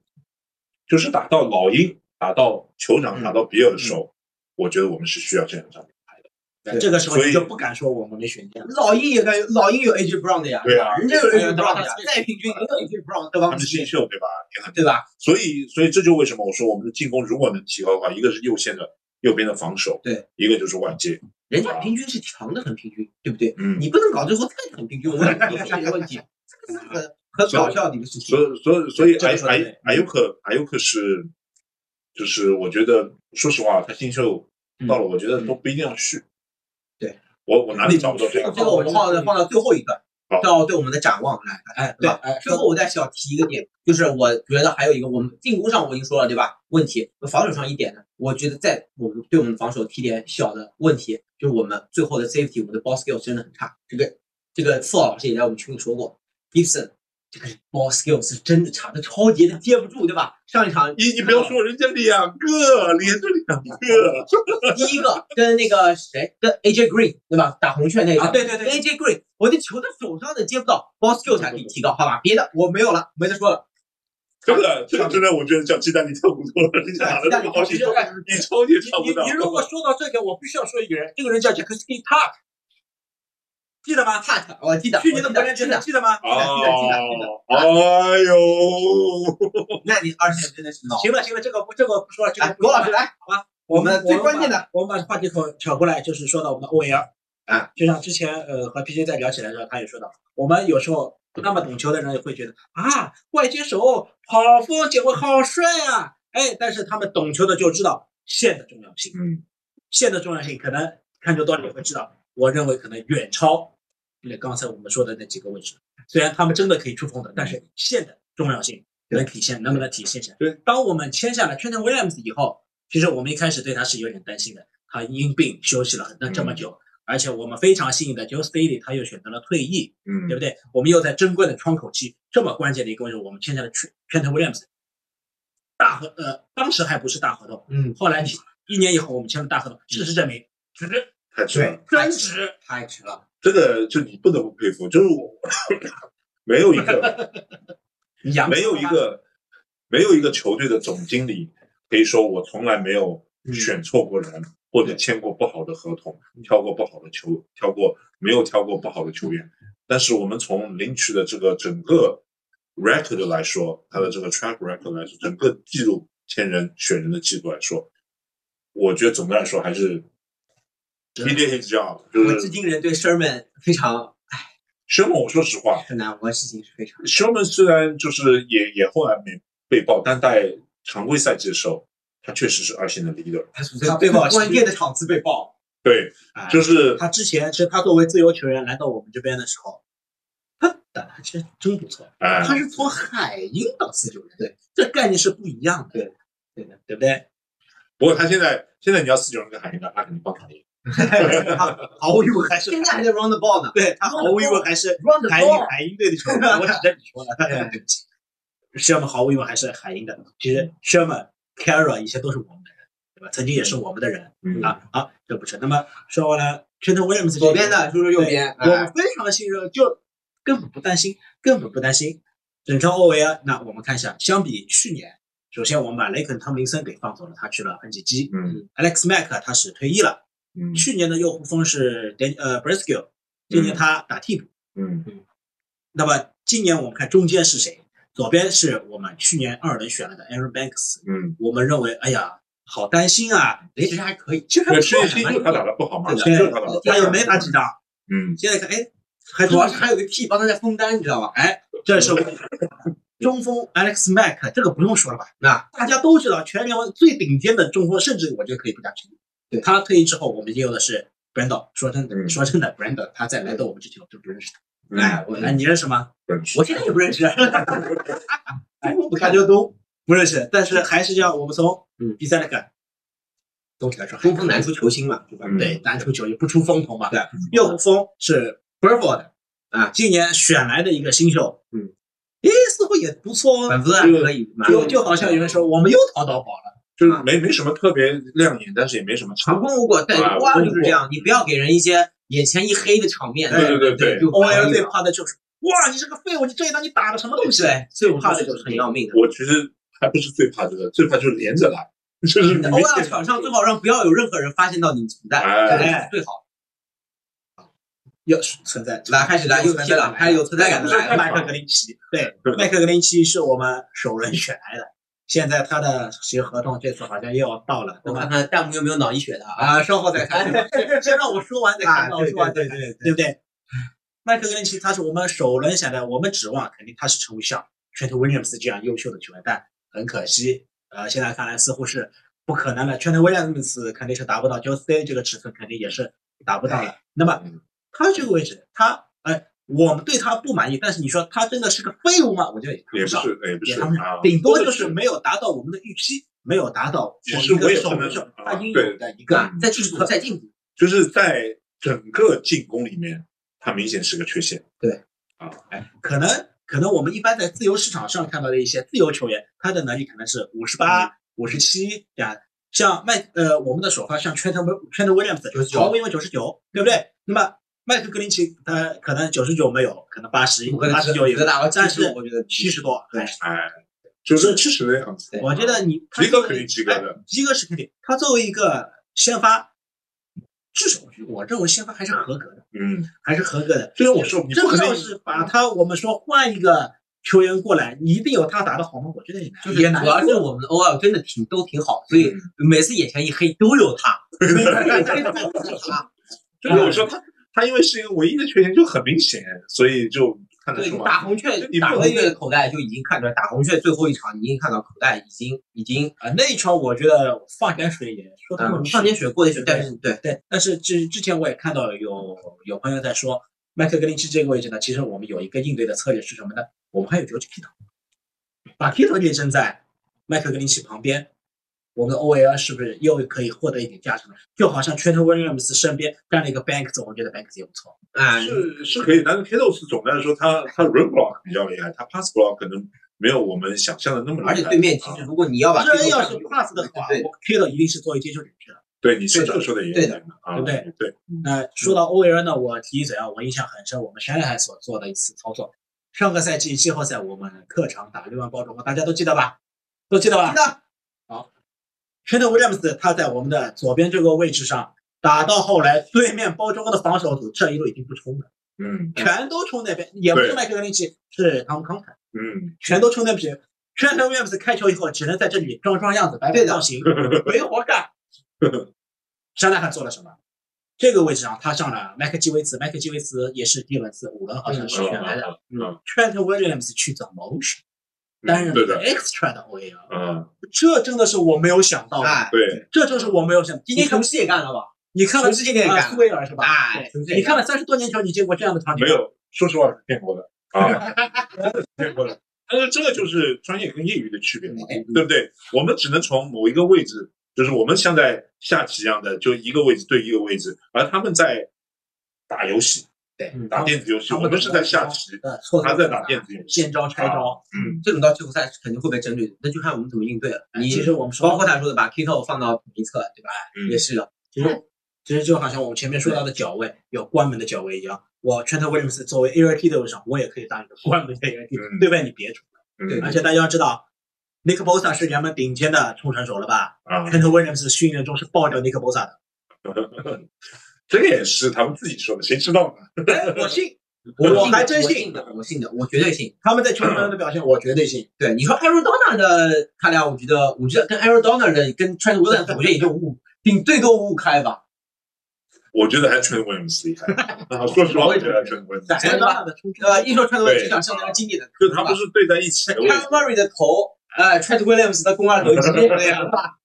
[SPEAKER 3] 就是打到老鹰，打到酋长，
[SPEAKER 2] 嗯
[SPEAKER 3] 打到比尔的时候，我觉得我们是需要这样一场名牌的。
[SPEAKER 2] 色。这个时候
[SPEAKER 3] 所以
[SPEAKER 2] 你就不敢说我们没悬念了。
[SPEAKER 4] 老鹰也该老鹰有 AJ Brown 的呀，
[SPEAKER 3] 对啊
[SPEAKER 4] 人家有 AJ
[SPEAKER 2] 对啊
[SPEAKER 4] Brown 的呀，再平均也有 AJ Brown 的
[SPEAKER 3] 他
[SPEAKER 4] 王
[SPEAKER 3] 们
[SPEAKER 4] 子
[SPEAKER 3] 新
[SPEAKER 4] 健，
[SPEAKER 3] 秀对吧？也很
[SPEAKER 4] 对吧？
[SPEAKER 3] 所以，所以这就为什么我说我们的进攻如果能提高的话，一个是右线的右边的防守，
[SPEAKER 4] 对，
[SPEAKER 3] 一个就是外接，
[SPEAKER 4] 人家平均是强的很平均，对不对？
[SPEAKER 3] 嗯，
[SPEAKER 4] 你不能搞最后再很平均，我们有些问题，这个是很很搞笑的一个事情
[SPEAKER 3] 所。以，所以，所以
[SPEAKER 4] 这
[SPEAKER 3] 艾
[SPEAKER 4] 个说得
[SPEAKER 3] 艾
[SPEAKER 4] 对
[SPEAKER 3] 艾尤克艾尤克是，就是我觉得，说实话，他新秀
[SPEAKER 2] 嗯
[SPEAKER 3] 到了，我觉得都不一定要续。
[SPEAKER 4] 对，
[SPEAKER 3] 我我哪里找不到这
[SPEAKER 4] 这
[SPEAKER 3] 个？
[SPEAKER 4] 个我们放在放到最后一个
[SPEAKER 3] 好，
[SPEAKER 4] 到对我们的展望来，哎，对吧？
[SPEAKER 2] 哎，
[SPEAKER 4] 最后我再小提一个点，就是我觉得还有一个，我们进攻上我已经说了，对吧？问题，防守上一点呢，我觉得在我们对我们的防守提点小的问题，就是我们最后的 safety，我们的 ball skill 真的很差。这个这个傅老师也在我们群里说过，Gibson 这个 ball skill 是真的差，他超级的接不住，对吧？上一场
[SPEAKER 3] 你你不要说人家两个，连着两
[SPEAKER 2] 嗯
[SPEAKER 3] 个，
[SPEAKER 4] 第一个跟那个谁，跟 AJ Green 对吧？打红雀那一场，
[SPEAKER 2] 啊对对对
[SPEAKER 4] 跟，AJ Green，我的球在手上的接不到 b o s s Q 才可以提高，好吧？别的我没有了，没得说了。
[SPEAKER 3] 这个这个真的，我觉得叫鸡蛋里挑骨头，人家打的那么好，
[SPEAKER 2] 嗯啊
[SPEAKER 3] 你
[SPEAKER 2] 鸡蛋
[SPEAKER 3] 你超级超
[SPEAKER 2] 你
[SPEAKER 3] 不到
[SPEAKER 2] 你。如果说到这个，我必须要说一个人，这个人叫 j a c k s k i Tuck，记得吗？
[SPEAKER 4] Cut，我记得，
[SPEAKER 2] 去年的
[SPEAKER 4] 我
[SPEAKER 2] 国
[SPEAKER 4] 记
[SPEAKER 2] 家
[SPEAKER 4] 得
[SPEAKER 2] 队
[SPEAKER 4] 真
[SPEAKER 2] 的
[SPEAKER 4] 的，
[SPEAKER 2] 记得吗？
[SPEAKER 3] 哦，哎呦，
[SPEAKER 4] 那你二线真的是老。
[SPEAKER 2] 行了行了，这个不这个不说了，这
[SPEAKER 4] 来
[SPEAKER 2] 个，
[SPEAKER 4] 罗哎老师来，
[SPEAKER 2] 我们
[SPEAKER 4] 最关键
[SPEAKER 2] 的，我们把话题口挑过来，就是说到我们的 OL
[SPEAKER 4] 啊，
[SPEAKER 2] 就像之前呃和 PJ 在聊起来的时候，他也说到，我们有时候不那么懂球的人也会觉得啊，外接手跑风结果好帅啊，哎，但是他们懂球的就知道线的重要性，
[SPEAKER 3] 嗯，
[SPEAKER 2] 线的重要性可能看球多了也会知道，我认为可能远超那刚才我们说的那几个位置，虽然他们真的可以出风的，但是线的重要性能体现，能不能体现起来？
[SPEAKER 3] 对，
[SPEAKER 2] 当我们签下了 Trent Williams 以后。其实我们一开始对他是有点担心的，他因病休息了很那这
[SPEAKER 3] 嗯
[SPEAKER 2] 么久，而且我们非常幸运的 Joe Staley 他又选择了退役，
[SPEAKER 3] 嗯
[SPEAKER 2] 对不对？我们又在珍贵的窗口期这么关键的一个位置，我们签下了 Tr- Trent Williams，大合呃当时还不是大合同，
[SPEAKER 4] 嗯，
[SPEAKER 2] 后来一年以后我们签了大合同，事实证明值
[SPEAKER 3] 太值了。
[SPEAKER 2] 真值，
[SPEAKER 4] 太迟了，
[SPEAKER 3] 这个就你不得不佩服，就是
[SPEAKER 2] (laughs)
[SPEAKER 3] 我没有一个
[SPEAKER 2] 扬
[SPEAKER 3] 没有一个没有一个球队的总经理可以说我从来没有选错过人，或者签过不好的合同，挑过不好的球，挑过没有挑过不好的球员。但是我们从领取的这个整个 record 来说，他的这个 track record 来说，整个记录签人选人的记录来说，我觉得总的来说还是 PJ h i s job
[SPEAKER 4] 我
[SPEAKER 3] 就
[SPEAKER 4] 至
[SPEAKER 3] 是
[SPEAKER 4] 今人对 Sherman 非常
[SPEAKER 3] 生我说实话，
[SPEAKER 4] 很难，我至今是非常
[SPEAKER 3] Sherman 虽然就是也也后来没被爆，但在常规赛季的时候，他确实是二线的 leader。
[SPEAKER 2] 他是
[SPEAKER 4] 对吧？关键的场次被爆，
[SPEAKER 3] 对，
[SPEAKER 2] 哎
[SPEAKER 3] 就是
[SPEAKER 2] 他之前其实他作为自由球员来到我们这边的时候，他打的其实真不错。
[SPEAKER 3] 哎
[SPEAKER 2] 他是从海鹰到四九人，对，这概念是不一样的。
[SPEAKER 4] 对，
[SPEAKER 2] 对的，对不对？
[SPEAKER 3] 不过他现在现在你要四九人跟海鹰打，他肯定帮海鹰。
[SPEAKER 2] 他毫无疑问还是
[SPEAKER 4] 现在还在 round the ball 呢
[SPEAKER 2] 对他毫无疑问还是
[SPEAKER 4] ，round the
[SPEAKER 2] 海鹰
[SPEAKER 4] ball，
[SPEAKER 2] 海鹰队的球员。我指着你说
[SPEAKER 4] (laughs)
[SPEAKER 2] 的，对不起。Sherman 毫无疑问还是海鹰的。其实 Sherman、Kara 以前都是我们的人，对吧？曾经也是我们的人
[SPEAKER 3] 嗯
[SPEAKER 2] 啊啊，这不是。那么说回来，Trent Williams
[SPEAKER 4] 左边的就是右
[SPEAKER 2] 对
[SPEAKER 4] 边，
[SPEAKER 2] 我们
[SPEAKER 4] 哎，
[SPEAKER 2] 非常信任，就根本不担心，根本不担心。整条欧维啊，那我们看一下，相比去年，首先我们把雷肯汤普林森给放走了，他去了恩 g 基
[SPEAKER 3] 嗯
[SPEAKER 2] Alex Mack 他是退役了，
[SPEAKER 3] 嗯
[SPEAKER 2] 去年的右护锋是 Dan 呃 Briscoe，今年他打替补。
[SPEAKER 3] 嗯
[SPEAKER 2] 那么今年我们看中间是谁？左边是我们去年二轮选了的 Aaron Banks，
[SPEAKER 3] 嗯，
[SPEAKER 2] 我们认为，哎呀，好担心啊，
[SPEAKER 4] 雷神还可以，
[SPEAKER 2] 其实还
[SPEAKER 3] 对，
[SPEAKER 2] 不
[SPEAKER 3] 去
[SPEAKER 2] 错
[SPEAKER 3] 年就他
[SPEAKER 2] 啊，
[SPEAKER 3] 打的不好嘛，
[SPEAKER 2] 对
[SPEAKER 3] 就他打的不
[SPEAKER 2] 他
[SPEAKER 3] 好，
[SPEAKER 2] 也没打几仗，
[SPEAKER 3] 嗯
[SPEAKER 2] 现在看，哎，还
[SPEAKER 4] 主
[SPEAKER 2] 主
[SPEAKER 4] 要
[SPEAKER 2] 要
[SPEAKER 4] 是
[SPEAKER 2] 是
[SPEAKER 4] 还有个 T 帮他在封单，你知道吧？哎，
[SPEAKER 2] 这是
[SPEAKER 3] (laughs)
[SPEAKER 2] 中锋 Alex Mack，这个不用说了吧？
[SPEAKER 4] 那
[SPEAKER 2] 大家都知道，全联盟最顶尖的中锋，甚至我觉得可以不加成。
[SPEAKER 4] 对
[SPEAKER 2] 他退役之后，我们也有的是 Brando。说真的，
[SPEAKER 3] 嗯
[SPEAKER 2] 说真的，Brando 他在来到我们之前，我就不认识他。
[SPEAKER 3] 嗯，
[SPEAKER 2] 哎，我哎，你认识吗？
[SPEAKER 3] 本区
[SPEAKER 4] 我现在也不认识，
[SPEAKER 2] 啊哎，我感觉都不认识，但是还是要我们从
[SPEAKER 4] 嗯
[SPEAKER 2] 比赛来看。总体来说还是，
[SPEAKER 4] 中锋难出球星嘛，对吧？
[SPEAKER 3] 嗯
[SPEAKER 2] 对单出球也不出风头嘛。
[SPEAKER 4] 对，
[SPEAKER 2] 右锋是 Burford
[SPEAKER 4] 啊，
[SPEAKER 2] 今年选来的一个新秀。
[SPEAKER 4] 嗯，
[SPEAKER 2] 诶，似乎也不错哦。
[SPEAKER 4] 反复还可以，蛮
[SPEAKER 2] 就就好像有人说，我们又淘到宝了。
[SPEAKER 3] 就是没没什么特别亮眼，但是也没什么差
[SPEAKER 4] 无。功无果，对，
[SPEAKER 3] 啊
[SPEAKER 4] 瓜就是这样，你不要给人一些眼前一黑的场面，
[SPEAKER 2] 哎
[SPEAKER 3] 对对对对
[SPEAKER 4] 就
[SPEAKER 2] O
[SPEAKER 4] 可
[SPEAKER 2] L
[SPEAKER 4] 以
[SPEAKER 2] 最
[SPEAKER 4] 了
[SPEAKER 2] 怕的就是，哇，你这个废物，你这一档你打的什么东西？
[SPEAKER 4] 对，最
[SPEAKER 2] 怕
[SPEAKER 4] 怕
[SPEAKER 2] 的
[SPEAKER 4] 的
[SPEAKER 2] 就
[SPEAKER 4] 就是是很要命的。
[SPEAKER 3] 我其实还不是最怕这个，最怕就是连着来， (laughs) 就是你
[SPEAKER 4] O
[SPEAKER 3] 没
[SPEAKER 4] L
[SPEAKER 3] 见
[SPEAKER 4] 场上最好让不要有任何人发现到你存在，
[SPEAKER 3] 哎
[SPEAKER 4] 这是最好。
[SPEAKER 2] 要存在
[SPEAKER 4] 来，开始来，
[SPEAKER 2] 有
[SPEAKER 4] 又
[SPEAKER 2] 存
[SPEAKER 4] 踢
[SPEAKER 2] 在感
[SPEAKER 4] 了，还有存在感的来了。
[SPEAKER 2] 麦克格林奇，对，麦克格林奇是我们首轮选来的，现在他的其实合同这次好像又要到了，对
[SPEAKER 4] 我
[SPEAKER 2] 吧
[SPEAKER 4] 看？看弹幕有没有脑溢血的啊？
[SPEAKER 2] 啊，稍后再看，哦先让我说完再看，
[SPEAKER 4] 啊
[SPEAKER 2] 让我说完嗯再看，
[SPEAKER 4] 对对对对
[SPEAKER 2] 对不对？麦克格林奇他是我们首轮选的，我们指望肯定他是成为像 Trent Williams 这样优秀的球员，但很可惜，呃，现在看来似乎是不可能了。Trent Williams 肯定是达不到 j o s e 这个尺寸，肯定也是达不到了。那么
[SPEAKER 3] 嗯
[SPEAKER 2] 他这个位置，他呃，我们对他不满意，但是你说他真的是个废物吗？我觉得也谈
[SPEAKER 3] 也
[SPEAKER 2] 不
[SPEAKER 3] 不
[SPEAKER 2] 上，
[SPEAKER 3] 是也不
[SPEAKER 2] 也
[SPEAKER 3] 是
[SPEAKER 2] 谈不上
[SPEAKER 3] 啊，
[SPEAKER 2] 顶多就是没有达到我们的预期，没有达到
[SPEAKER 3] 其实我也
[SPEAKER 2] 手
[SPEAKER 3] 可能
[SPEAKER 2] 上
[SPEAKER 3] 啊
[SPEAKER 2] 他应
[SPEAKER 3] 对
[SPEAKER 2] 有的一
[SPEAKER 4] 对嗯
[SPEAKER 2] 个
[SPEAKER 4] 吧，在进步，在进步。
[SPEAKER 3] 就是在整个进攻里面，他明显是个缺陷。啊
[SPEAKER 2] 哎，可能可能我们一般在自由市场上看到的一些自由球员，他的能力可能是五十八、五十七这样。像麦呃，我们的首发像 Trent Wil- Trent Williams 就是
[SPEAKER 4] 99
[SPEAKER 2] 乔威因为九十九，对不对？那么麦克格林奇他可能九十九没有，可能八十
[SPEAKER 4] 我可能
[SPEAKER 2] 八十九有
[SPEAKER 4] 觉，得打到
[SPEAKER 2] 但
[SPEAKER 4] 战
[SPEAKER 2] 是
[SPEAKER 4] 术，我觉得
[SPEAKER 2] 七十多还是。
[SPEAKER 3] 哎，就是七十的样子。
[SPEAKER 4] 对
[SPEAKER 2] 我觉得你
[SPEAKER 3] 及格肯定及格的，
[SPEAKER 2] 哎及格是肯定。他作为一个先发，至少我认为先发还是合格的，
[SPEAKER 3] 嗯，
[SPEAKER 2] 还是合格的。
[SPEAKER 3] 就是我说你不
[SPEAKER 2] 真
[SPEAKER 3] 可
[SPEAKER 2] 要
[SPEAKER 3] 能
[SPEAKER 2] 是把他，我们说换一个球员过来，你一定有他打的好吗？我觉得也难，
[SPEAKER 4] 就
[SPEAKER 2] 也
[SPEAKER 4] 是
[SPEAKER 2] 难
[SPEAKER 4] 主要是
[SPEAKER 2] 说
[SPEAKER 4] 我们的 O L 真的挺都挺好，所以每次眼前一黑都有他，都有他。嗯
[SPEAKER 3] 就是我说他他因为是一个唯一的缺陷，就很明显，所以就看得
[SPEAKER 4] 对
[SPEAKER 3] 出，来。
[SPEAKER 4] 大红雀
[SPEAKER 3] 就你不
[SPEAKER 4] 打
[SPEAKER 3] 能
[SPEAKER 4] 红雀的口袋就已经看出来，大红雀最后一场你已经看到口袋已经已经
[SPEAKER 2] 啊、那一场我觉得放点水也说他们
[SPEAKER 4] 嗯上点血过点血，
[SPEAKER 2] 对
[SPEAKER 4] 但是对
[SPEAKER 2] 对，但是之之前我也看到有有朋友在说，麦克格林奇这个位置呢，其实我们有一个应对的策略是什么呢？我们还有 George Kittle，把 Kittle 列阵在麦克格林奇旁边，我们的 OL 是不是又可以获得一点价值呢？就好像 Trent Williams 身边站了一个 Banks，我觉得 Banks 也不错。
[SPEAKER 4] 啊，
[SPEAKER 3] 是是可以，但是 K 豆是总的来说，他他 run block 比较厉害，他 pass block 可能没有我们想象的那么厉害。啊
[SPEAKER 4] 而且对面其实如果你要把
[SPEAKER 2] 这人要
[SPEAKER 4] 对
[SPEAKER 2] 是
[SPEAKER 4] 手
[SPEAKER 2] pass 的话
[SPEAKER 4] 对
[SPEAKER 2] ，Kittle 一定是作为接球点去了。
[SPEAKER 3] 对你是这个说的也有
[SPEAKER 4] 对
[SPEAKER 3] 点
[SPEAKER 4] 的
[SPEAKER 3] 啊，
[SPEAKER 2] 对不对
[SPEAKER 3] 对，
[SPEAKER 4] 嗯
[SPEAKER 2] 那说到欧维尔呢，我提一嘴啊，我印象很深，我们山海所做的一次操作。上个赛季季后赛，我们客场打六万包中国，大家都记得吧？都记得吧？
[SPEAKER 4] 记得。
[SPEAKER 2] 好，t 德威廉姆斯他在我们的左边这个位置上打到后来，对面包中国的防守组这一路已经不冲了，
[SPEAKER 3] 嗯
[SPEAKER 2] 全都冲那边，也不是
[SPEAKER 3] 对
[SPEAKER 2] 麦克格林奇，是汤姆康坦，
[SPEAKER 3] 嗯，
[SPEAKER 2] 全都冲那边。t 德威廉姆斯开球以后，只能在这里装装样子，摆摆造型，没活干。沙拉还做了什么？这个位置上他上了麦克基维茨，麦克基维茨也是第一轮次五轮好像是选来的。
[SPEAKER 3] 嗯
[SPEAKER 2] Trent Williams 去走 motion，担任
[SPEAKER 3] 对
[SPEAKER 2] 了个
[SPEAKER 3] 的，
[SPEAKER 2] extra 的 OL，
[SPEAKER 3] 嗯
[SPEAKER 2] 这真的是我没有想到的，
[SPEAKER 4] 哎，
[SPEAKER 3] 对，
[SPEAKER 2] 这正是我没有想到。今
[SPEAKER 4] 今
[SPEAKER 2] 天
[SPEAKER 4] 天
[SPEAKER 2] 看
[SPEAKER 4] 琼斯也干了吧？
[SPEAKER 2] 你看了
[SPEAKER 4] 琼斯今天也
[SPEAKER 2] 啊
[SPEAKER 4] 干
[SPEAKER 2] 苏
[SPEAKER 4] 了，
[SPEAKER 2] 维尔是吧？
[SPEAKER 4] 哎，
[SPEAKER 2] 对
[SPEAKER 4] 琼斯也
[SPEAKER 2] 你看
[SPEAKER 4] 干了
[SPEAKER 2] 了三十多年球，你见过这样的场景
[SPEAKER 3] 没
[SPEAKER 2] 吗？
[SPEAKER 3] 有，说实话是骗过的啊，骗过的。但是这个就是专业跟业余的区别嘛，
[SPEAKER 4] 哎
[SPEAKER 3] 对不对？我们只能从某一个位置，就是我们像在下棋一样的，就一个位置对一个位置，而他们在打游戏，
[SPEAKER 2] 对
[SPEAKER 4] 嗯
[SPEAKER 3] 打电子游戏，我们是在下棋，
[SPEAKER 2] 呃，错
[SPEAKER 3] 他在打电子游戏。
[SPEAKER 2] 见招拆招。
[SPEAKER 3] 嗯，
[SPEAKER 4] 这种到季后赛肯定会被针对的，那就看我们怎么应对
[SPEAKER 3] 啊
[SPEAKER 4] 了。你
[SPEAKER 2] 哎其实我们说
[SPEAKER 4] 包括他说的把 Kiko 放到一侧，对吧？
[SPEAKER 3] 嗯
[SPEAKER 4] 也是的，
[SPEAKER 2] 其实其实就好像我们前面说到的脚位有关门的脚位一样，我 Trent Williams 作为 ART 的位上，我也可以当一个关门的 ART，
[SPEAKER 3] 嗯
[SPEAKER 2] 对外你别冲。
[SPEAKER 3] 嗯
[SPEAKER 2] 而且大家要知道，Nick Bosa 是联盟顶尖的冲传手了吧
[SPEAKER 3] 啊，
[SPEAKER 2] ？Trent Williams 训练中是爆掉 Nick Bosa 的，
[SPEAKER 3] 这个也是他们自己说的，谁知道呢？
[SPEAKER 2] 哎，我信，
[SPEAKER 4] 我
[SPEAKER 2] 我还真信
[SPEAKER 4] 信的，我信的，我绝对信。
[SPEAKER 2] 他们在球场上的表现，我绝对信。
[SPEAKER 4] 对，你说 Arizona 的他俩，我觉得，我觉得跟 Arizona 的跟 Trent Williams，我觉得也就五，顶最多五五开吧。
[SPEAKER 3] 我觉得还 Trent Williams 厉害。说实话，我觉得 Trent Williams，
[SPEAKER 2] Trent Williams 的冲
[SPEAKER 4] 对吧？
[SPEAKER 2] 呃，
[SPEAKER 4] 一说 Trent Williams
[SPEAKER 3] 对
[SPEAKER 4] 就想象那个经典的，
[SPEAKER 3] 就他们是对在一起的位
[SPEAKER 4] c a
[SPEAKER 3] 置
[SPEAKER 4] m。m u r r y 的头，呃，Trent Williams 的肱二头肌那样吧。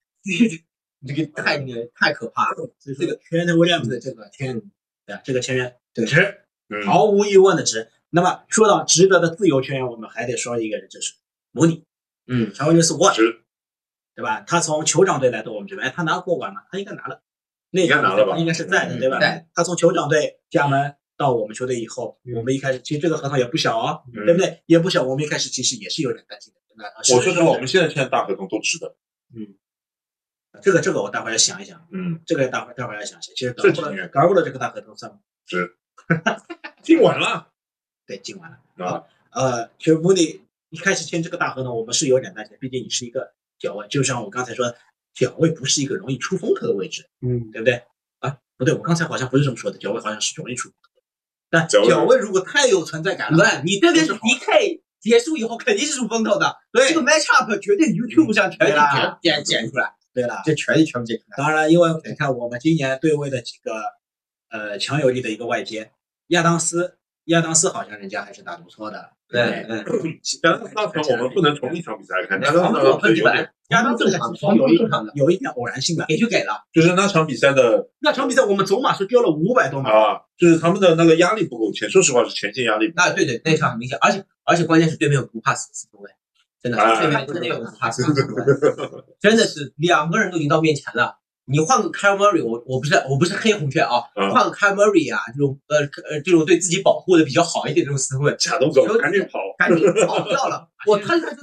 [SPEAKER 4] 这个太太可怕了，
[SPEAKER 2] 所以说 Trent Williams 的这个天，对啊这个签约
[SPEAKER 4] 对
[SPEAKER 2] 值，
[SPEAKER 3] 嗯，
[SPEAKER 2] 毫无疑问的值。那么说到值得的自由球员，我们还得说一个人，就是模拟，
[SPEAKER 4] 嗯，
[SPEAKER 2] 乔伊斯沃，
[SPEAKER 3] 值
[SPEAKER 2] 对吧？他从酋长队来到我们这边，哎他拿过冠吗？他应该拿了，那
[SPEAKER 3] 应该拿了吧
[SPEAKER 2] 应该是在的，
[SPEAKER 3] 嗯
[SPEAKER 2] 对吧？
[SPEAKER 4] 在
[SPEAKER 2] 他从酋长队加盟到我们球队以后，我们一开始其实这个合同也不小哦，
[SPEAKER 3] 嗯
[SPEAKER 2] 对不对？也不小，我们一开始其实也是有点担心的。那
[SPEAKER 3] 我说实话，我们现在签的大合同都值得。
[SPEAKER 2] 这个这个我待会儿要想一想，
[SPEAKER 3] 嗯，
[SPEAKER 2] 这个待会儿待会儿要想一想。其实德
[SPEAKER 3] 这
[SPEAKER 2] 布
[SPEAKER 3] 几
[SPEAKER 2] 勒
[SPEAKER 3] 年
[SPEAKER 2] 德布勒这个大合同算
[SPEAKER 3] 听完了
[SPEAKER 2] 对进完了。
[SPEAKER 3] 啊，
[SPEAKER 2] 呃，其实穆里一开始签这个大合同，我们是有点担心，毕竟你是一个脚位，就像我刚才说，脚位不是一个容易出风头的位置，
[SPEAKER 4] 嗯，
[SPEAKER 2] 对不对？啊，不对，我刚才好像不是这么说的，脚位好像是容易出风头的，但
[SPEAKER 3] 脚位
[SPEAKER 2] 脚位如果太有存在感了，
[SPEAKER 4] 对，你这个 DK 结束以后肯定是出风头的，这
[SPEAKER 2] 对
[SPEAKER 4] 个 matchup 绝对 YouTube 上全
[SPEAKER 2] 对啊
[SPEAKER 4] 是
[SPEAKER 2] 啦
[SPEAKER 4] 剪剪剪出来，
[SPEAKER 2] 对了，
[SPEAKER 4] 这全是全部剪出来。
[SPEAKER 2] 当然，因为你看我们今年对位的几个呃强有力的一个外接，亚当斯，亚当斯好像人家还是打得不错的，
[SPEAKER 4] 对，嗯，
[SPEAKER 3] 亚当斯那场我们不能从一场比赛来看，亚当
[SPEAKER 4] 防
[SPEAKER 3] 斯
[SPEAKER 4] 守
[SPEAKER 3] 那场
[SPEAKER 4] 很
[SPEAKER 3] 比赛有点，
[SPEAKER 4] 准，亚当正常，防守
[SPEAKER 2] 有一
[SPEAKER 4] 正常的，
[SPEAKER 2] 有一点偶然性的。
[SPEAKER 4] 给就给了，
[SPEAKER 3] 就是那场比赛的
[SPEAKER 2] 那场比赛我们总码数丢了五百多码，
[SPEAKER 3] 啊，就是他们的那个压力不够前，说实话是前线压力不够。
[SPEAKER 4] 那对对，那场很明显，而且而且关键是对面不怕死四分卫，真的
[SPEAKER 3] 啊
[SPEAKER 4] 对面真的有不怕死四分卫， (laughs) 真的是两个人都已经到面前了。你换个 c a r m u r r y 我我不是我不是黑红雀啊，
[SPEAKER 3] 嗯
[SPEAKER 4] 换个 c a r m u r r y 啊，这种呃呃这种对自己保护的比较好一点这种四分卫，
[SPEAKER 3] 贾东走，赶紧跑！
[SPEAKER 4] 赶紧跑掉 (laughs) 了，我他他他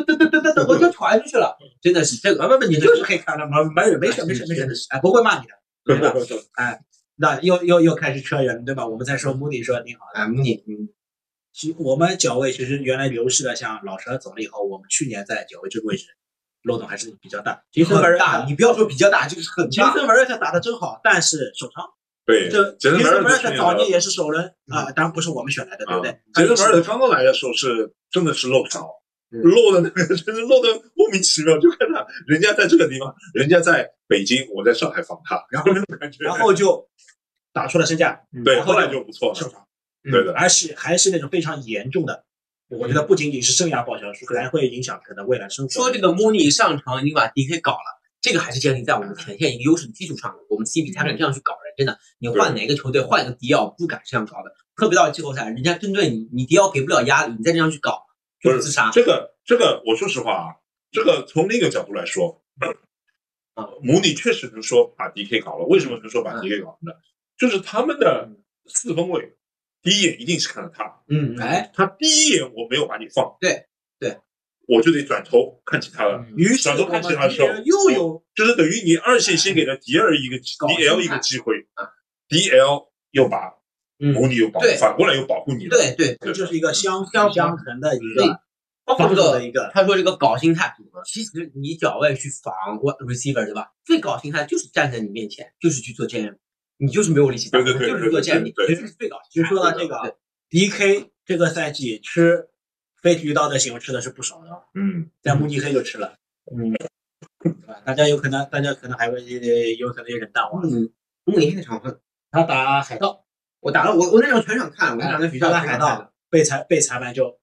[SPEAKER 4] 噔噔噔噔噔，我就传出去了，真的是这个，啊不不，你
[SPEAKER 2] 你
[SPEAKER 4] 这
[SPEAKER 2] 就是黑卡了，啊没没事没事没事没
[SPEAKER 3] (laughs)
[SPEAKER 2] 事没事，哎，不会骂
[SPEAKER 4] (laughs)
[SPEAKER 2] 你的。对吧那又又又开始扯远了，对吧？我们再说穆迪说你好，
[SPEAKER 4] 啊，你嗯
[SPEAKER 2] 其实我们脚位其实原来流失的，像老蛇走了以后，我们去年在脚位这个位置漏洞还是比较大。杰森
[SPEAKER 4] 很
[SPEAKER 2] 门
[SPEAKER 4] 大，你不要说比较大，这个是很
[SPEAKER 2] 杰
[SPEAKER 4] 大，
[SPEAKER 2] 森门特打得真好，但是手长。
[SPEAKER 3] 对，
[SPEAKER 2] 这
[SPEAKER 3] 杰森
[SPEAKER 2] 杰
[SPEAKER 3] 梅
[SPEAKER 2] 森
[SPEAKER 3] 尔
[SPEAKER 2] 梅
[SPEAKER 3] 德
[SPEAKER 2] 尔
[SPEAKER 3] 去
[SPEAKER 2] 特
[SPEAKER 3] 年
[SPEAKER 2] 早
[SPEAKER 3] 的
[SPEAKER 2] 年也是首轮啊，当然不是我们选来的，对
[SPEAKER 3] 啊
[SPEAKER 2] 不对？，
[SPEAKER 3] 杰森梅尔德刚刚来的时候是真的是漏勺，
[SPEAKER 4] 嗯
[SPEAKER 3] 漏的那个 (laughs) 真是漏的莫名其妙，就看他人家在这个地方，人家在北京，我在上海防他，
[SPEAKER 2] 然后
[SPEAKER 3] 那种感觉，
[SPEAKER 2] 然后就打出了身价，
[SPEAKER 3] 对，
[SPEAKER 2] 然后
[SPEAKER 3] 后
[SPEAKER 2] 就嗯
[SPEAKER 3] 来就不错
[SPEAKER 2] 受
[SPEAKER 3] 了，
[SPEAKER 2] 伤，
[SPEAKER 3] 对的，
[SPEAKER 2] 而是还是那种非常严重的。我觉得不仅仅是生涯报销，还会影响可能未来生活。
[SPEAKER 4] 说这个穆尼上场已经把 DK 搞了，这个还是建立在我们前线一个优势的基础上的。我们 CP 才敢这样去搞人，真的，你换哪个球队换一个迪奥不敢这样搞的，特别到季后赛，人家针对你，你迪奥给不了压力，你再这样去搞，
[SPEAKER 3] 不
[SPEAKER 4] 就是
[SPEAKER 3] 是
[SPEAKER 4] 自杀。
[SPEAKER 3] 啊这个这个，我说实话啊，这个从另一个角度来说，
[SPEAKER 4] 啊
[SPEAKER 3] 母女确实能说把 DK 搞了，为什么能说
[SPEAKER 2] 嗯
[SPEAKER 3] 把 DK 搞了呢？就是他们的四分卫第一眼一定是看着他，
[SPEAKER 4] 嗯，哎，
[SPEAKER 2] 哎，
[SPEAKER 3] 他第一眼我没有把你放，
[SPEAKER 4] 对对，
[SPEAKER 3] 我就得转头看其他的，
[SPEAKER 2] 嗯于是
[SPEAKER 3] 转头
[SPEAKER 2] 我们
[SPEAKER 3] 看其他的时候，
[SPEAKER 2] 又有
[SPEAKER 3] 就是等于你二线先给了迪尔一个
[SPEAKER 4] 搞心态
[SPEAKER 3] DL 一个机会，DL 又把
[SPEAKER 4] 嗯
[SPEAKER 3] 母女又保护
[SPEAKER 4] 对，
[SPEAKER 3] 反过来又保护你了，
[SPEAKER 4] 对对，
[SPEAKER 2] 这就是一个相辅
[SPEAKER 4] 相辅
[SPEAKER 2] 相成的一
[SPEAKER 4] 对
[SPEAKER 2] 个
[SPEAKER 4] 包括
[SPEAKER 2] 防
[SPEAKER 4] 这
[SPEAKER 2] 守
[SPEAKER 4] 个
[SPEAKER 2] 的一个，
[SPEAKER 4] 他说这个搞心态，其实你脚外去防 wide receiver 对吧？最搞心态就是站在你面前，就是去做 jam，你就是没有力气打，
[SPEAKER 3] 对对对
[SPEAKER 4] 就是做
[SPEAKER 3] 对
[SPEAKER 4] jam，
[SPEAKER 3] 对
[SPEAKER 4] 你
[SPEAKER 3] 对
[SPEAKER 4] 这是最搞
[SPEAKER 2] 其
[SPEAKER 4] 心
[SPEAKER 2] 实
[SPEAKER 4] 态。
[SPEAKER 2] 说到这个啊，DK 这个赛季吃非体育刀的行为吃的是不少的，
[SPEAKER 3] 嗯，
[SPEAKER 2] 在慕尼黑就吃了，
[SPEAKER 4] 嗯
[SPEAKER 2] (laughs) 对吧？大家有可能，大家可能还会有可能有点淡忘。
[SPEAKER 4] 嗯，穆尼那场很
[SPEAKER 2] 他打海盗，
[SPEAKER 4] 我打了，我我那场全场看，我那场
[SPEAKER 3] 哎
[SPEAKER 4] 在学校
[SPEAKER 2] 嗯他打
[SPEAKER 4] 全
[SPEAKER 2] 海
[SPEAKER 4] 场看
[SPEAKER 2] 盗
[SPEAKER 4] 的。
[SPEAKER 2] 被裁被裁判就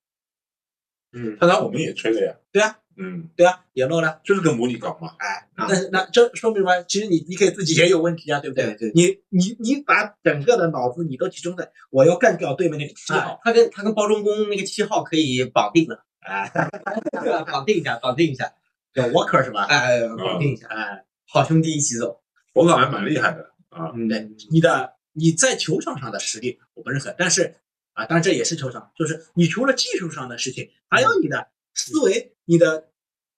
[SPEAKER 4] 嗯，
[SPEAKER 3] 但他我们也吹了呀，
[SPEAKER 2] 对啊，
[SPEAKER 3] 嗯，
[SPEAKER 2] 对啊，也漏了。
[SPEAKER 3] 就是跟母女搞嘛，
[SPEAKER 2] 哎，
[SPEAKER 4] 啊
[SPEAKER 2] 但是那这说明白，其实你你可以自己也有问题啊，对不对？
[SPEAKER 4] 对对，
[SPEAKER 2] 你你你把整个的脑子你都集中在我要干掉对面那个七
[SPEAKER 3] 哎
[SPEAKER 2] 号，
[SPEAKER 4] 他跟他跟包装工那个七号可以绑定了，
[SPEAKER 2] 哎，
[SPEAKER 4] (laughs) 绑定一下，绑定一下，
[SPEAKER 2] 叫 Walker 是吧？
[SPEAKER 4] 哎，绑定一下，
[SPEAKER 2] 哎，
[SPEAKER 4] 好兄弟一起走。嗯
[SPEAKER 3] 我感觉蛮厉害的啊，
[SPEAKER 2] 对，你的你在球场上的实力我不认可，但是啊，当然这也是球场，就是你除了技术上的事情，还有你的思维、你的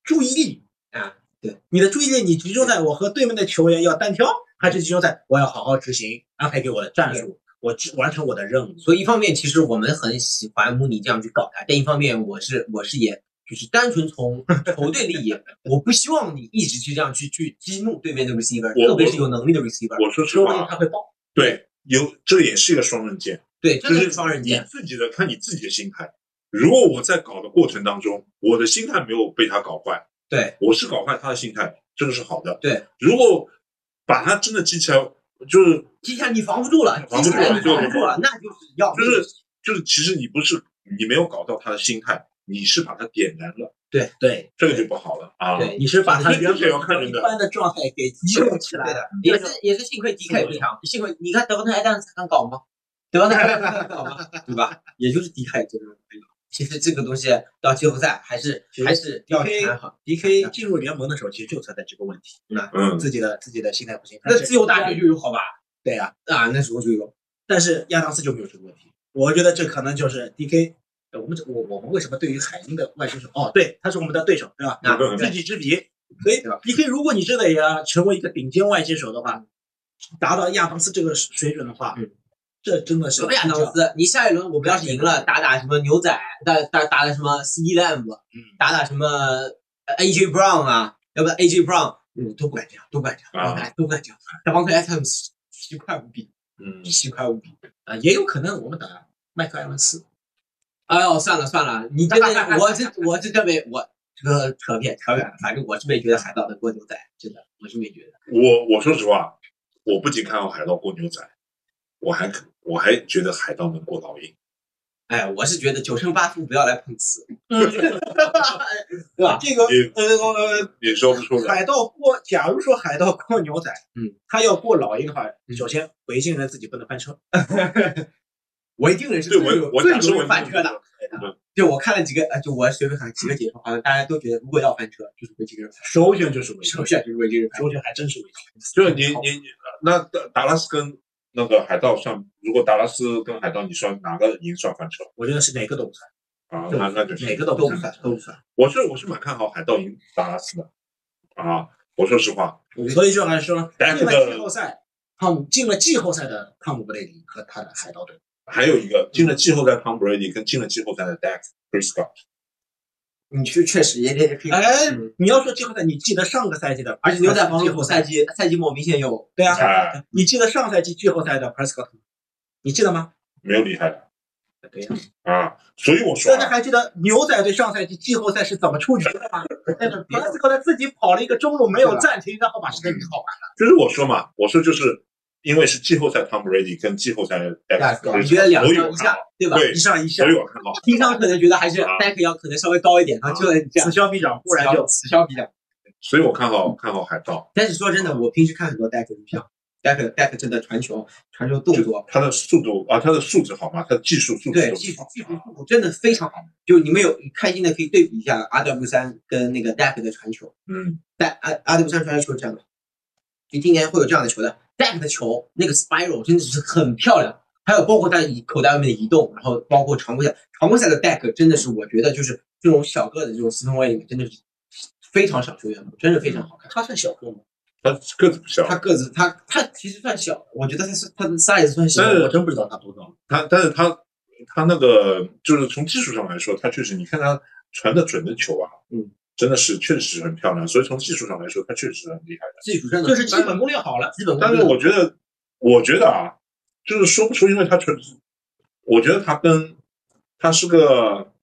[SPEAKER 2] 注意力啊，对，你的注意力你集中在我和对面的球员要单挑，还是集中在我要好好执行安排给我的战术，我执完成我的任务。
[SPEAKER 4] 所以一方面其实我们很喜欢穆里这样去搞他，但一方面我是我是也就是单纯从球队利益，我不希望你一直去这样去去激怒对面的 receiver，
[SPEAKER 3] 我
[SPEAKER 4] 特别
[SPEAKER 3] 我
[SPEAKER 4] 是有能力的 receiver，
[SPEAKER 3] 我说实
[SPEAKER 4] 说不定
[SPEAKER 3] 话，
[SPEAKER 4] 他会爆。
[SPEAKER 3] 对，有这也是一个双刃剑，
[SPEAKER 4] 对，真
[SPEAKER 3] 就
[SPEAKER 4] 的
[SPEAKER 3] 是
[SPEAKER 4] 是双刃
[SPEAKER 3] 你
[SPEAKER 4] 剑。
[SPEAKER 3] 自己的看你自己的心态。如果我在搞的过程当中，我的心态没有被他搞坏，
[SPEAKER 4] 对，
[SPEAKER 3] 我是搞坏他的心态，这个是好的。
[SPEAKER 4] 对，
[SPEAKER 3] 如果把他真的激起来，就是
[SPEAKER 4] 踢下你防不住了，
[SPEAKER 3] 防不住了
[SPEAKER 4] 踢下来你防
[SPEAKER 3] 就
[SPEAKER 4] 不住了，那就是要
[SPEAKER 3] 就是就是，其实你不是你没有搞到他的心态，你是把他点燃了，
[SPEAKER 2] 对，
[SPEAKER 3] 这个就不好了啊。
[SPEAKER 4] 对
[SPEAKER 2] 你是把他
[SPEAKER 3] 这
[SPEAKER 2] 原
[SPEAKER 3] 这要看
[SPEAKER 2] 本
[SPEAKER 3] 人
[SPEAKER 2] 一
[SPEAKER 3] 的
[SPEAKER 2] 般的状态给激动起来
[SPEAKER 4] 对
[SPEAKER 2] 了。
[SPEAKER 4] 的，也是也是幸亏迪凯不强，幸亏你看德文特艾丹斯敢搞吗？德文特艾丹斯敢搞吗？ (laughs) 对吧？也就是迪凯这种。其实这个东西到季后赛还是
[SPEAKER 2] 其实
[SPEAKER 4] 还是要
[SPEAKER 2] DK
[SPEAKER 4] 谈好。
[SPEAKER 2] DK 进入联盟的时候，其实就存在这个问题，对吧？
[SPEAKER 3] 嗯，
[SPEAKER 2] 自己的自己的心态不行。
[SPEAKER 4] 那自由大学就有好吧？
[SPEAKER 2] 对呀、
[SPEAKER 4] 啊，那时候就有。
[SPEAKER 2] 但是亚当斯就没有这个问题。我觉得这可能就是 DK，呃我们这我我们为什么对于海鹰的外星手，哦，对，他是我们的对手，对吧？
[SPEAKER 4] 那
[SPEAKER 3] 对
[SPEAKER 2] 知己知彼，所以
[SPEAKER 4] 嗯对吧
[SPEAKER 2] DK，如果你真的也要成为一个顶尖外接手的话，达到亚当斯这个水准的话，
[SPEAKER 4] 嗯
[SPEAKER 2] 这真的是
[SPEAKER 4] 什么亚当斯？你下一轮我们要是赢了，打打什么牛仔，打打打打什么 CD Lamb，
[SPEAKER 2] 嗯
[SPEAKER 4] 打打什么呃 AJ Brown 啊，要不然 AJ Brown，嗯，都不敢这样，都不敢这样，
[SPEAKER 3] 啊
[SPEAKER 4] 都不敢都不敢这样。打王克 Adams 奇快无比，
[SPEAKER 3] 嗯，
[SPEAKER 4] 奇快无比。
[SPEAKER 2] 啊，也有可能我们打麦克埃文斯，
[SPEAKER 4] 哎呦，算了算了，你真的，我是我是真没我这个扯远扯远了，反正我是没觉得海盗能过牛仔，真的我是没觉得。
[SPEAKER 3] 我我说实话，我不仅看好海盗过牛仔，我还可我还觉得海盗能过老鹰。
[SPEAKER 4] 哎，我是觉得九胜八负不要来碰瓷，
[SPEAKER 2] 嗯
[SPEAKER 4] (laughs) 对吧？
[SPEAKER 2] 啊这个
[SPEAKER 3] 也
[SPEAKER 2] 呃
[SPEAKER 4] 嗯
[SPEAKER 2] 呃
[SPEAKER 3] 也说不出来。
[SPEAKER 2] 海盗过，假如说海盗过牛仔，
[SPEAKER 4] 嗯，
[SPEAKER 2] 他要过老鹰的话，
[SPEAKER 4] 嗯
[SPEAKER 2] 首先维京人自己不能翻车，
[SPEAKER 4] (laughs) 维京人是
[SPEAKER 3] (laughs) 对
[SPEAKER 4] 最
[SPEAKER 3] 我
[SPEAKER 4] 容
[SPEAKER 3] 我
[SPEAKER 4] 最
[SPEAKER 3] 讲是
[SPEAKER 4] 容
[SPEAKER 3] 文
[SPEAKER 4] 易翻车的。
[SPEAKER 3] 嗯
[SPEAKER 4] 就我看了几个，呃，就我随便看了几个解说，好像大家都觉得如果要翻车，就是维京人翻车，
[SPEAKER 2] 首选就是维京
[SPEAKER 4] 首，选就是维京人翻车。
[SPEAKER 2] 首选还真是维京。
[SPEAKER 3] 就是你你你那达达拉斯跟那个海盗算，如果达拉斯跟海盗，你算哪个赢算翻车
[SPEAKER 2] 我觉得是哪个都不算，
[SPEAKER 3] 啊？那那就是
[SPEAKER 2] 哪个都
[SPEAKER 4] 都
[SPEAKER 2] 不
[SPEAKER 4] 不
[SPEAKER 2] 算
[SPEAKER 4] 算，
[SPEAKER 2] 都不算。
[SPEAKER 3] 我是我是蛮看好海盗赢达拉斯的啊。我说实话，
[SPEAKER 2] 所以说还是说，
[SPEAKER 3] 但
[SPEAKER 2] 进
[SPEAKER 3] 是
[SPEAKER 2] 了季后赛，汤姆进了季后赛的汤姆布雷迪和他的海盗队，
[SPEAKER 3] 还有一个进了季后赛，Tom Brady 跟进了季后赛的 Dak Prescott，
[SPEAKER 4] 你确确实也也可以，
[SPEAKER 2] 哎
[SPEAKER 4] 嗯，
[SPEAKER 2] 你要说季后赛，你记得上个赛季的，
[SPEAKER 4] 而且牛仔防
[SPEAKER 2] 季
[SPEAKER 4] 守
[SPEAKER 2] 后
[SPEAKER 4] 赛
[SPEAKER 2] 赛，
[SPEAKER 4] 季赛季末明显有
[SPEAKER 2] 对啊，
[SPEAKER 3] 哎，
[SPEAKER 2] 你记得上赛季季后赛的 Prescott，吗你记得吗？
[SPEAKER 3] 没有厉害的
[SPEAKER 2] 对呀、
[SPEAKER 3] 啊。所以我说
[SPEAKER 2] 大家
[SPEAKER 3] 啊，
[SPEAKER 2] 还记得牛仔队上赛季季后赛是怎么出局的吗？哎但是 Prescott 他自己跑了一个中路没有暂停，然后把时间给耗完。
[SPEAKER 3] 就是我说嘛，我说就是因为是季后赛 Tom Brady 跟季后赛的 Dak
[SPEAKER 4] 你觉得
[SPEAKER 3] Prescott，
[SPEAKER 4] 两
[SPEAKER 3] 所以
[SPEAKER 4] 上
[SPEAKER 3] 我
[SPEAKER 4] 一
[SPEAKER 3] 看
[SPEAKER 4] 下
[SPEAKER 3] 好，，
[SPEAKER 4] 对吧？
[SPEAKER 3] 对
[SPEAKER 2] 一上一下
[SPEAKER 3] 所以，我看好。
[SPEAKER 4] 平常可能觉得还是
[SPEAKER 3] 啊
[SPEAKER 4] 戴克要可能稍微高一点，然后就这样
[SPEAKER 2] 此，消彼长，忽然就
[SPEAKER 4] 此消彼长。
[SPEAKER 3] 所以我看好看好海盗，
[SPEAKER 4] 但是说真的，我平时看很多戴克录像，戴克戴克真的传球传球动作，
[SPEAKER 3] 他的速度啊，他的素质好吗？他的技术素质
[SPEAKER 4] 对
[SPEAKER 3] 都
[SPEAKER 4] 技术
[SPEAKER 3] 好
[SPEAKER 4] 技术速度真的非常好。就你们有开心的可以对比一下 R W 三跟那个戴克的传球，
[SPEAKER 3] 嗯，
[SPEAKER 4] 戴 R R W 三传球是这样的，就今年会有这样的球的，戴克的球那个 spiral 真的是很漂亮。还有包括他移口袋外面的移动，然后包括常规赛，常规赛的 Dak 真的是我觉得就是这种小个的这种四分卫里面真的是非常小球员，真是非常好看。
[SPEAKER 2] 他算小个吗？
[SPEAKER 3] 他个子不小，
[SPEAKER 4] 他个子，他他其实算小，我觉得他是他的 size 算小。
[SPEAKER 3] 但是
[SPEAKER 2] 我真不知道他多高。
[SPEAKER 3] 他但是他他那个就是从技术上来说，他确实你看他传的准的球啊，
[SPEAKER 4] 嗯，
[SPEAKER 3] 真的是确实很漂亮，所以从技术上来说，他确实很厉害的。
[SPEAKER 4] 技术真的
[SPEAKER 2] 就是基本功练好了，
[SPEAKER 4] 基本功。
[SPEAKER 3] 但是我觉得，我觉得啊，就是说不出，因为他确实，我觉得他跟他是个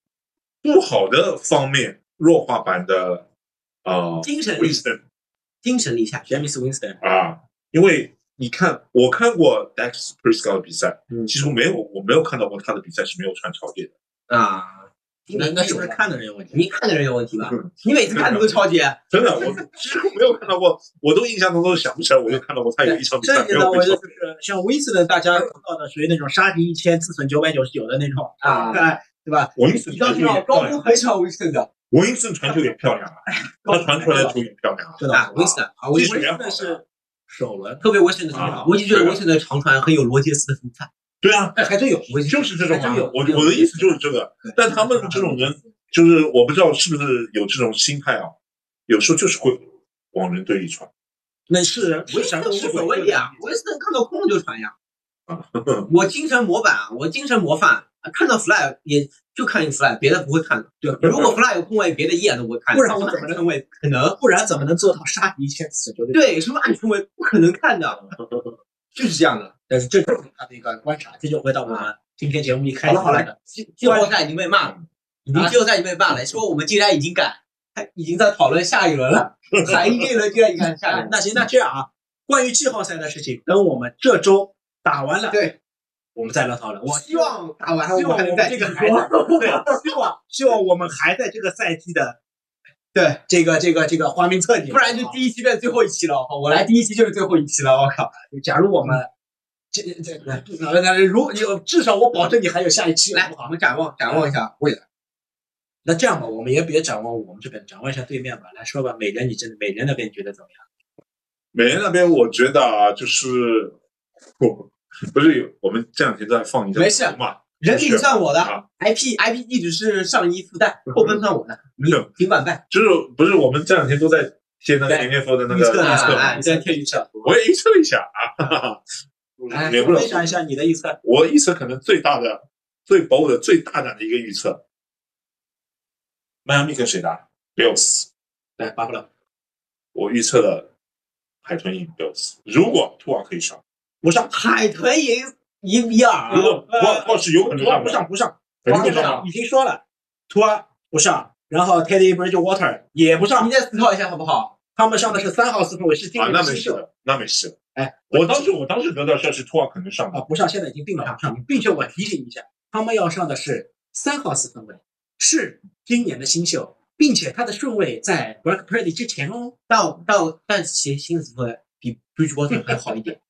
[SPEAKER 3] 不好的方面弱化版的啊
[SPEAKER 4] 精神力，
[SPEAKER 3] Winston
[SPEAKER 4] 精神力下去。
[SPEAKER 2] 杰米斯·温斯顿，
[SPEAKER 3] 啊，因为你看，我看过 Dax Prescott 的比赛，
[SPEAKER 4] 嗯
[SPEAKER 3] 其实我没有，我没有看到过他的比赛是没有穿超点的。
[SPEAKER 4] 啊，
[SPEAKER 2] 那那是不是
[SPEAKER 4] 看
[SPEAKER 2] 看的人有问题？
[SPEAKER 4] 你看的人有问题吧？你每次看的都超
[SPEAKER 2] 啊
[SPEAKER 4] 级，
[SPEAKER 3] 真的，我几乎没有看到过，我都印象当中想不起来，我就看到过他有一场比赛
[SPEAKER 2] 这
[SPEAKER 3] 没
[SPEAKER 2] 里呢，
[SPEAKER 3] 有
[SPEAKER 2] 我
[SPEAKER 3] 被
[SPEAKER 2] 觉
[SPEAKER 3] 超
[SPEAKER 4] (laughs)
[SPEAKER 2] 得就是像温斯顿，大家知道的属于那种杀敌一千，自损九百九十九的那种
[SPEAKER 4] 啊
[SPEAKER 2] 哎对吧？
[SPEAKER 3] 我 i n s t
[SPEAKER 4] 你知道
[SPEAKER 3] 传
[SPEAKER 4] 这
[SPEAKER 3] 球也
[SPEAKER 4] 种
[SPEAKER 3] 漂
[SPEAKER 4] 高
[SPEAKER 3] 亮，
[SPEAKER 4] 中很少 Winston 的
[SPEAKER 3] 我 i n s 传球也漂亮啊，他传出来的球也漂亮啊，
[SPEAKER 2] 知道
[SPEAKER 4] 啊
[SPEAKER 2] 吗？
[SPEAKER 4] ，Winston 啊
[SPEAKER 3] 技术
[SPEAKER 4] ，Winston
[SPEAKER 3] 也好
[SPEAKER 2] 但是首轮，特别危险的长
[SPEAKER 3] 啊
[SPEAKER 2] 传，
[SPEAKER 4] 我一直觉得我现在长传很有罗杰斯的风范，
[SPEAKER 3] 对啊，
[SPEAKER 2] 哎，还真有，
[SPEAKER 4] 我就
[SPEAKER 3] 就是这种
[SPEAKER 2] 还
[SPEAKER 3] 啊
[SPEAKER 2] 真有。
[SPEAKER 3] 我我的意思就是这个
[SPEAKER 2] 对，
[SPEAKER 3] 但他们这种人，就是我不知道是不是有这种心态啊，有时候就是会往人堆里传。
[SPEAKER 2] 那是人
[SPEAKER 4] 我
[SPEAKER 2] 是
[SPEAKER 4] 也
[SPEAKER 2] 神
[SPEAKER 4] 无
[SPEAKER 2] 是
[SPEAKER 4] 所
[SPEAKER 2] 鬼啊
[SPEAKER 4] 谓
[SPEAKER 2] 就
[SPEAKER 4] 的呀
[SPEAKER 2] 看，你
[SPEAKER 4] 我也是能看到空了就传呀。我精神模板，我精神模范，看到 fly 也就看你 fly，别的不会看的。
[SPEAKER 2] 对
[SPEAKER 4] 如果 fly 有空位，别的一眼都不会看。
[SPEAKER 2] 不然
[SPEAKER 4] 像
[SPEAKER 2] 我
[SPEAKER 4] 我
[SPEAKER 2] 怎么能
[SPEAKER 4] 能位？不可能。
[SPEAKER 2] 不然怎么能做到杀敌一千死九九？
[SPEAKER 4] 对，什么暗称位不可能看的，就是这样的。
[SPEAKER 2] 但是这就是他的一个观察，这就回到我们今天节目一开始
[SPEAKER 4] 好了好
[SPEAKER 2] 的，
[SPEAKER 4] 季季后赛已经被骂了，啊已经季后赛已经被骂了，说我们竟然已经敢，还已经在讨论下一轮了，还一这一轮居然已经敢下一嗯
[SPEAKER 2] 哎
[SPEAKER 4] (laughs) 轮。
[SPEAKER 2] 那行，那这样啊，关于季后赛的事情，等我们这周打完了，
[SPEAKER 4] 对，
[SPEAKER 2] 我们再来讨论。我
[SPEAKER 4] 希望打
[SPEAKER 2] (laughs)
[SPEAKER 4] 完，
[SPEAKER 2] 希望
[SPEAKER 4] 我
[SPEAKER 2] 我
[SPEAKER 4] 还
[SPEAKER 2] 们
[SPEAKER 4] 能再
[SPEAKER 2] 这
[SPEAKER 4] 继
[SPEAKER 2] 个
[SPEAKER 4] 续
[SPEAKER 2] 还
[SPEAKER 4] 说。
[SPEAKER 2] 在，对，希望希望我们还在这个赛季的
[SPEAKER 4] 对，
[SPEAKER 2] 这个这个这个花名册里，啊
[SPEAKER 4] 不然就第一期变最后一期了。我来第一期就是最后一期了，我靠！
[SPEAKER 2] 假如我们这这这，如有至少我保证你还有下一期，好
[SPEAKER 4] 来
[SPEAKER 2] 不，
[SPEAKER 4] 我
[SPEAKER 2] 好？
[SPEAKER 4] 们展望展望一下未来。
[SPEAKER 2] 那这样吧，我们也别展望我们这边，展望一下对面吧。来说吧，美联你真的美联那边觉得怎么样？
[SPEAKER 3] 美人那边，我觉得啊，就是我不是有我们这两天在放一下
[SPEAKER 4] 没事
[SPEAKER 3] 嘛，
[SPEAKER 4] 人品算我的
[SPEAKER 3] 啊
[SPEAKER 4] ，IP IP 一直是上衣附带，扣分算我的，你
[SPEAKER 3] 是
[SPEAKER 4] 尽管办。
[SPEAKER 3] 就是不是我们这两天都在贴那个 NFL 的那
[SPEAKER 2] 预测啊
[SPEAKER 3] 个
[SPEAKER 2] 的
[SPEAKER 3] 预测
[SPEAKER 4] 哎
[SPEAKER 3] 嘛，
[SPEAKER 4] 哎
[SPEAKER 2] 你再贴预测，
[SPEAKER 3] 我也预测一下啊，哈哈
[SPEAKER 2] 来
[SPEAKER 3] 哈， (laughs) 也不能
[SPEAKER 2] 分享一下你的预测。
[SPEAKER 3] 我预测可能最大的、最 bold 的、最大胆的一个预测，迈阿密跟谁打？Bills，
[SPEAKER 2] 来，巴布勒
[SPEAKER 3] 我预测了海豚赢 Bills。如果图瓦可以上，
[SPEAKER 2] 不上，
[SPEAKER 4] 海豚赢一比二
[SPEAKER 3] 如，果图瓦图瓦是有可能
[SPEAKER 2] 图瓦
[SPEAKER 3] 上
[SPEAKER 2] 不
[SPEAKER 3] 的，
[SPEAKER 2] 上不上，
[SPEAKER 3] 肯定会
[SPEAKER 2] 不
[SPEAKER 3] 上
[SPEAKER 2] 上，
[SPEAKER 3] 的。
[SPEAKER 2] 已经说了，图尔不上，然后 Teddy Bridgewater 也不
[SPEAKER 4] 你
[SPEAKER 2] 上，
[SPEAKER 4] 再思考一下好不好？
[SPEAKER 2] 他们上的是三号四分卫，是今
[SPEAKER 3] 啊，
[SPEAKER 2] 年
[SPEAKER 3] 那
[SPEAKER 2] 的
[SPEAKER 3] 没
[SPEAKER 2] 新
[SPEAKER 3] 事
[SPEAKER 2] 秀
[SPEAKER 3] 的，那没事。
[SPEAKER 2] 哎，
[SPEAKER 3] 我当时我当时得到消息，图瓦可能上
[SPEAKER 2] 啊
[SPEAKER 3] 的。
[SPEAKER 2] 不上，现在已经定了不上，并且我提醒一下，他们要上的是三号四分卫，是今年的新秀，并且他的顺位在 Brock Purdy 之前哦。
[SPEAKER 4] 但我但我但其实新斯会比 Bridgewater 还好一点。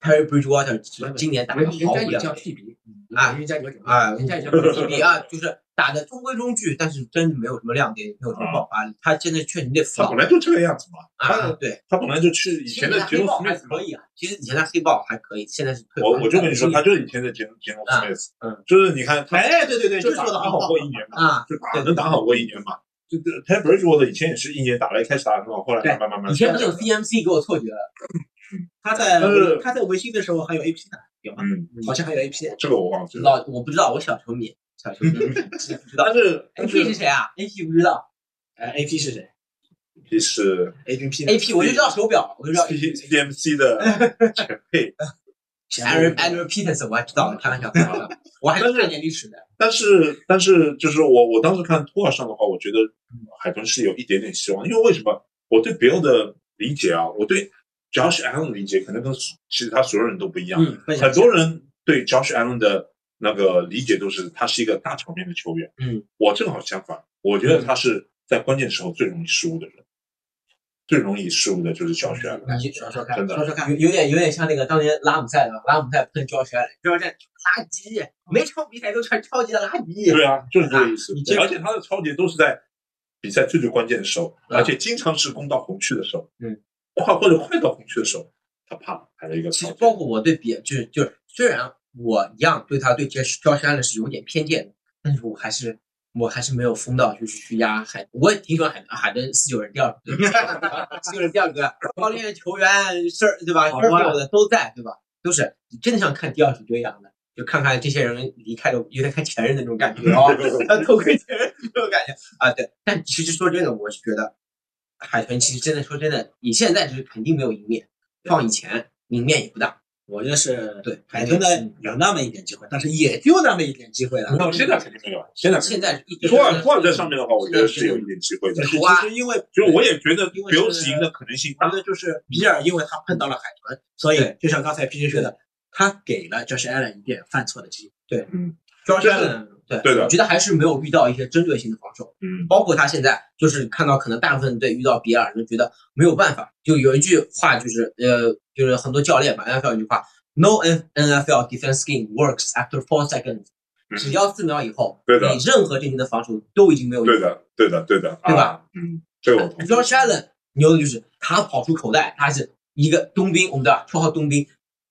[SPEAKER 4] Terry Bridgewater 只今年打的好
[SPEAKER 2] 人家
[SPEAKER 4] 无
[SPEAKER 2] 也叫
[SPEAKER 4] 聊
[SPEAKER 2] PB，
[SPEAKER 4] 啊
[SPEAKER 2] 人家有点
[SPEAKER 4] 啊，
[SPEAKER 2] 人家也叫
[SPEAKER 4] 比
[SPEAKER 2] PB
[SPEAKER 4] 啊，就是打的中规中矩，但是真没有什么亮点，没有什么爆发力。他现在确实得服
[SPEAKER 3] 嗯他
[SPEAKER 4] 老
[SPEAKER 3] 本来就这个样子嘛，
[SPEAKER 4] 啊，
[SPEAKER 3] 他
[SPEAKER 4] 对，
[SPEAKER 3] 他本来就去以
[SPEAKER 4] 以
[SPEAKER 3] 前的杰
[SPEAKER 4] 黑
[SPEAKER 3] 伦
[SPEAKER 4] 豹
[SPEAKER 3] 斯
[SPEAKER 4] 还
[SPEAKER 3] 密斯嘛
[SPEAKER 4] 可。以啊，其实以前的黑豹还可以，现在是退化
[SPEAKER 3] 我我就跟你说，
[SPEAKER 4] 但
[SPEAKER 3] 他就
[SPEAKER 4] 是
[SPEAKER 3] 是以前的杰杰伦斯密斯，
[SPEAKER 4] 嗯，
[SPEAKER 3] 就是你看他
[SPEAKER 2] 哎，对对对，
[SPEAKER 3] 就
[SPEAKER 2] 这说的
[SPEAKER 3] 打
[SPEAKER 2] 很
[SPEAKER 3] 好
[SPEAKER 2] 好。
[SPEAKER 3] 过一年嘛。
[SPEAKER 4] 啊，
[SPEAKER 3] 就打能打好过一年嘛。就这 t e m p e r a t u r 的以前也是一年打了，一开始打得很好，后来慢慢慢慢。
[SPEAKER 4] 以前那种 CMC 给我错觉了，
[SPEAKER 2] 他在
[SPEAKER 3] 但是
[SPEAKER 2] 他在维新的时候还有 AP 呢，有吗？
[SPEAKER 3] 嗯，
[SPEAKER 2] 好像还有 AP。
[SPEAKER 3] 这个我忘记了。
[SPEAKER 4] 老我不知道，我小球迷，小
[SPEAKER 3] (laughs)
[SPEAKER 4] 球迷不知道
[SPEAKER 3] 但。是但
[SPEAKER 4] AP
[SPEAKER 3] 是
[SPEAKER 4] 是谁啊？AP 不知道
[SPEAKER 2] 哎，AP 是谁
[SPEAKER 3] 这是
[SPEAKER 2] ？AP 呢
[SPEAKER 4] ，AP 我就知道手表，我就知道
[SPEAKER 3] C C M C
[SPEAKER 4] (laughs)
[SPEAKER 3] 的前辈，
[SPEAKER 4] Aaron Aaron Peterson，我还知道，开玩笑，开玩笑，我还是看点历史的。
[SPEAKER 3] 但是但是就是我我当时看托尔上的话，我觉得海豚是有一点点希望，因为为什么？我对 Bill 的理解啊，我对 Josh Allen 的理解可能跟其他所有人都不一样。
[SPEAKER 4] 嗯，分享
[SPEAKER 3] 很多人对 Josh Allen 的那个理解都是他是一个大场面的球员。
[SPEAKER 4] 嗯，
[SPEAKER 3] 我正好相反，我觉得他是在关键时候最容易失误的人，最容易失误的就是
[SPEAKER 4] 嗯
[SPEAKER 3] Josh Allen。
[SPEAKER 2] 你说说看，
[SPEAKER 3] 真的
[SPEAKER 2] 说说看。
[SPEAKER 4] 有有点有点像那个当年拉姆塞的，拉姆塞喷 Josh Allen，Josh Allen 垃圾，每场比赛都穿超级的垃圾。
[SPEAKER 3] 对啊，就是这个意思。
[SPEAKER 4] 啊你接着
[SPEAKER 3] 而且他的超节都是在比赛最最关键的时候，
[SPEAKER 4] 啊
[SPEAKER 3] 而且经常是攻到红区的时候，
[SPEAKER 4] 嗯，
[SPEAKER 3] 快或者快到红区的时候，他啪来了一个
[SPEAKER 4] 其
[SPEAKER 3] 超
[SPEAKER 4] 实
[SPEAKER 3] 节。
[SPEAKER 4] 包括我对别，就是就是，虽然我一样对他对 Josh Josh Allen 是有点偏见的，但是我还是我还是没有疯到就是去压海，我也挺喜欢海海登四九人第二个， (laughs) 四九人第二个教练、球员、事儿对吧，
[SPEAKER 2] 好
[SPEAKER 4] 事
[SPEAKER 2] 多
[SPEAKER 4] 儿
[SPEAKER 2] 啊
[SPEAKER 4] 有的都在对吧？都是你真的像看第二组队一样的，就看看这些人离开了，有点看前任的那种感觉
[SPEAKER 3] (laughs)
[SPEAKER 4] 哦。他偷窥前人这种感觉啊。对，但其实说真的，我是觉得海豚其实真的说真的，你现在就是肯定没有赢面，放以前赢面也不大。
[SPEAKER 2] 我觉得是
[SPEAKER 4] 对哎
[SPEAKER 2] 海豚呢
[SPEAKER 3] 嗯
[SPEAKER 2] 有那么一点机会，但是也就那么一点机会了。
[SPEAKER 3] 那现在肯定没有，啊现在
[SPEAKER 4] 现在是一直
[SPEAKER 3] 托尔托尔在上面的话，我觉得是有一点机会的
[SPEAKER 2] 但。是
[SPEAKER 4] 好啊
[SPEAKER 2] 其实因为
[SPEAKER 3] 就是我也觉得
[SPEAKER 2] 因为
[SPEAKER 3] b i l
[SPEAKER 2] 是
[SPEAKER 3] 赢的可能性
[SPEAKER 2] 我
[SPEAKER 3] 大
[SPEAKER 2] 觉。得就是比尔，因为他碰到了海豚，所以
[SPEAKER 4] 对
[SPEAKER 2] 就像刚才 P J 说的，他给了 Josh Allen 一点犯错的机会。
[SPEAKER 4] Josh
[SPEAKER 3] 对
[SPEAKER 4] Allen 对
[SPEAKER 3] 对的
[SPEAKER 4] 我觉得还是没有遇到一些针对性的防守，
[SPEAKER 3] 嗯，
[SPEAKER 4] 包括他现在就是看到可能大部分队遇到比尔就觉得没有办法，就有一句话就是呃，就是很多教练吧 NFL 有一句话，No N- NFL defense scheme works after four seconds，
[SPEAKER 3] 嗯
[SPEAKER 4] 只要四秒以后，
[SPEAKER 3] 对的
[SPEAKER 4] 你任何阵型的防守都已经没有用
[SPEAKER 3] 对的，对的，对的，
[SPEAKER 4] 对吧
[SPEAKER 3] 啊？嗯，这个我同意。
[SPEAKER 4] Josh Allen 牛的就是他跑出口袋，他是一个冬兵，我们的绰号冬兵，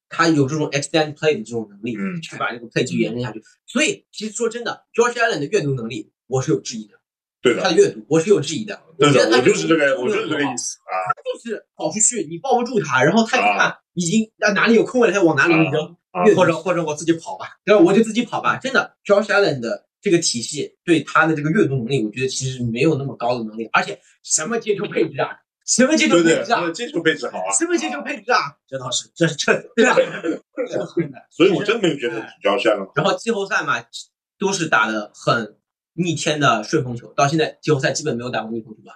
[SPEAKER 4] 他有这种 extend play 的这种能力，
[SPEAKER 3] 嗯
[SPEAKER 4] 去把这个 play 去延伸下去。所以其实说真的，George Allen 的阅读能力我是有质疑的，
[SPEAKER 3] 对
[SPEAKER 4] 他
[SPEAKER 3] 的，
[SPEAKER 4] 的阅读我是有质疑的。
[SPEAKER 3] 对
[SPEAKER 4] 觉得
[SPEAKER 3] 的，
[SPEAKER 4] 他
[SPEAKER 3] 我就是这个，我
[SPEAKER 4] 阅
[SPEAKER 3] 就
[SPEAKER 4] 读
[SPEAKER 3] 是这
[SPEAKER 4] 能
[SPEAKER 3] 个
[SPEAKER 4] 力很好
[SPEAKER 3] 意思啊。
[SPEAKER 4] 他就是跑出去，你抱不住他，然后他一看、
[SPEAKER 3] 啊
[SPEAKER 4] 已经啊哪里有空位了，他往哪里一扔，
[SPEAKER 3] 啊
[SPEAKER 4] 越或者或者我自己跑吧，对吧？我就自己跑吧。真的，Josh Allen 的这个体系对他的这个阅读能力，我觉得其实没有那么高的能力，而且什么接球配置啊，什么接球
[SPEAKER 3] 对对
[SPEAKER 4] 配置啊，
[SPEAKER 3] 对，接球配置好啊。
[SPEAKER 4] 什么接球配置啊，
[SPEAKER 6] 这倒是，这是这对吧？这个很难
[SPEAKER 3] 所以我真没有觉得
[SPEAKER 6] 哎
[SPEAKER 3] 比较帅了。
[SPEAKER 4] 然后季后赛嘛，都是打的很逆天的顺风球，到现在季后赛基本没有打过逆风球吧？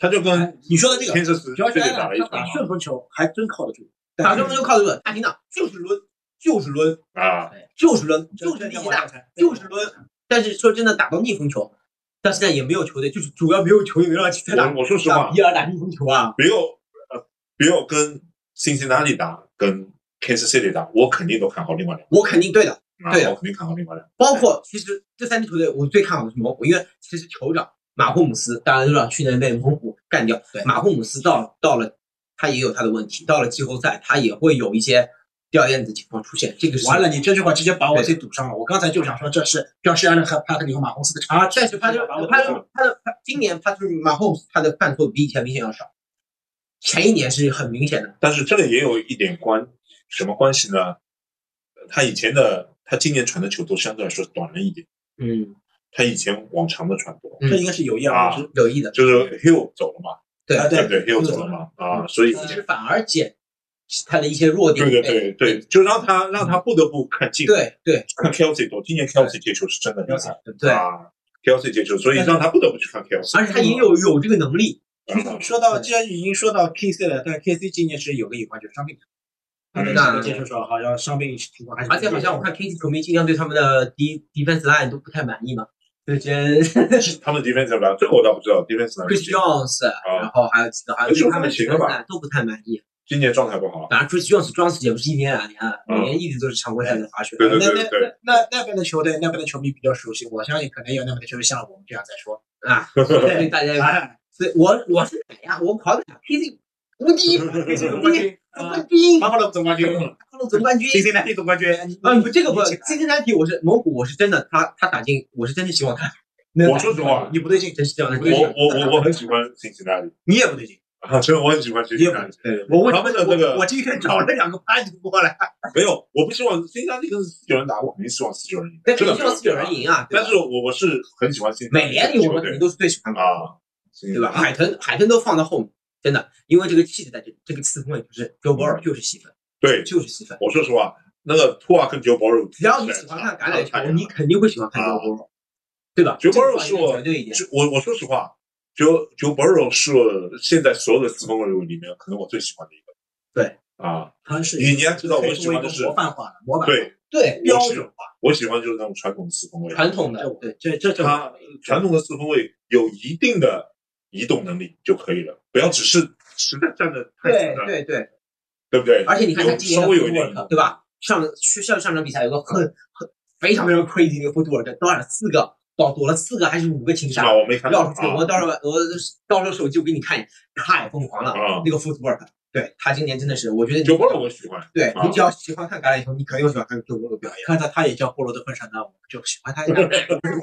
[SPEAKER 3] 他就跟
[SPEAKER 6] 哎你说的这个
[SPEAKER 3] 天使是
[SPEAKER 6] 主要
[SPEAKER 3] 这
[SPEAKER 6] 是
[SPEAKER 3] 个
[SPEAKER 6] 安
[SPEAKER 3] 打了一
[SPEAKER 6] 他
[SPEAKER 3] 场啊
[SPEAKER 6] 打顺风球还真靠得住，
[SPEAKER 4] 打顺风球靠得住，大停档就是抡，就是抡，
[SPEAKER 3] 啊，
[SPEAKER 6] 哎
[SPEAKER 4] 就是抡，
[SPEAKER 6] 就
[SPEAKER 4] 就是力气
[SPEAKER 6] 我
[SPEAKER 4] 大
[SPEAKER 6] 打，，
[SPEAKER 4] 就是抡。但是说真的，打到逆风球，到现在也没有球队，就是主要没有球队能让球队打
[SPEAKER 3] 我我说实
[SPEAKER 4] 打
[SPEAKER 3] 话
[SPEAKER 4] 比，尔打逆风球啊。
[SPEAKER 3] 没有呃，没有跟辛辛那里打，跟 Kansas City 打，我肯定都看好另外两
[SPEAKER 4] 我肯定对的，
[SPEAKER 3] 个，啊
[SPEAKER 4] 对的
[SPEAKER 3] 我肯定看好另外两个。
[SPEAKER 4] 包括其实这三支球队，我最看好的是猛虎，因为其实酋长马霍姆斯大家都知道去年被猛虎干掉，
[SPEAKER 6] 对
[SPEAKER 4] 马霍姆斯到到了他也有他的问题，到了季后赛他也会有一些掉链子情况出现，这个是
[SPEAKER 6] 完了，你这句话直接把我给堵上了。我刚才就想说，这是标示安伦和帕特里和马洪斯的差距。
[SPEAKER 4] 但是他就
[SPEAKER 6] 把我
[SPEAKER 4] 他就他的他今年他就是马霍姆斯他的犯错比以前明显要少，前一年是很明显的，
[SPEAKER 3] 但是这个也有一点关什么关系呢？他以前的他今年传的球都相对来说短了一点，
[SPEAKER 4] 嗯，
[SPEAKER 3] 他以前往长的传多，
[SPEAKER 4] 嗯
[SPEAKER 6] 这应该是有意而为之。
[SPEAKER 4] 有意的，
[SPEAKER 3] 啊就是 Hill 走了嘛，
[SPEAKER 4] 对
[SPEAKER 6] 啊
[SPEAKER 3] 对不对
[SPEAKER 6] 对
[SPEAKER 3] ？Hill
[SPEAKER 6] Hill
[SPEAKER 3] 走了嘛，啊，所以
[SPEAKER 4] 其实反而减他的一些弱点，
[SPEAKER 3] 对对对对，就让他让他不得不看进
[SPEAKER 4] 对对
[SPEAKER 3] 看 Kelsey 多，今年 Kelsey 接球是真的厉害
[SPEAKER 6] 对
[SPEAKER 4] 对，
[SPEAKER 3] 啊，Kelsey 接球，所以让他不得不去看 Kelsey，啊
[SPEAKER 4] 而且他也有有这个能力，
[SPEAKER 6] 说到既然已经说到 KC 了，但 KC 今年是有个隐患，就是伤病。他
[SPEAKER 3] 嗯
[SPEAKER 6] 的这个接触说，好像伤病情况还是
[SPEAKER 4] 而且好像我看 KT 球迷经常对他们的 D defense line 都不太满意嘛，就觉得 Chris
[SPEAKER 3] 他们的 defense 吧，这个我倒不知道，defense 呢
[SPEAKER 4] Jones，、然后还有几个好像对他们 defense line 都不太满意。
[SPEAKER 3] 啊今年状态不
[SPEAKER 4] (laughs)
[SPEAKER 3] 好，
[SPEAKER 4] 反正 Chris Jones 撞死也不是一天啊两年了，
[SPEAKER 3] 嗯
[SPEAKER 4] 每年一直都是常规赛的滑雪。
[SPEAKER 3] 对
[SPEAKER 6] 那
[SPEAKER 3] 对
[SPEAKER 6] 那
[SPEAKER 3] 对对
[SPEAKER 6] 那那那边的球队，那边的球迷比较熟悉，我相信可能有那边的球迷像我们这样在说，
[SPEAKER 4] 啊，所以大家，
[SPEAKER 6] 哎，
[SPEAKER 4] 所以我我是哪呀？我狂打 KT 无敌，总冠军，总冠军，
[SPEAKER 6] 马克勒总冠军
[SPEAKER 4] 总冠军。
[SPEAKER 6] ，KC 南地总冠军，
[SPEAKER 4] 啊，不，这个不，
[SPEAKER 6] 你起来
[SPEAKER 4] 今天难题我是蒙古，我是真的，他他打进，我是真的希望他。
[SPEAKER 3] 我说实话，
[SPEAKER 6] 你不对劲，
[SPEAKER 4] 真是这样的，
[SPEAKER 3] 我我我我很喜欢辛辛那里
[SPEAKER 6] 你也不对劲，
[SPEAKER 3] 啊，真的我很喜欢辛
[SPEAKER 6] 你也
[SPEAKER 3] 辛
[SPEAKER 6] 不
[SPEAKER 3] 那
[SPEAKER 6] 对
[SPEAKER 3] 里
[SPEAKER 6] 劲，。我为
[SPEAKER 3] 他们的那个
[SPEAKER 6] 我今天找了两个潘主过来，
[SPEAKER 3] 没有，我不希望辛辛那里跟四九人打，我肯定希望四九人赢，
[SPEAKER 4] 但
[SPEAKER 3] 这个
[SPEAKER 4] 希望四九人赢啊，对吧
[SPEAKER 3] 但是我我是很喜欢辛辛那
[SPEAKER 4] 美
[SPEAKER 3] 里这
[SPEAKER 4] 联里
[SPEAKER 3] 个球
[SPEAKER 4] 我们
[SPEAKER 3] 队
[SPEAKER 4] 肯定都是最喜欢的，
[SPEAKER 3] 啊，对
[SPEAKER 4] 对吧？海豚海豚都放到后面，真的，因为这个气质在这里，这个次分就是 Joe Burrow 就是戏份，
[SPEAKER 3] 对，
[SPEAKER 4] 就是戏份。
[SPEAKER 3] 我说实话，那个托尔跟九保尔，
[SPEAKER 4] 只要你喜欢看橄榄球，你肯定会喜欢看
[SPEAKER 3] 啊
[SPEAKER 4] Joe Burrow，对吧
[SPEAKER 3] Joe
[SPEAKER 4] 这个
[SPEAKER 3] Burrow
[SPEAKER 4] 话
[SPEAKER 3] 是我
[SPEAKER 4] 绝对一点，
[SPEAKER 3] 就我我说实话，九九 Burrow 是我现在所有的四分卫里面可能我最喜欢的一个。
[SPEAKER 4] 对
[SPEAKER 3] 啊，
[SPEAKER 6] 他是
[SPEAKER 3] 你你还知道我喜欢的是
[SPEAKER 6] 模范化的模板，
[SPEAKER 3] 对，
[SPEAKER 4] 对
[SPEAKER 3] 我
[SPEAKER 6] 标
[SPEAKER 3] 喜
[SPEAKER 6] 准化。
[SPEAKER 3] 我喜欢就是那种传统的四分卫，
[SPEAKER 4] 传统的
[SPEAKER 6] 这我
[SPEAKER 4] 对。
[SPEAKER 6] 这这这
[SPEAKER 3] 他传统的四分卫有一定的移动能力就可以了，不要只是实在站的太
[SPEAKER 4] 对
[SPEAKER 3] 死了，
[SPEAKER 4] 对对，
[SPEAKER 3] 对不对？
[SPEAKER 4] 而且你看他
[SPEAKER 3] 有
[SPEAKER 4] 今年
[SPEAKER 3] 稍
[SPEAKER 4] 的
[SPEAKER 3] 微有一点移
[SPEAKER 4] footwork，
[SPEAKER 3] 动，
[SPEAKER 4] 对吧？上去上上场比赛有个很很非常非常 crazy 的一个 footwork，多少四个躲躲了四个还是五个擒
[SPEAKER 3] 是
[SPEAKER 4] 杀
[SPEAKER 3] 吧？，我没看到
[SPEAKER 4] 要是
[SPEAKER 3] 啊
[SPEAKER 4] 我到时候我到时候手机我给你看，太疯狂了
[SPEAKER 3] 啊，
[SPEAKER 4] 那个 footwork。对他今年真的是，我觉得你
[SPEAKER 3] 九 Burrow 我喜欢，
[SPEAKER 4] 对
[SPEAKER 3] 啊
[SPEAKER 4] 你只要喜欢看橄榄球，你肯定喜欢看中国的表演。
[SPEAKER 6] 看到他也叫菠萝的份上呢，我们就喜欢他 (laughs) 一下，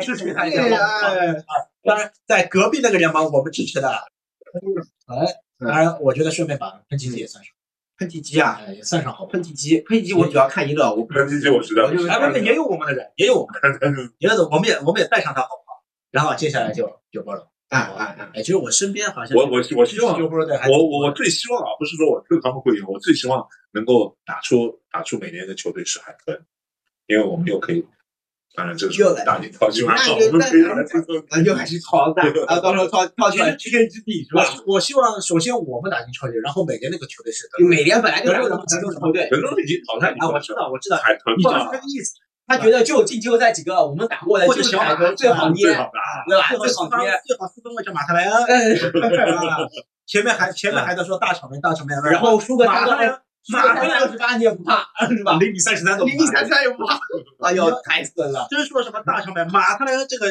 [SPEAKER 6] 支持他一下。
[SPEAKER 4] 哎
[SPEAKER 6] 当然，在隔壁那个联盟，我们支持的。哎，当然，我觉得顺便把喷气机也算上，
[SPEAKER 4] 喷气机啊，
[SPEAKER 6] 哎，也算上好吧。
[SPEAKER 4] 喷气机，喷气机我主要看一个，我不
[SPEAKER 3] 那这些我实在不
[SPEAKER 4] 我就
[SPEAKER 3] 喜
[SPEAKER 4] 是
[SPEAKER 6] 哎，
[SPEAKER 3] 欢
[SPEAKER 6] 不是，。也有我们的人，也有我们，也有我们也我们也带上他，好不好？然后接下来就就菠萝。
[SPEAKER 4] 啊啊
[SPEAKER 6] 哎，其实我身边好像
[SPEAKER 3] 我我我希望
[SPEAKER 6] 就菠萝的还挺
[SPEAKER 3] 我
[SPEAKER 6] 多
[SPEAKER 3] 我我最希望啊，不是说我对他们会赢，我最希望能够打出打出每年的球队是海豚，因为我们又可以，当然这个是
[SPEAKER 4] 又来
[SPEAKER 3] 大年挑起玩笑，
[SPEAKER 4] 那就
[SPEAKER 3] 我们可以
[SPEAKER 4] 那
[SPEAKER 3] 来这个
[SPEAKER 4] 啊，又开始超
[SPEAKER 3] (laughs)
[SPEAKER 4] 大，然啊后到时候超超
[SPEAKER 6] 其实
[SPEAKER 4] 出天之地是
[SPEAKER 6] 我？希我希望首先我们打进超级，然后每年那个球队是的。
[SPEAKER 4] 美联本来就
[SPEAKER 6] 德州人
[SPEAKER 4] 是
[SPEAKER 6] 德州人
[SPEAKER 4] 球队，
[SPEAKER 3] 人都已经淘汰你
[SPEAKER 6] 啊，
[SPEAKER 3] 了，
[SPEAKER 6] 我知道，我知道，
[SPEAKER 3] 海豚
[SPEAKER 6] 你就是
[SPEAKER 3] 吧
[SPEAKER 6] 这，个意思。
[SPEAKER 4] 他觉得就进季后赛几个我们打过来，
[SPEAKER 6] 或者
[SPEAKER 4] 哎就是
[SPEAKER 6] 小马
[SPEAKER 4] 打一个最好捏
[SPEAKER 3] 最，好的啊
[SPEAKER 4] 对吧？
[SPEAKER 6] 最好
[SPEAKER 4] 最好
[SPEAKER 6] 四分
[SPEAKER 4] 捏。
[SPEAKER 6] 最好四分卫叫马特莱恩。
[SPEAKER 4] 嗯
[SPEAKER 6] 前面还前面还在说大场面大场面，
[SPEAKER 4] 然后输个
[SPEAKER 6] 马
[SPEAKER 4] 三
[SPEAKER 6] 上
[SPEAKER 4] 个，
[SPEAKER 6] 马上
[SPEAKER 4] 二十八你也不怕，是吧？
[SPEAKER 6] 零比三十三都不
[SPEAKER 4] 零
[SPEAKER 6] 怕
[SPEAKER 4] 比三，三也不怕， (laughs) 哎呦，太损了。
[SPEAKER 6] 真说什么大场面，马特莱恩这个，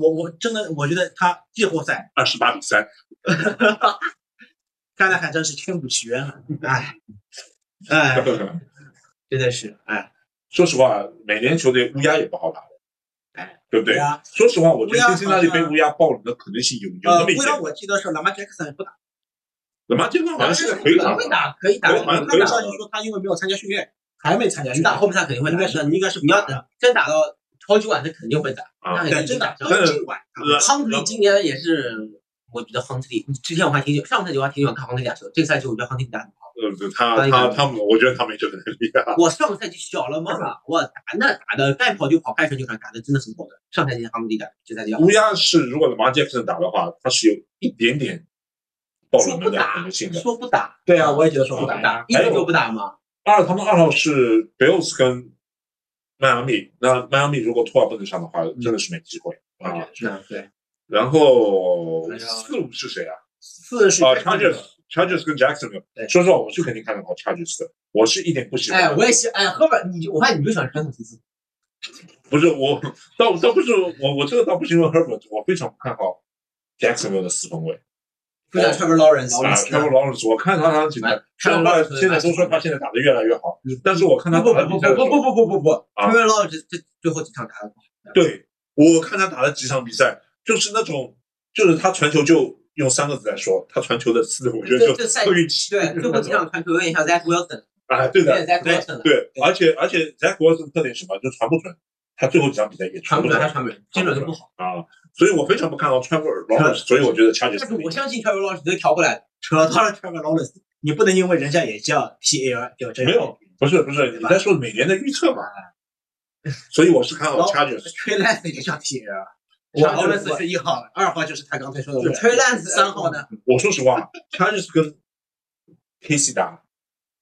[SPEAKER 6] 我我真的我觉得他季后赛
[SPEAKER 3] 二十八比三，
[SPEAKER 2] 加纳海真是千古奇冤啊！
[SPEAKER 4] 哎，哎，真的是哎，
[SPEAKER 3] 说实话，每年球队乌鸦也不好打的，哎，对不对？
[SPEAKER 2] 啊，
[SPEAKER 3] 说实话，我觉
[SPEAKER 2] 乌
[SPEAKER 3] 得
[SPEAKER 2] 鸦
[SPEAKER 3] 辛辛那提
[SPEAKER 2] 好
[SPEAKER 3] 被
[SPEAKER 2] 像
[SPEAKER 3] 乌鸦爆冷的可能性有有
[SPEAKER 2] 呃
[SPEAKER 3] 那么，一
[SPEAKER 2] 乌
[SPEAKER 3] 点
[SPEAKER 2] 鸦。我记得是拉马杰克森不打，
[SPEAKER 3] 怎么这个好像现在可以打
[SPEAKER 4] 会打可以打，
[SPEAKER 3] 对
[SPEAKER 2] 我
[SPEAKER 3] 好像
[SPEAKER 2] 看
[SPEAKER 3] 可以
[SPEAKER 2] 到
[SPEAKER 3] 打
[SPEAKER 2] 消息说他因为没有参加训练，还没参加训
[SPEAKER 4] 你打
[SPEAKER 2] 练，
[SPEAKER 4] 后面他肯定会
[SPEAKER 2] 应
[SPEAKER 4] 打
[SPEAKER 2] 该，是你应该是
[SPEAKER 4] 你要打真打到超级碗，他肯定会打，
[SPEAKER 3] 啊
[SPEAKER 4] 那肯
[SPEAKER 2] 对
[SPEAKER 4] 定
[SPEAKER 2] 真
[SPEAKER 4] 打
[SPEAKER 2] 的。
[SPEAKER 3] 但是
[SPEAKER 2] 尽管啊
[SPEAKER 3] 呃
[SPEAKER 4] 亨特利今年也是，我觉得亨特利之前我还挺喜欢，上个赛季我还挺喜欢看亨特利打球，这个赛季我觉得亨特利打得很好。
[SPEAKER 3] 呃，他他他们，我觉得他们也就很厉害。
[SPEAKER 4] 我上个赛季小了梦了，我打那打的该跑就跑，该传就传，打的真的很好的。上赛季亨特利打，这赛季要
[SPEAKER 3] 乌鸦是如果马杰克森打的话，他是有一点点爆
[SPEAKER 4] 说
[SPEAKER 3] 冷
[SPEAKER 4] 不
[SPEAKER 3] 门的可
[SPEAKER 4] 打
[SPEAKER 3] 能性的。
[SPEAKER 4] 说不打，
[SPEAKER 2] 对啊，我也觉得说不
[SPEAKER 4] 不
[SPEAKER 2] 打呀。
[SPEAKER 4] 打，一直就不打嘛。
[SPEAKER 3] 二，他们二号是 Bills 跟迈阿密，那迈阿密如果托尔不能上的话，真的是没机会啊。
[SPEAKER 4] 那对，
[SPEAKER 3] 然后
[SPEAKER 2] 哎呀
[SPEAKER 3] 四五是谁啊？
[SPEAKER 2] 四是
[SPEAKER 3] 啊，Chargers Chargers 跟 Jacksonville
[SPEAKER 2] 对。
[SPEAKER 3] 说实话，我是肯定看得好 Chargers 的，我是一点不喜欢。
[SPEAKER 4] 哎，我也喜哎，赫本，你我发现你就喜欢传统数字，
[SPEAKER 3] 不是我，倒倒不是我，我这个倒不是因为 Herbert，我非常不看好 Jacksonville 的四分卫
[SPEAKER 4] 不想 Trevor Lawrence，
[SPEAKER 3] 啊，Trevor Lawrence，我看他好像几
[SPEAKER 4] 哎嗯
[SPEAKER 3] 年，虽然后来现在都说他现在打得越来越好，但是我看他打的比赛的时候，
[SPEAKER 4] 不不不不
[SPEAKER 3] 啊
[SPEAKER 4] ，Trevor Lawrence 这这最后几场打的
[SPEAKER 3] 对我看他打了几场比赛，就是那种，就是他传球就用三个字来说，他传球的思路，我觉得
[SPEAKER 4] 这
[SPEAKER 3] 就
[SPEAKER 4] 这赛季
[SPEAKER 3] 特运气，
[SPEAKER 4] 对，
[SPEAKER 3] (laughs)
[SPEAKER 4] 最后几场传球有点像 Zach Wilson，
[SPEAKER 3] 啊，对
[SPEAKER 4] 有点
[SPEAKER 3] 的，
[SPEAKER 4] Zach Wilson 了，
[SPEAKER 3] 对，而且而且 Zach Wilson 特点是什么？就传不准，他最后几场比赛也
[SPEAKER 4] 传
[SPEAKER 3] 不
[SPEAKER 4] 不准
[SPEAKER 3] 准
[SPEAKER 4] 他传不准，精准度不好。
[SPEAKER 3] 啊，所以我非常不看好 Trevor Lawrence，所以我觉得 c h a r
[SPEAKER 4] 但是我相信 Trevor Lawrence 能调回来的。
[SPEAKER 2] 扯到了 Trevor Lawrence，你不能因为人家也叫 T A L 有这个
[SPEAKER 3] 没有，不是不是，你在说每年的预测嘛？所以我是看好 Chargers，
[SPEAKER 2] Trey Lance 也啊叫 T A L。
[SPEAKER 4] 我
[SPEAKER 2] 我是一号，二号就是他刚才说的
[SPEAKER 4] 就 Trey Lance
[SPEAKER 2] 三号呢？
[SPEAKER 3] 我说实
[SPEAKER 4] (laughs)
[SPEAKER 3] 话，Chargers 跟 KC 打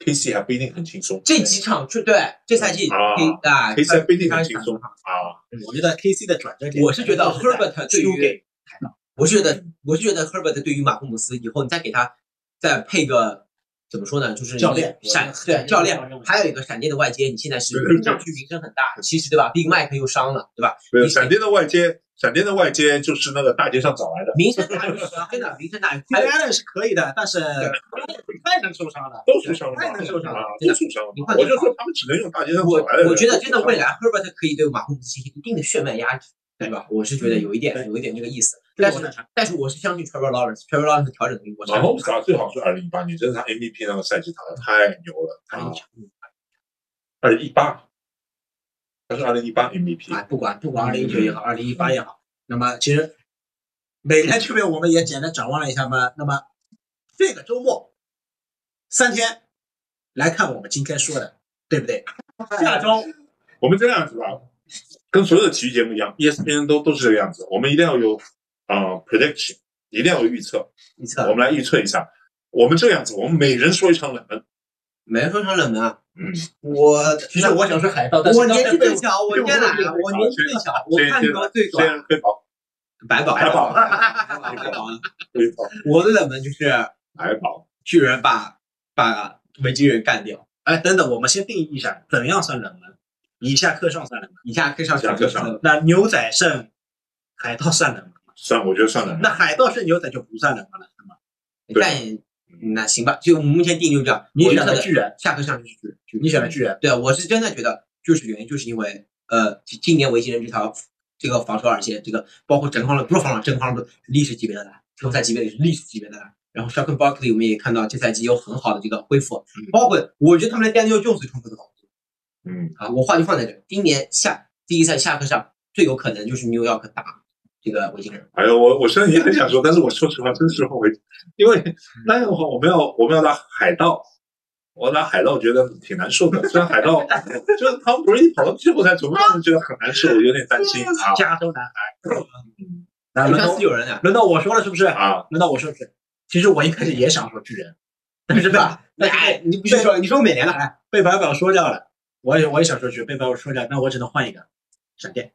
[SPEAKER 3] ，KC 还不一定很轻松。
[SPEAKER 4] 这几场就对这赛季
[SPEAKER 3] 啊
[SPEAKER 4] 可以啊
[SPEAKER 3] KC 还不一定
[SPEAKER 4] 他
[SPEAKER 3] 很轻松啊，
[SPEAKER 2] 我觉得 K C 的转折点，
[SPEAKER 4] 我是觉得 Herbert 对
[SPEAKER 2] 输
[SPEAKER 4] 于
[SPEAKER 2] 给
[SPEAKER 4] 我是觉得，我是觉得 Herbert 对于马库姆斯以后，你再给他再配个怎么说呢？就是
[SPEAKER 2] 教练
[SPEAKER 4] 你闪
[SPEAKER 2] 我觉得
[SPEAKER 4] 对教练
[SPEAKER 2] 我认为，
[SPEAKER 4] 还有一个闪电的外接，你现在是
[SPEAKER 3] 对对对
[SPEAKER 4] 听上去名声很大，其实对吧？Big Mike 又伤了，对吧？
[SPEAKER 3] 对，
[SPEAKER 4] 你
[SPEAKER 3] 闪电的外接，闪电的外接就是那个大街上找来的，
[SPEAKER 4] 名声大于实，真的名声大于
[SPEAKER 2] t r
[SPEAKER 4] 还有
[SPEAKER 2] Allen 是可以的，但是太能受伤了。
[SPEAKER 3] 都受伤了嘛，
[SPEAKER 2] 太能受伤了
[SPEAKER 3] 啊，
[SPEAKER 4] 真
[SPEAKER 3] 都
[SPEAKER 4] 的
[SPEAKER 3] 受伤了
[SPEAKER 4] 你
[SPEAKER 3] 嘛。
[SPEAKER 4] 看
[SPEAKER 3] 我就说他们只能用大街上找
[SPEAKER 4] 我
[SPEAKER 3] 来的人。
[SPEAKER 4] 我觉得真的未来 Herbert 可以对马库姆斯进行一定的血脉压制，对吧？我是觉得有一点
[SPEAKER 2] 对
[SPEAKER 4] 有一点这个意思，
[SPEAKER 2] 这
[SPEAKER 4] 但
[SPEAKER 2] 个我
[SPEAKER 4] 是
[SPEAKER 2] 赞成
[SPEAKER 4] 但是我是相信 Trevor Lawrence，Trevor Lawrence 调整能力，我是
[SPEAKER 3] 马后斯打最好是二零一八年，真的他 MVP 那个赛季打的太牛了，
[SPEAKER 4] 哎呀
[SPEAKER 3] 二一八，他是二零一八 MVP，
[SPEAKER 2] 啊，不管不管二零一九也好，二零一八也好，那么其实美联这边我们也简单展望了一下嘛。那么这个周末三天来看我们今天说的，对不对？下周
[SPEAKER 3] 我们这样子吧，跟所有的体育节目一样，ESPN ，E 都都是这个样子。我们一定要有啊、呃 prediction，一定要有预测。
[SPEAKER 4] 预测
[SPEAKER 3] 我们来预测一下，我们这个样子，我们每人说一场冷门。
[SPEAKER 4] 没说成冷门啊。
[SPEAKER 3] 嗯，
[SPEAKER 4] 我
[SPEAKER 2] 其实我想说海盗，但是
[SPEAKER 4] 我
[SPEAKER 2] 刚才
[SPEAKER 4] 年纪
[SPEAKER 2] 被
[SPEAKER 4] 最小，我天哪，我年纪最小，我看过最
[SPEAKER 3] 先
[SPEAKER 4] 短，
[SPEAKER 3] 黑宝，
[SPEAKER 4] 白宝，
[SPEAKER 3] 白宝
[SPEAKER 4] 白宝。
[SPEAKER 3] 黑宝，
[SPEAKER 4] 我的冷门就是
[SPEAKER 3] 白宝，
[SPEAKER 4] 巨人把把维京人干掉，
[SPEAKER 2] 哎，等等，我们先定义一下，怎样算冷门？以下课上算冷门，
[SPEAKER 4] 以下可以上
[SPEAKER 3] 以下可以上
[SPEAKER 2] 那牛仔胜海盗算冷门吗？
[SPEAKER 3] 算我觉得算冷门。
[SPEAKER 2] 那海盗胜牛仔就不算冷门了，是吗？
[SPEAKER 3] 对
[SPEAKER 4] 但那行吧，就我们目前定义就这样。
[SPEAKER 2] 你
[SPEAKER 4] 我
[SPEAKER 2] 选
[SPEAKER 4] 觉
[SPEAKER 2] 了
[SPEAKER 4] 得
[SPEAKER 2] 巨人，
[SPEAKER 4] 下课上就是巨人，
[SPEAKER 2] 你选了巨人，
[SPEAKER 4] 对我是真的觉得，就是原因就是因为呃，今今年维京人这条这个防守二线，这个包括整框了，不是防守，整框了历史级别的烂，球赛级别的也是历史级别的烂。然后 s h a k e n Barkley 我们也看到这赛季有很好的这个恢复，包括我觉得他们连 Daniel Jones 冲突都搞不定
[SPEAKER 3] 嗯，
[SPEAKER 4] 啊。我话就放在这儿，今年下第一赛下课上最有可能就是 New York 打这个维京人，
[SPEAKER 3] 哎呦，我我虽然也很想说，但是我说实话，真实话，我因
[SPEAKER 6] 嗯
[SPEAKER 3] 为那样的话，我们要我们要打海盗，我打海盗觉得挺难受的。虽然海盗就是他们不是一跑到季后赛，总让人觉得很难受，有点担心啊。
[SPEAKER 2] 加州男孩，那
[SPEAKER 4] 就
[SPEAKER 2] 轮
[SPEAKER 4] 算
[SPEAKER 2] 到
[SPEAKER 4] 是有人啊，
[SPEAKER 2] 轮到我说了，是不是？
[SPEAKER 3] 啊，
[SPEAKER 2] 轮到我说了是不是？其实我一开始也想说巨人，但是
[SPEAKER 4] 对
[SPEAKER 2] 被
[SPEAKER 4] (laughs) 吧？
[SPEAKER 2] (laughs) 那
[SPEAKER 4] 哎，你不是说你说美联了，
[SPEAKER 2] 哎被白宝说掉了，我也我也想说巨人被白宝说掉，那我只能换一个闪电。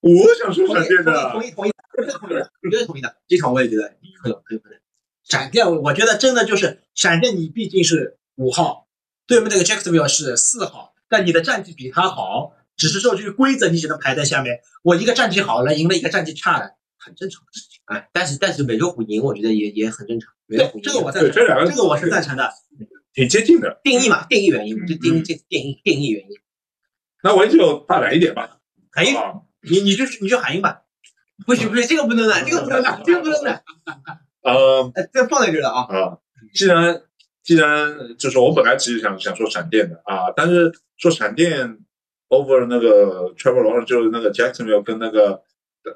[SPEAKER 3] 我想说
[SPEAKER 4] 同
[SPEAKER 3] 闪
[SPEAKER 4] 意
[SPEAKER 3] 电的
[SPEAKER 4] 同意同意同意同意的，绝对同意的。这场我也觉得很有很有可能。
[SPEAKER 2] 闪电，我觉得真的就是闪电，你毕竟是五号，对面那个 Jacksonville 是四号，但你的战绩比他好，只是受这个规则，你只能排在下面。我一个战绩好了，赢了一个战绩差的，
[SPEAKER 4] 很正常的事情。哎，但是但是美洲虎赢，我觉得也也很正常。美洲
[SPEAKER 6] 对
[SPEAKER 4] 虎赢，
[SPEAKER 6] 这个我赞
[SPEAKER 3] 对，
[SPEAKER 6] 成，
[SPEAKER 3] 这两个
[SPEAKER 6] 这个我是赞成的。
[SPEAKER 3] 挺接近的。
[SPEAKER 4] 定义嘛，定义原因，我就定义
[SPEAKER 3] 嗯
[SPEAKER 4] 这定义定义原因。
[SPEAKER 3] 那我也就大胆一点吧。
[SPEAKER 6] 哎，
[SPEAKER 3] 啊
[SPEAKER 6] 你你就你就喊一吧，
[SPEAKER 4] 不行不行，这个不能懒，这个不能懒，这个不能懒。
[SPEAKER 3] 呃
[SPEAKER 4] 哎，这放在这儿了啊。
[SPEAKER 3] 啊，既然既然就是我本来其实想想说闪电的啊，但是说闪电 over 那个 Trevor Lawrence 就是那个 Jacksonville 跟那个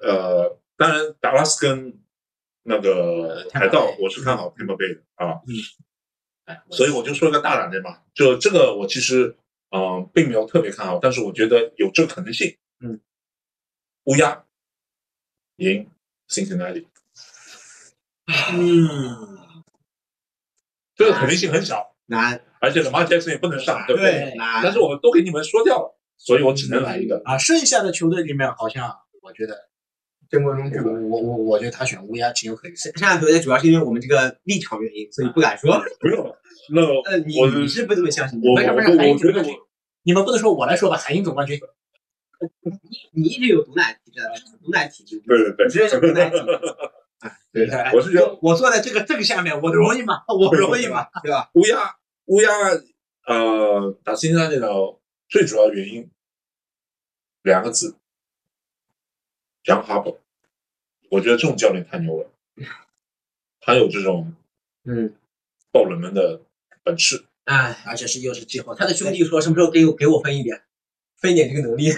[SPEAKER 3] 呃，当然达拉斯跟那个海盗
[SPEAKER 4] 呃 Tampa，Bay 嗯
[SPEAKER 3] 我是看好 Tampa Bay 的啊，
[SPEAKER 4] 哎
[SPEAKER 3] 所以我就说一个大胆的嘛，就这个我其实嗯、呃并没有特别看好，但是我觉得有这个可能性，
[SPEAKER 4] 嗯，
[SPEAKER 3] 乌鸦赢 Cincinnati。
[SPEAKER 6] 嗯，
[SPEAKER 3] 这个可能性很小，
[SPEAKER 4] 难
[SPEAKER 3] 而且 Lamar Jackson 也不能上，对不
[SPEAKER 6] 对
[SPEAKER 4] 难
[SPEAKER 3] 但是我都给你们说掉了，所以我只能来一个。
[SPEAKER 6] 啊，剩下的球队里面好像我觉得正规中队，我我我我觉得他选乌鸦情有可原。
[SPEAKER 4] 剩下的球队主要是因为我们这个立场原因，所以不敢说。
[SPEAKER 3] 不用，那个
[SPEAKER 4] 呃，你
[SPEAKER 3] 我
[SPEAKER 4] 你嗯是不这么相信的？
[SPEAKER 3] 我
[SPEAKER 4] 不是
[SPEAKER 3] 我
[SPEAKER 4] 不是，
[SPEAKER 3] 我
[SPEAKER 4] 韩
[SPEAKER 3] 我觉
[SPEAKER 4] 国
[SPEAKER 3] 得
[SPEAKER 4] 你
[SPEAKER 3] 我
[SPEAKER 6] 你们不能说我来说吧，海鹰总冠军。
[SPEAKER 4] 你一直有毒奶体质的，毒奶体质。
[SPEAKER 3] 对对对
[SPEAKER 4] 你直接有毒奶体 (laughs) 质，
[SPEAKER 3] 对
[SPEAKER 6] 你看哎
[SPEAKER 3] 我是觉得
[SPEAKER 6] 我坐在这个正下面，我容易吗？我容易吗？对吧？
[SPEAKER 3] 乌鸦乌鸦呃打新疆那个最主要原因两个字，杨哈伯，我觉得这种教练太牛了，他有这种
[SPEAKER 4] 嗯，
[SPEAKER 3] 爆冷门的本事。
[SPEAKER 4] 哎，
[SPEAKER 6] 而且是又是季后赛，
[SPEAKER 4] 他的兄弟说什么时候给我给我分一点，分一点这个能力。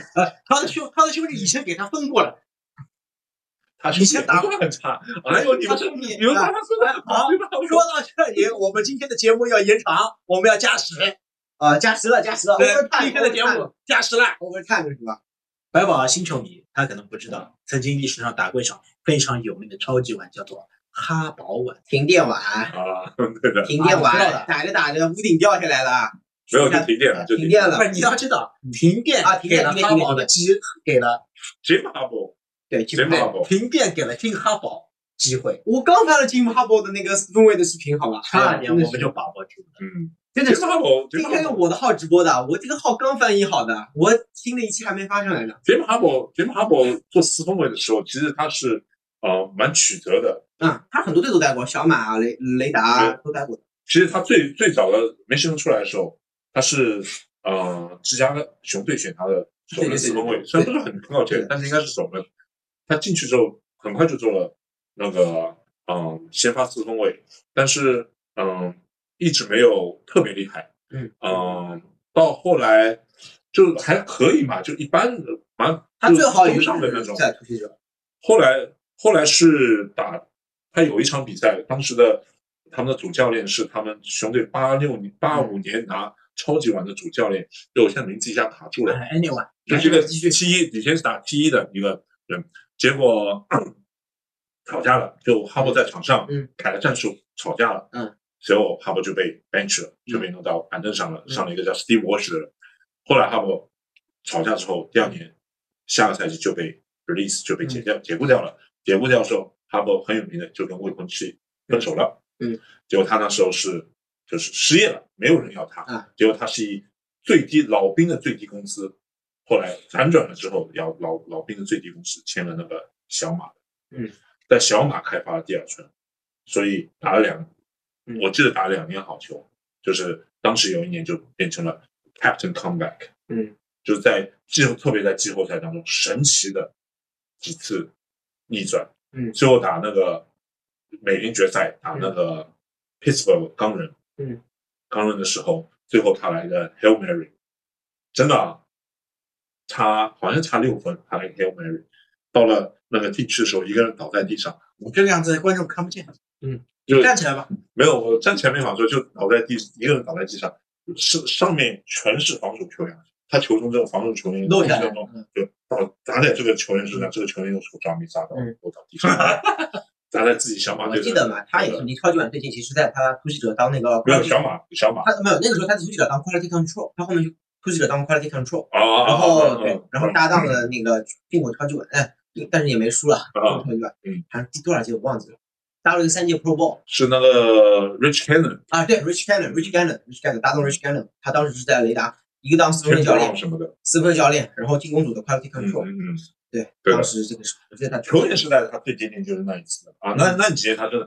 [SPEAKER 6] 他的兄他的兄弟以前给他分过了，
[SPEAKER 3] 他
[SPEAKER 6] 你先打
[SPEAKER 3] 不很差，哎呦，你
[SPEAKER 6] 他
[SPEAKER 3] 们
[SPEAKER 6] 兄弟
[SPEAKER 3] 你们他
[SPEAKER 6] 啊
[SPEAKER 3] 们说的
[SPEAKER 6] 好
[SPEAKER 3] 对吧？我
[SPEAKER 6] 说到这里，我们今天的节目要延长，我们要加时。
[SPEAKER 4] 啊，加时了，加时了，
[SPEAKER 6] 对
[SPEAKER 4] overtime，，
[SPEAKER 6] 今天的节目加时了。
[SPEAKER 4] overtime，overtime 是吧？
[SPEAKER 6] 白宝啊新球迷，他可能不知道，曾经历史上打过一场非常有名的超级碗，叫做哈宝碗。
[SPEAKER 4] 停电晚，
[SPEAKER 3] 啊，对的，
[SPEAKER 4] 停电
[SPEAKER 6] 啊我知道
[SPEAKER 4] 晚
[SPEAKER 6] 的，
[SPEAKER 4] 打着打着屋顶掉下来了，
[SPEAKER 3] 没有就停电了，就
[SPEAKER 4] 停电了
[SPEAKER 6] 不。是，你要知道，嗯停电
[SPEAKER 4] 啊停电
[SPEAKER 6] 给了
[SPEAKER 4] 停电
[SPEAKER 6] 哈宝的机，给了
[SPEAKER 3] ，Jim Harbaugh，
[SPEAKER 4] 对，
[SPEAKER 3] j i
[SPEAKER 4] 停
[SPEAKER 3] m
[SPEAKER 4] 电。
[SPEAKER 3] Harbaugh，
[SPEAKER 6] 停电给了金哈宝机会，
[SPEAKER 4] 我刚翻了 Jim Harbaugh 的那个分位的视频，好吧？
[SPEAKER 6] 差点我
[SPEAKER 4] 真的
[SPEAKER 6] 们
[SPEAKER 4] 是
[SPEAKER 6] 就把握住了。
[SPEAKER 3] 嗯
[SPEAKER 4] 真的
[SPEAKER 3] ，Jim
[SPEAKER 4] 是
[SPEAKER 3] Harbaugh，Jim
[SPEAKER 4] 今天用
[SPEAKER 3] Harbaugh，Jim
[SPEAKER 4] 我的号直播的，我这个号刚翻译好的，我新的一期还没发上来呢。
[SPEAKER 3] Harbaugh，Jim Harbaugh 做四分卫的时候，其实他是呃蛮曲折的。
[SPEAKER 4] 嗯，他很多队都带过，小马、啊雷雷达都带过。
[SPEAKER 3] 其实他最最早的没生出来的时候，他是呃芝加哥熊队选他的首轮四分卫，虽然不是很很好
[SPEAKER 4] 对
[SPEAKER 3] 签，但是应该是首轮。他进去之后，很快就做了那个嗯、呃先发四分卫，但是嗯、呃一直没有特别厉害。
[SPEAKER 4] 嗯，
[SPEAKER 3] 嗯，到后来就还可以嘛，就一般的，蛮
[SPEAKER 4] 他最好也
[SPEAKER 3] 也
[SPEAKER 4] 就
[SPEAKER 3] 上的那
[SPEAKER 4] 是
[SPEAKER 3] 种。
[SPEAKER 4] 在突袭者，
[SPEAKER 3] 后来后来是打他有一场比赛，当时的他们的主教练是他们熊队八六年八五年拿超级碗的主教练，就我现在名字一下卡住了，
[SPEAKER 6] 哎，Anyway，
[SPEAKER 3] 就是一个 T 一以前是打 T 一的一个人，结果吵架了，就哈勃在场上
[SPEAKER 4] 嗯
[SPEAKER 3] 改了战术吵架了，
[SPEAKER 4] 嗯，
[SPEAKER 3] 随后哈勃就被 bench 了，就被弄到板凳上了，
[SPEAKER 4] 嗯
[SPEAKER 3] 上了一个叫 Steve Walsh 的人。后来哈勃吵架之后，第二年下个赛季就被 release
[SPEAKER 4] 嗯
[SPEAKER 3] 就被解掉、解雇掉了。解雇掉之后，哈勃很有名的就跟未婚妻分手了，
[SPEAKER 4] 嗯，
[SPEAKER 3] 结果他那时候是就是失业了，没有人要他，
[SPEAKER 4] 啊
[SPEAKER 3] 结果他是以最低老兵的最低工资，后来反转了之后，要老老兵的最低工资签了那个小马，
[SPEAKER 4] 嗯，
[SPEAKER 3] 在小马开发了第二春，所以打了两，
[SPEAKER 4] 嗯
[SPEAKER 3] 我记得打了两年好球，就是当时有一年就变成了 Captain Comeback，
[SPEAKER 4] 嗯，
[SPEAKER 3] 就是在季后特别在季后赛当中神奇的几次逆转，
[SPEAKER 4] 嗯
[SPEAKER 3] 最后打那个美联决赛打那个 Pittsburgh 钢人，
[SPEAKER 4] 嗯，
[SPEAKER 3] 钢人的时候，最后他来的 Hail Mary，真的、啊、差好像差六分，他来 Hail Mary，到了那个禁区的时候，一个人倒在地上，
[SPEAKER 6] 你这个样子观众看不见，
[SPEAKER 3] 就
[SPEAKER 6] 站起来吧。
[SPEAKER 3] 没有我站前面好像就倒在地，一个人倒在地上，是上面全是防守球员，他球中这个防守球员
[SPEAKER 6] 漏下来
[SPEAKER 3] 当中就倒砸在这个球员身上，这个球员用手抓没砸到，我倒地上，砸在自己小马
[SPEAKER 4] 嗯我
[SPEAKER 3] 队的。
[SPEAKER 4] 记得嘛，他也是离超级碗最近，其实在他突袭者当那个
[SPEAKER 3] 没有小马，小马
[SPEAKER 4] 他没有那个时候他是突袭者当 quality control，他后面就突袭者当 quality control，
[SPEAKER 3] 啊，
[SPEAKER 4] 然后对
[SPEAKER 3] 嗯，
[SPEAKER 4] 然后搭档了那个并果超级碗，哎，但是也没输了，超级碗，
[SPEAKER 3] 嗯，
[SPEAKER 4] 还是第多少届我忘记了，搭了一个三届 Pro Bowl。
[SPEAKER 3] 是那个 Rich Cannon
[SPEAKER 4] 啊，对，Rich Gannon，Rich Gannon，Rich Gannon 搭档 Rich Gannon，他当时是在雷达，一个当四分卫教练，
[SPEAKER 3] 什么的，
[SPEAKER 4] 四分卫教练，然后进攻组的 quality
[SPEAKER 3] 嗯
[SPEAKER 4] control，、
[SPEAKER 3] 嗯嗯，
[SPEAKER 4] 对，
[SPEAKER 3] 对的
[SPEAKER 4] 当时这个是，我觉得他
[SPEAKER 3] 球员时代他最接近就是那一次啊，那那几年他真的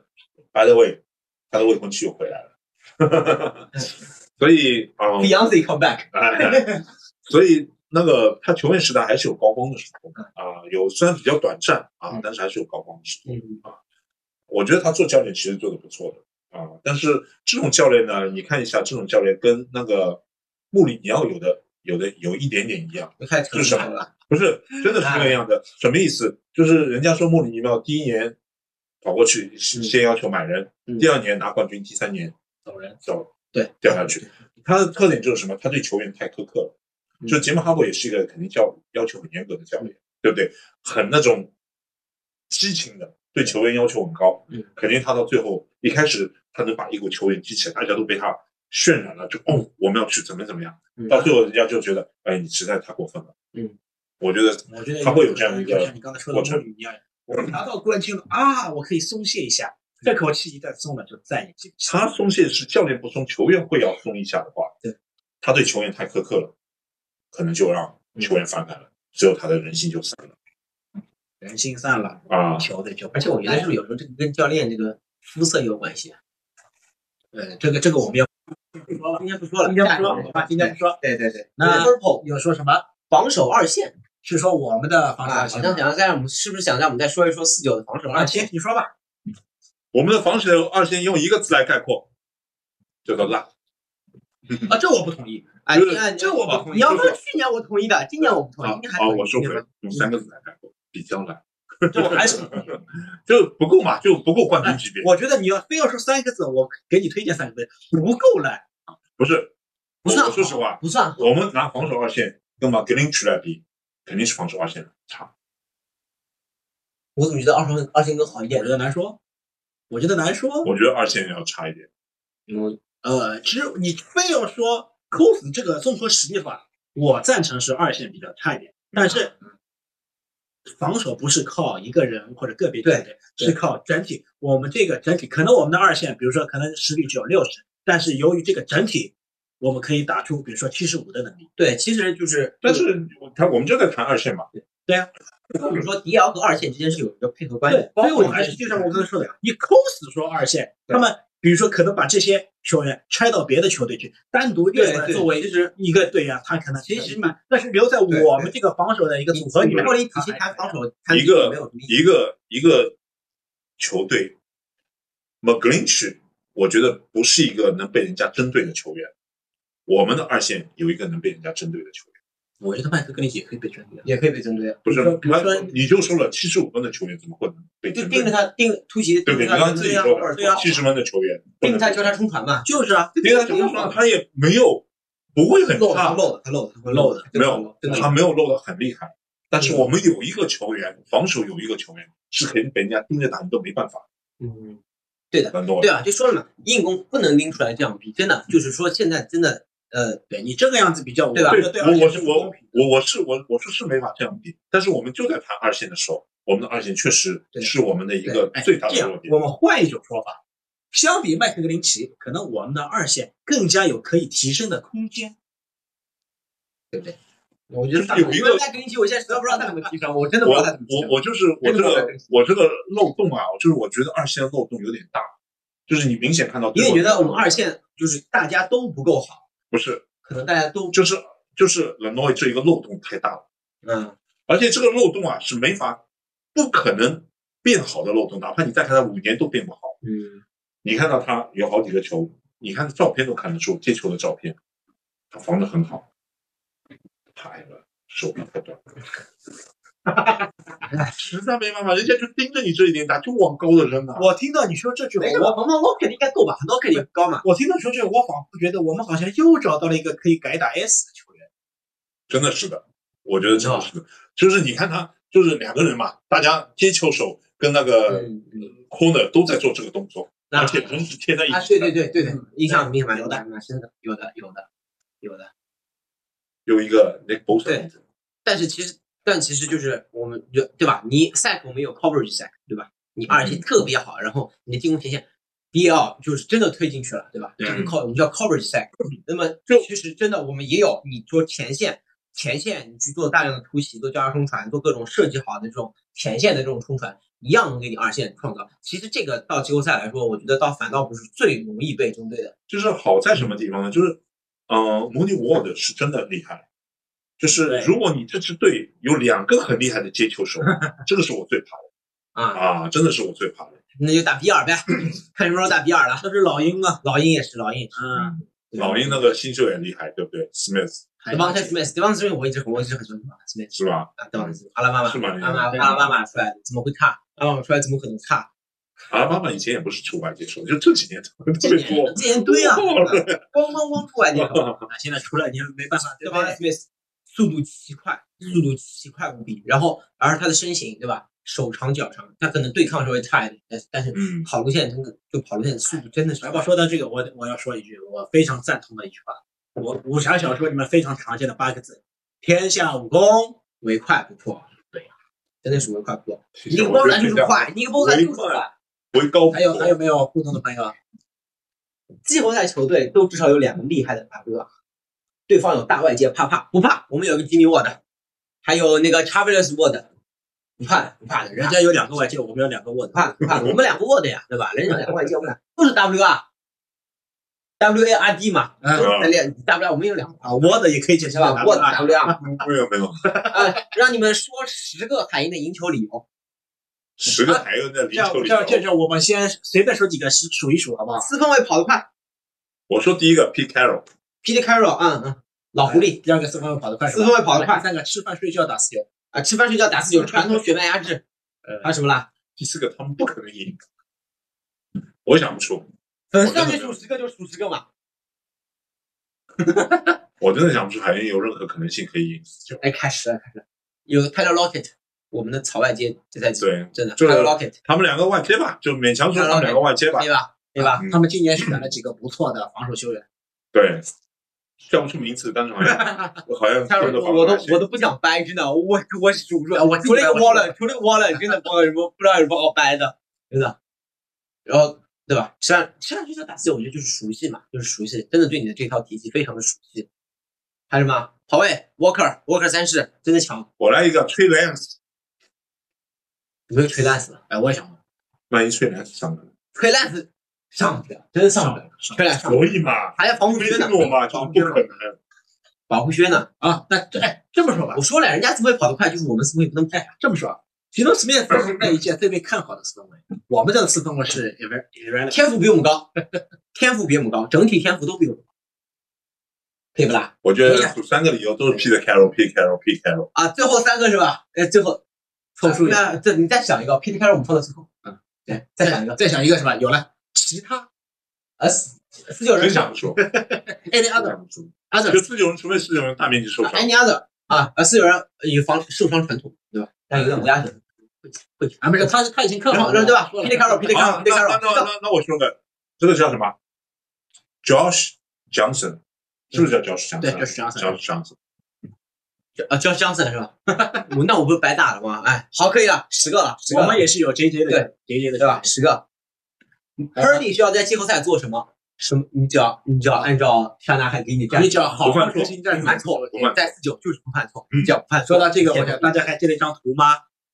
[SPEAKER 3] ，by the way，他的未婚妻又回来了， (laughs) 所以啊，嗯
[SPEAKER 4] Beyonce come back，
[SPEAKER 3] 哎， (laughs) 所以那个他球员时代还是有高光的时候的啊、有虽然比较短暂啊
[SPEAKER 4] 嗯，
[SPEAKER 3] 但是还是有高光的时候。
[SPEAKER 4] 嗯，
[SPEAKER 3] 我觉得他做教练其实做的不错的啊，但是这种教练呢，你看一下这种教练跟那个穆里尼奥有的有的有一点点一样，
[SPEAKER 4] 我看成
[SPEAKER 3] 是什么
[SPEAKER 4] 了，
[SPEAKER 3] 不是真的是那个样子。什么意思？就是人家说穆里尼奥第一年跑过去是先要求买人，
[SPEAKER 4] 嗯
[SPEAKER 3] 第二年拿冠军，第三年
[SPEAKER 2] 走人。
[SPEAKER 3] 走
[SPEAKER 4] 对，
[SPEAKER 3] 掉下去。他的特点就是什么？他对球员太苛刻了。
[SPEAKER 4] 嗯
[SPEAKER 3] 就杰姆哈伯也是一个肯定教要求很严格的教练，对不对？很那种激情的，对球员要求很高。
[SPEAKER 4] 嗯
[SPEAKER 3] 肯定他到最后一开始他能把一股球员激起来，大家都被他渲染了，就哦，我们要去怎么怎么样。
[SPEAKER 4] 嗯
[SPEAKER 3] 到最后人家就觉得，哎，你实在太过分了。
[SPEAKER 4] 嗯，
[SPEAKER 3] 我觉得
[SPEAKER 2] 我觉得
[SPEAKER 3] 他会有这样一个
[SPEAKER 2] 就像你刚才说的
[SPEAKER 3] 过程
[SPEAKER 2] 穆里尼奥，我拿到冠军了啊，我可以松懈一下，这口气一旦松了，就再也进不去。
[SPEAKER 3] 他松懈是教练不松，球员会要松一下的话，
[SPEAKER 4] 对，
[SPEAKER 3] 他对球员太苛刻了，可能就让球员反感了，只有他的人性就散了
[SPEAKER 2] 人心散了，
[SPEAKER 3] 啊。
[SPEAKER 2] 球队就不
[SPEAKER 4] 而且我觉得是
[SPEAKER 2] 了
[SPEAKER 4] 不是有时候这个跟教练这个肤色也有关系啊？
[SPEAKER 2] 呃，这个这个我们要
[SPEAKER 4] 今天不说
[SPEAKER 2] (laughs)
[SPEAKER 4] 了，
[SPEAKER 2] 今天不
[SPEAKER 4] 下一
[SPEAKER 2] 说，
[SPEAKER 4] 个
[SPEAKER 2] 好吧，今天不说。
[SPEAKER 4] 对对对，
[SPEAKER 2] 那
[SPEAKER 4] Purple
[SPEAKER 2] 有说什么？
[SPEAKER 4] 防守二线
[SPEAKER 2] 是说我们的防守
[SPEAKER 4] 啊，
[SPEAKER 2] 二
[SPEAKER 4] 好
[SPEAKER 2] 线
[SPEAKER 4] 像
[SPEAKER 2] 吗？
[SPEAKER 4] 想让我们是不是想让我们再说一说四九的防守
[SPEAKER 2] 啊，
[SPEAKER 4] 二
[SPEAKER 2] 行
[SPEAKER 4] 线？，
[SPEAKER 2] 你说吧。
[SPEAKER 3] 我们的防守二线用一个字来概括，叫做烂。
[SPEAKER 2] 啊，这我不同意。
[SPEAKER 4] 啊，
[SPEAKER 3] 就是
[SPEAKER 4] 你看
[SPEAKER 2] 这我不同意
[SPEAKER 4] 你要说去年我同意的，今年我不同
[SPEAKER 3] 啊
[SPEAKER 4] 意，你还
[SPEAKER 3] 啊，
[SPEAKER 4] 同意
[SPEAKER 3] 我收回
[SPEAKER 4] 你说
[SPEAKER 3] 来，用三个字来概括，比较烂，
[SPEAKER 2] 这我还是不同意。
[SPEAKER 3] (laughs) 就不够嘛，就不够冠军级别。
[SPEAKER 2] 我觉得你要非要说三个字，我给你推荐三个字，不够烂。
[SPEAKER 3] 不是，
[SPEAKER 4] 不
[SPEAKER 3] 我
[SPEAKER 4] 算
[SPEAKER 2] 啊
[SPEAKER 3] 我说实话，
[SPEAKER 4] 不算，
[SPEAKER 3] 我们拿防守二线跟马格林取来比，肯定是防守二线差。
[SPEAKER 4] 我怎么觉得二线二线更好一点
[SPEAKER 2] 我觉？得难说，我觉得难说。
[SPEAKER 3] 我觉得二线要差一点。
[SPEAKER 4] 嗯，
[SPEAKER 2] 呃，其实你非要说扣死这个综合实力法，我赞成是二线比较差一点，但是
[SPEAKER 4] 嗯
[SPEAKER 2] 防守不是靠一个人或者个别球员，
[SPEAKER 4] 对
[SPEAKER 2] 是靠整体。我们这个整体，可能我们的二线，比如说可能实力只有六十，但是由于这个整体，我们可以打出比如说七十五的能力。
[SPEAKER 4] 对，其实就是，
[SPEAKER 3] 但是他我们就在谈二线嘛，
[SPEAKER 4] 我们说 DL 和二线之间是有一个配合关系
[SPEAKER 2] 对，，所以我
[SPEAKER 4] 包括
[SPEAKER 2] 还
[SPEAKER 4] 你
[SPEAKER 2] 是就像我刚才说的，你抠死说二线，他们比如说可能把这些球员拆到别的球队去，单独列出来
[SPEAKER 4] 对对
[SPEAKER 2] 作为就是一个队员，他可能
[SPEAKER 4] 其实
[SPEAKER 2] 满，但是留在
[SPEAKER 4] 对
[SPEAKER 2] 我们这个防守的一个
[SPEAKER 4] 你
[SPEAKER 2] 组合里面，
[SPEAKER 4] 脱离体系谈防守，谈
[SPEAKER 3] 一个
[SPEAKER 4] 没有什么意义。
[SPEAKER 3] 一个一个球队 m c g l i n c h 我觉得不是一个能被人家针对的球员。我们的二线有一个能被人家针对的球员，
[SPEAKER 2] 我觉得麦克格林也可以被针对啊。
[SPEAKER 4] 也可以被针对啊，
[SPEAKER 3] 不是
[SPEAKER 2] 比如说比如说
[SPEAKER 3] 那你就说了，七十五分的球员怎么会能被
[SPEAKER 4] 就
[SPEAKER 3] 针
[SPEAKER 4] 盯着
[SPEAKER 3] 对？
[SPEAKER 4] 他盯突袭，
[SPEAKER 3] 对不对？
[SPEAKER 4] 盯
[SPEAKER 3] 你
[SPEAKER 4] 着
[SPEAKER 3] 刚
[SPEAKER 4] 他
[SPEAKER 3] 刚自己说
[SPEAKER 4] 或者
[SPEAKER 2] 对啊
[SPEAKER 3] 的，七十分的球员不
[SPEAKER 4] 盯着
[SPEAKER 3] 能
[SPEAKER 4] 他交叉冲传嘛，
[SPEAKER 2] 就是啊，
[SPEAKER 3] 盯着他怎么说？他也没有不会很
[SPEAKER 4] 漏他
[SPEAKER 3] 差，
[SPEAKER 4] 漏的，他漏的，他会的，
[SPEAKER 3] 没有
[SPEAKER 4] 真的
[SPEAKER 3] 他没有漏的很厉害。但是我们有一个球员，防守有一个球员是可以被人家盯着打，你都没办法。
[SPEAKER 4] 嗯，对的，
[SPEAKER 3] 能懂我
[SPEAKER 4] 对啊，就说了嘛，硬攻不能拎出来这样比，真的就是说现在真的呃，
[SPEAKER 2] 对你这个样子比较，
[SPEAKER 4] 啊对吧
[SPEAKER 2] 我觉得
[SPEAKER 3] 对，
[SPEAKER 2] 二
[SPEAKER 3] 我
[SPEAKER 2] 线
[SPEAKER 3] 我是
[SPEAKER 2] 不
[SPEAKER 3] 我
[SPEAKER 2] 公平
[SPEAKER 3] 我我是我我说是没法这样比，但是我们就在谈二线的时候，我们的二线确实
[SPEAKER 4] 对
[SPEAKER 3] 是我们的一个
[SPEAKER 2] 哎
[SPEAKER 3] 最大
[SPEAKER 2] 这
[SPEAKER 3] 的弱
[SPEAKER 2] 样，
[SPEAKER 3] 点
[SPEAKER 2] 我。们换一种说法，相比麦克格林奇，可能我们的二线更加有可以提升的空间。
[SPEAKER 4] 对不对？我觉得
[SPEAKER 3] 就是有一个
[SPEAKER 4] 麦格林奇，我现在实在不知道他怎么提啊升，我真的不
[SPEAKER 3] 我
[SPEAKER 4] 知道他怎么提
[SPEAKER 3] 我
[SPEAKER 4] 升。
[SPEAKER 3] 我就是我这
[SPEAKER 4] 这个
[SPEAKER 3] 个我这个漏洞啊，我就是我觉得二线的漏洞有点大，就是你明显看到最
[SPEAKER 4] 因为
[SPEAKER 3] 后
[SPEAKER 4] 觉
[SPEAKER 3] 那个，
[SPEAKER 4] 得我们二线就是大家都不够好，
[SPEAKER 3] 不是，
[SPEAKER 4] 可能大家都
[SPEAKER 3] 就是就是 l e n o y 这一个漏洞太大了，
[SPEAKER 4] 嗯
[SPEAKER 3] 而且这个漏洞啊是没法不可能变好的漏洞，哪怕你再看他五年都变不好。
[SPEAKER 4] 嗯，
[SPEAKER 3] 你看到他有好几个球，你看照片都看得出接球的照片，他防得很好，太矮了，手臂太短了，实在没办法，人家就盯着你这一点打，就往高的扔啊。
[SPEAKER 2] 我听到你说这句话，
[SPEAKER 4] 没事
[SPEAKER 2] 我
[SPEAKER 4] 吧？防防 l o c 应该够吧 l o c 也不高嘛，
[SPEAKER 2] 我听到球队，我仿佛觉得我们好像又找到了一个可以改打 S 的球员。
[SPEAKER 3] 真的是的，我觉得真的是的，就是你看他，就是两个人嘛，大家接球手跟那个
[SPEAKER 4] 嗯，
[SPEAKER 3] corner 都在做这个动作，
[SPEAKER 4] 那
[SPEAKER 3] 而且同时贴在一起。
[SPEAKER 4] 啊，对对，对对对，印象明白
[SPEAKER 2] 有
[SPEAKER 4] 有
[SPEAKER 2] 的
[SPEAKER 4] 的，蛮深的，有的有的有的。
[SPEAKER 3] 有一个 Nick Bosa
[SPEAKER 4] 对
[SPEAKER 3] 动作
[SPEAKER 4] 但是其实，但其实就是我们就对吧？你 sack 我们有 coverage sack 对吧？你二线特别好，然后你的进攻前线 DL 就是真的推进去了，对吧？嗯
[SPEAKER 3] 对
[SPEAKER 4] 这个 c o 我们叫 coverage sack。那么
[SPEAKER 3] 就
[SPEAKER 4] 其实真的我们也有，你说前线前线你去做大量的突袭，做交叉冲传，做各种设计好的这种前线的这种冲传，一样能给你二线创造。其实这个到季后赛来说，我觉得倒反倒不是最容易被针对的。
[SPEAKER 3] 就是好在什么地方呢？就是，呃，模拟 Ward 是真的厉害。就是
[SPEAKER 2] 对
[SPEAKER 3] 如果你这支队有两个很厉害的接
[SPEAKER 2] (laughs)
[SPEAKER 3] 球手，这个是我最怕的
[SPEAKER 4] 啊，
[SPEAKER 3] 啊，真的是我最怕的。
[SPEAKER 4] 那就打比尔呗，看什么时候打比尔了。
[SPEAKER 2] 那是老鹰啊，
[SPEAKER 4] 老鹰也是，老鹰也是。
[SPEAKER 2] 嗯，
[SPEAKER 3] 老鹰那个新秀也厉害，对不对？Smith
[SPEAKER 2] 还
[SPEAKER 4] 德邦特·斯密斯，德邦特·斯密斯，我一直很我一直很喜欢德邦特·斯密斯
[SPEAKER 3] 是吧？
[SPEAKER 4] 啊，德邦特·斯密斯，阿拉巴马，
[SPEAKER 3] 是蛮厉
[SPEAKER 4] 阿
[SPEAKER 3] 害的
[SPEAKER 4] 拉阿拉巴马出来的怎么会差？阿拉巴马出来怎么可能差？
[SPEAKER 3] 阿拉巴马以前也不是球外接手，就这几年特
[SPEAKER 4] 这
[SPEAKER 3] 别
[SPEAKER 4] 年
[SPEAKER 3] 多。
[SPEAKER 4] 这年堆啊，
[SPEAKER 3] 哦
[SPEAKER 4] 咣咣咣出来那种。
[SPEAKER 2] 啊现在出来你也没办法，对
[SPEAKER 4] 对
[SPEAKER 2] 吧
[SPEAKER 4] 吧？？Smith 速度奇快，速度奇快无比。然后，而他的身形，对吧？手长脚长，他可能对抗稍微差一点，但是但是
[SPEAKER 3] (laughs) 嗯，
[SPEAKER 4] 跑路线真的就跑路线的速度真的是
[SPEAKER 2] 来
[SPEAKER 3] 哎
[SPEAKER 4] 快
[SPEAKER 2] 吧，说到这个，我我要说一句，我非常赞同的一句话，我武侠小说里面非常常见的八个字：天下武功。
[SPEAKER 4] 唯快不破。啊
[SPEAKER 2] 对，
[SPEAKER 4] 真的是唯快不破。
[SPEAKER 3] 其
[SPEAKER 4] 尼
[SPEAKER 3] 实
[SPEAKER 4] 克
[SPEAKER 3] 啊我觉
[SPEAKER 4] 波
[SPEAKER 3] 得
[SPEAKER 4] 兰就
[SPEAKER 3] 这
[SPEAKER 4] 是
[SPEAKER 3] 样
[SPEAKER 4] 快，尼克波兰就是
[SPEAKER 3] 唯
[SPEAKER 4] 快。
[SPEAKER 3] 为高不
[SPEAKER 2] 还有还
[SPEAKER 3] 破。
[SPEAKER 2] 有没有互动的朋友啊？
[SPEAKER 4] 季后赛球队都至少有两个厉害的大哥，啊对方有大外接，怕怕不怕？我们有一个吉米沃德，还有那个 Travis 沃德，不怕的不怕的，人
[SPEAKER 2] 人
[SPEAKER 4] 家
[SPEAKER 2] 家有两个外界，我们有两个卧底
[SPEAKER 4] 不。怕的不怕的，我们两个沃德呀，对吧？人家有两个外接，我们俩都是 W 啊，W A R D 嘛，
[SPEAKER 2] 嗯
[SPEAKER 4] 都是两 W，我们有两个。
[SPEAKER 2] 啊，我的也可以解释
[SPEAKER 4] 是吧？
[SPEAKER 2] 为
[SPEAKER 4] 沃
[SPEAKER 2] 大
[SPEAKER 4] 德 W 啊，
[SPEAKER 3] 没有没有，
[SPEAKER 4] 啊，让你们说十个海鹰的赢球理由，
[SPEAKER 3] 十个还有那
[SPEAKER 2] 啊这
[SPEAKER 3] 零
[SPEAKER 2] 样
[SPEAKER 3] 球里
[SPEAKER 2] 这样这
[SPEAKER 3] 头。
[SPEAKER 2] 样，我们先随便说几个数数一数，好不好？
[SPEAKER 4] 四分卫跑得快
[SPEAKER 3] 我说第一个 P Carroll，
[SPEAKER 4] ，P D Carroll，嗯嗯，老狐狸
[SPEAKER 2] 第二个四分卫跑得快，
[SPEAKER 4] 四分卫跑得快
[SPEAKER 2] 第三个吃饭睡觉打四球，
[SPEAKER 4] 啊，吃饭睡觉打四九，传统血脉压制，还
[SPEAKER 2] 呃，
[SPEAKER 4] 有什么啦？
[SPEAKER 3] 第四个他们不可能赢，我想不出，
[SPEAKER 4] 嗯，
[SPEAKER 3] 我真
[SPEAKER 4] 上
[SPEAKER 3] 的
[SPEAKER 4] 去数十个就数十个嘛。
[SPEAKER 3] 我真的想不出海燕有任何可能性可以赢。
[SPEAKER 4] 哎，开始了，开始了，有 Tyler Lockett，我们的草外接这赛季
[SPEAKER 3] 对，
[SPEAKER 4] 真的
[SPEAKER 3] 就是
[SPEAKER 4] Tyler Lockett，
[SPEAKER 3] 他们两个外接吧，就勉强说他们两个外接吧。
[SPEAKER 4] 对吧？对吧？
[SPEAKER 3] 嗯
[SPEAKER 2] 他们今年选了几个不错的防守球员，
[SPEAKER 3] 对，叫不出名字，但是好像
[SPEAKER 4] (laughs)
[SPEAKER 3] 我好像
[SPEAKER 4] 泰勒，
[SPEAKER 3] 都
[SPEAKER 4] 我都我都不想掰，真的，我我数不出来，
[SPEAKER 2] 啊我
[SPEAKER 4] 除了一个
[SPEAKER 2] 记不来
[SPEAKER 4] Waller，除了一个 Waller，真的不知道有什么，不知道有什么好掰的，真的。然后对吧？实际上实际上这球打四，我觉得就是熟悉嘛，就是熟悉，真的对你的这套体系非常的熟悉。还有什么跑位 Walker Walker 三世真的强，
[SPEAKER 3] 我来一个吹啊篮，
[SPEAKER 4] 有没有锤烂死的？
[SPEAKER 2] 哎，我也想
[SPEAKER 3] 万一吹篮上了，
[SPEAKER 4] 锤烂死上不了，真上不了，
[SPEAKER 2] 上
[SPEAKER 4] 锤烂上不了，
[SPEAKER 3] 所以嘛，
[SPEAKER 4] 还要防护
[SPEAKER 3] 没
[SPEAKER 4] 靴呢
[SPEAKER 3] 听，我嘛，就是不可能。
[SPEAKER 4] 保护靴呢。
[SPEAKER 2] 啊，那这哎这么说吧
[SPEAKER 4] 我，说了，人家四会跑得快，就是我们四会不能快。啊
[SPEAKER 2] 这么说，皮诺斯密斯是那一届最被看好的四分卫，我们这个四分卫 (laughs) 是 e v e r e v e r
[SPEAKER 4] 天赋比我们高， (laughs) 天赋比我们高，整体天赋都比我们高，佩服啦！
[SPEAKER 3] 我觉得有三个理由都是 P 的 Carroll，P Carroll，P Carroll。
[SPEAKER 4] 啊，最后三个是吧？哎，最后
[SPEAKER 2] 凑数一个
[SPEAKER 4] 那这你再想一个，P D 开始我们放到最后，
[SPEAKER 2] 嗯，
[SPEAKER 4] 对，再想一个，
[SPEAKER 2] 再想一个是吧？有了，其他
[SPEAKER 4] 呃，四四九人
[SPEAKER 3] 真想不出，
[SPEAKER 2] any
[SPEAKER 3] 真
[SPEAKER 2] other
[SPEAKER 3] 想不出。
[SPEAKER 2] other
[SPEAKER 3] 就四九人，除非四九人大面积受伤，
[SPEAKER 4] ，any other 啊，呃，四九人以防受伤传统，对吧？嗯但有点无压力，会会
[SPEAKER 2] 啊，不是他他已经看
[SPEAKER 4] 然
[SPEAKER 2] 好
[SPEAKER 4] 后
[SPEAKER 2] 了，
[SPEAKER 4] 然后对吧
[SPEAKER 2] 说了
[SPEAKER 4] ？P D 开始，P D 开始
[SPEAKER 3] 啊，
[SPEAKER 4] ，P D
[SPEAKER 3] 那
[SPEAKER 4] 开
[SPEAKER 3] 那那
[SPEAKER 4] 始，
[SPEAKER 3] 那那我说个，这个叫什么？Josh Johnson，是不是叫 Josh Johnson？啊
[SPEAKER 2] 对，Josh Johnson
[SPEAKER 3] Josh Johnson。
[SPEAKER 4] 啊，叫 Johnson 是吧？ (laughs) 我那我不是白打了吗？哎，好，可以了，十个了，十个
[SPEAKER 2] 我
[SPEAKER 4] 了，
[SPEAKER 2] 们也是有 JJ 的 JJ 的
[SPEAKER 4] 对
[SPEAKER 2] 球
[SPEAKER 4] 吧？
[SPEAKER 2] 员
[SPEAKER 4] 十个。Purdy 需要在季后赛做什么？什么？你只要你只要按照沙拿海给你战
[SPEAKER 2] 你，只要好
[SPEAKER 3] 不犯
[SPEAKER 2] 好
[SPEAKER 3] 错
[SPEAKER 2] 执行战术
[SPEAKER 4] 不犯错
[SPEAKER 3] 不犯错
[SPEAKER 4] 在四九就是不犯错，
[SPEAKER 3] 嗯
[SPEAKER 4] 只要不犯错。
[SPEAKER 2] 说到这个，我想大家还记得一张图吗？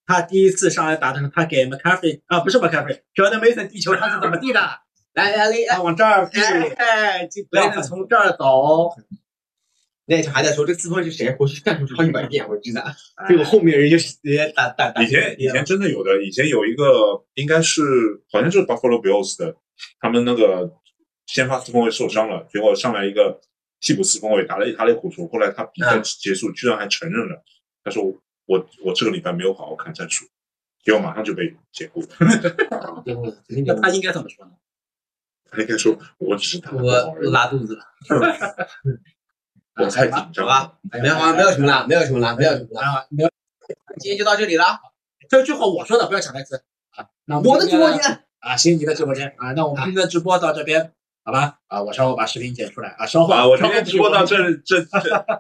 [SPEAKER 2] 他第一次上来打的时候，他给 McCaffrey 啊，不是 McCaffrey，Jordan Mason 地球他是怎么地的？
[SPEAKER 4] 来来来，
[SPEAKER 2] 他往这儿递，
[SPEAKER 4] 哎，这
[SPEAKER 2] 不要从这儿走。
[SPEAKER 4] 那天还在说这四分是谁？我去看出超一百遍，我真的。结果后面人就直接打打打。
[SPEAKER 3] 以前以前真的有的，以前有一个应该是好像就是 Buffalo Bills 的，他们那个先发四分卫受伤了，结果上来一个替补四分卫打了一塌糊涂，后来他比赛
[SPEAKER 4] 嗯
[SPEAKER 3] 结束居然还承认了，他说我我这个礼拜没有好好看战术，结果马上就被解雇了。
[SPEAKER 2] 那他应该怎么说呢？啊
[SPEAKER 3] 他应该说我只是打得不
[SPEAKER 4] 我
[SPEAKER 3] 好而已
[SPEAKER 4] 我拉肚子了，
[SPEAKER 3] 我太紧张
[SPEAKER 4] 好吧
[SPEAKER 3] 了。
[SPEAKER 4] 没有啊，没有什么啦，没有什么啦，没有什么啦。
[SPEAKER 2] 啊，没有。
[SPEAKER 4] 今天就到这里了，
[SPEAKER 2] 这句话我说的，不要抢台词啊。那
[SPEAKER 4] 我的
[SPEAKER 2] 直
[SPEAKER 4] 直
[SPEAKER 2] 播
[SPEAKER 4] 播
[SPEAKER 2] 间
[SPEAKER 4] 间，
[SPEAKER 2] 啊，行，你的直播间啊。那我们今天的直播到这边，好吧？啊，我稍后把视频剪出来啊，
[SPEAKER 3] (laughs)
[SPEAKER 2] 稍后
[SPEAKER 3] 啊！我今天直播到这这这，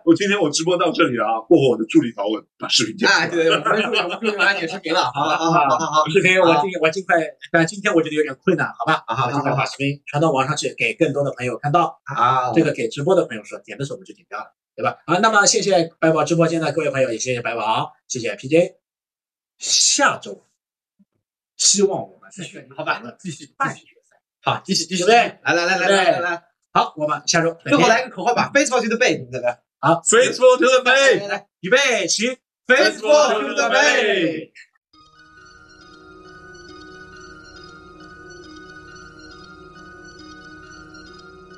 [SPEAKER 3] 我今天我直播到这里了啊！过后我的助理找我把视频剪出来。
[SPEAKER 4] 哎，对，我们助我们助理把你视频了，好好好好好好。
[SPEAKER 2] 视
[SPEAKER 3] 啊
[SPEAKER 2] 频，我尽我尽快，但今天我觉得有点困难，好吧？啊，
[SPEAKER 4] 啊，好
[SPEAKER 2] 尽快
[SPEAKER 4] 好
[SPEAKER 2] 把视频传到网上去，给更多的朋友看到。
[SPEAKER 4] 好，
[SPEAKER 2] 这个给直播的朋友说，点的时候我们就点掉了。
[SPEAKER 6] 对吧？啊，那么谢谢白宝直播间的各位朋友，也谢谢白宝，谢谢 PJ。下周希望我们继续，
[SPEAKER 4] (laughs)
[SPEAKER 6] 好吧？继续半决赛，好，继续继续，对不对？
[SPEAKER 4] 来来来来来来来，
[SPEAKER 6] 好，我们下周
[SPEAKER 4] 最后
[SPEAKER 6] 再见
[SPEAKER 4] 来个口号吧，baseball to the bay，你再来，
[SPEAKER 3] Faithful to the
[SPEAKER 4] 来
[SPEAKER 3] Bay。
[SPEAKER 4] 来来
[SPEAKER 6] 哎预备起。
[SPEAKER 4] ，baseball to the bay。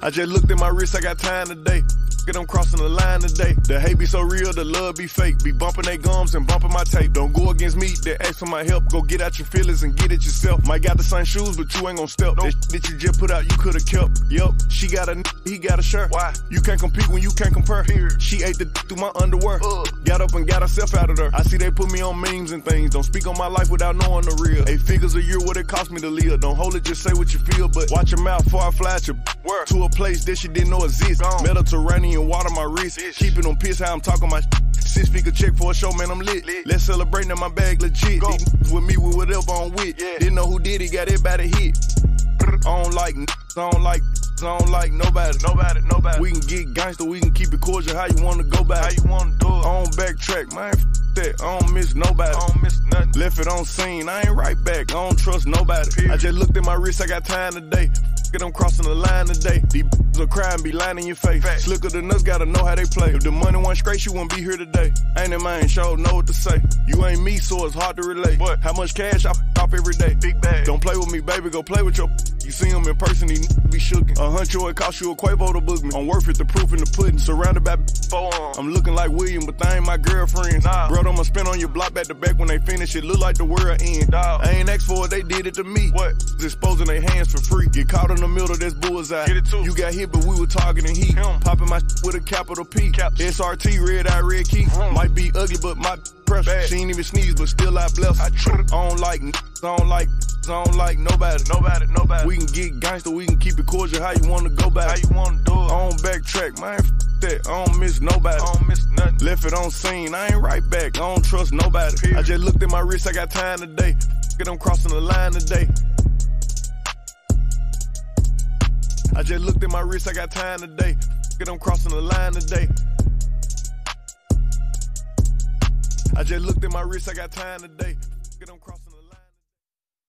[SPEAKER 1] I just looked at my wrist, I got time today. Get I'm crossing the line today. The hate be so real, the love be fake. Be bumping they gums and bumping my tape. Don't go against me, they ask for my help. Go get out your feelings and get it yourself. Might got the same shoes, but you ain't gon' step. That shit that you just put out, you could've kept. Yup, she got a n- he got a shirt. Why? You can't compete when you can't compare. She ate the d- through my underwear. Got up and got herself out of there. I see they put me on memes and things. Don't speak on my life without knowing the real. Eight figures a year, what it cost me to live. Don't hold it, just say what you feel. But watch your mouth before I fly at your Word. to a place that she didn't know exists. Mediterranean water, my wrist. Keeping them pissed how I'm talking my Six figure check for a show, man, I'm lit. Let's celebrate now, my bag legit. These n- with me with whatever I'm with. Didn't know who did it, got everybody hit. I don't like, n- I don't like, I don't like nobody. Nobody, nobody. We can get gangster, we can keep it cordial. How you wanna go back? How you wanna do it? I don't backtrack, man. F- that. I don't miss nobody. I don't miss nothing. Left it on scene, I ain't right back. I don't trust nobody. I just looked at my wrist, I got time today. Get them crossing the line today. These b****s will cry and be lying in your face. Slicker than us, gotta know how they play. If the money went straight, you wouldn't be here today. Ain't in mind, show know what to say. You ain't me, so it's hard to relate. But how much cash I f- pop every day? Big bag. Don't play with me, baby, go play with your. b****. You see him in person, he n- be shookin'. A huncho, it cost you a Quavo to book me. I'm worth it, the proof in the pudding. Surrounded by b- forearm. I'm looking like William, but they ain't my girlfriend. Nah. Bro, I'ma spin on your block back to back when they finish. It look like the world end. I ain't asked for it, they did it to me. What? Exposing their hands for free. Get caught in the middle, that's bullseye. Get it too. You got hit, but we were targeting heat. Popping my with a capital P. SRT, red eye, red key. Might be ugly, but my pressure. She ain't even sneeze, but still I bless. her. I, don't like, n- I don't like, I don't like nobody. Nobody, nobody. We can get gangster, we can keep it cordial. How you wanna go back? How you wanna do it? I don't backtrack, man. F- that. I don't miss nobody. I don't miss nothing. Left it on scene, I ain't right back. I don't trust nobody. I just looked at my wrist, I got time today. Get them crossing the line today. I just looked at my wrist, I got time today. Get them crossing the line today. I just looked at my wrist, I got time today.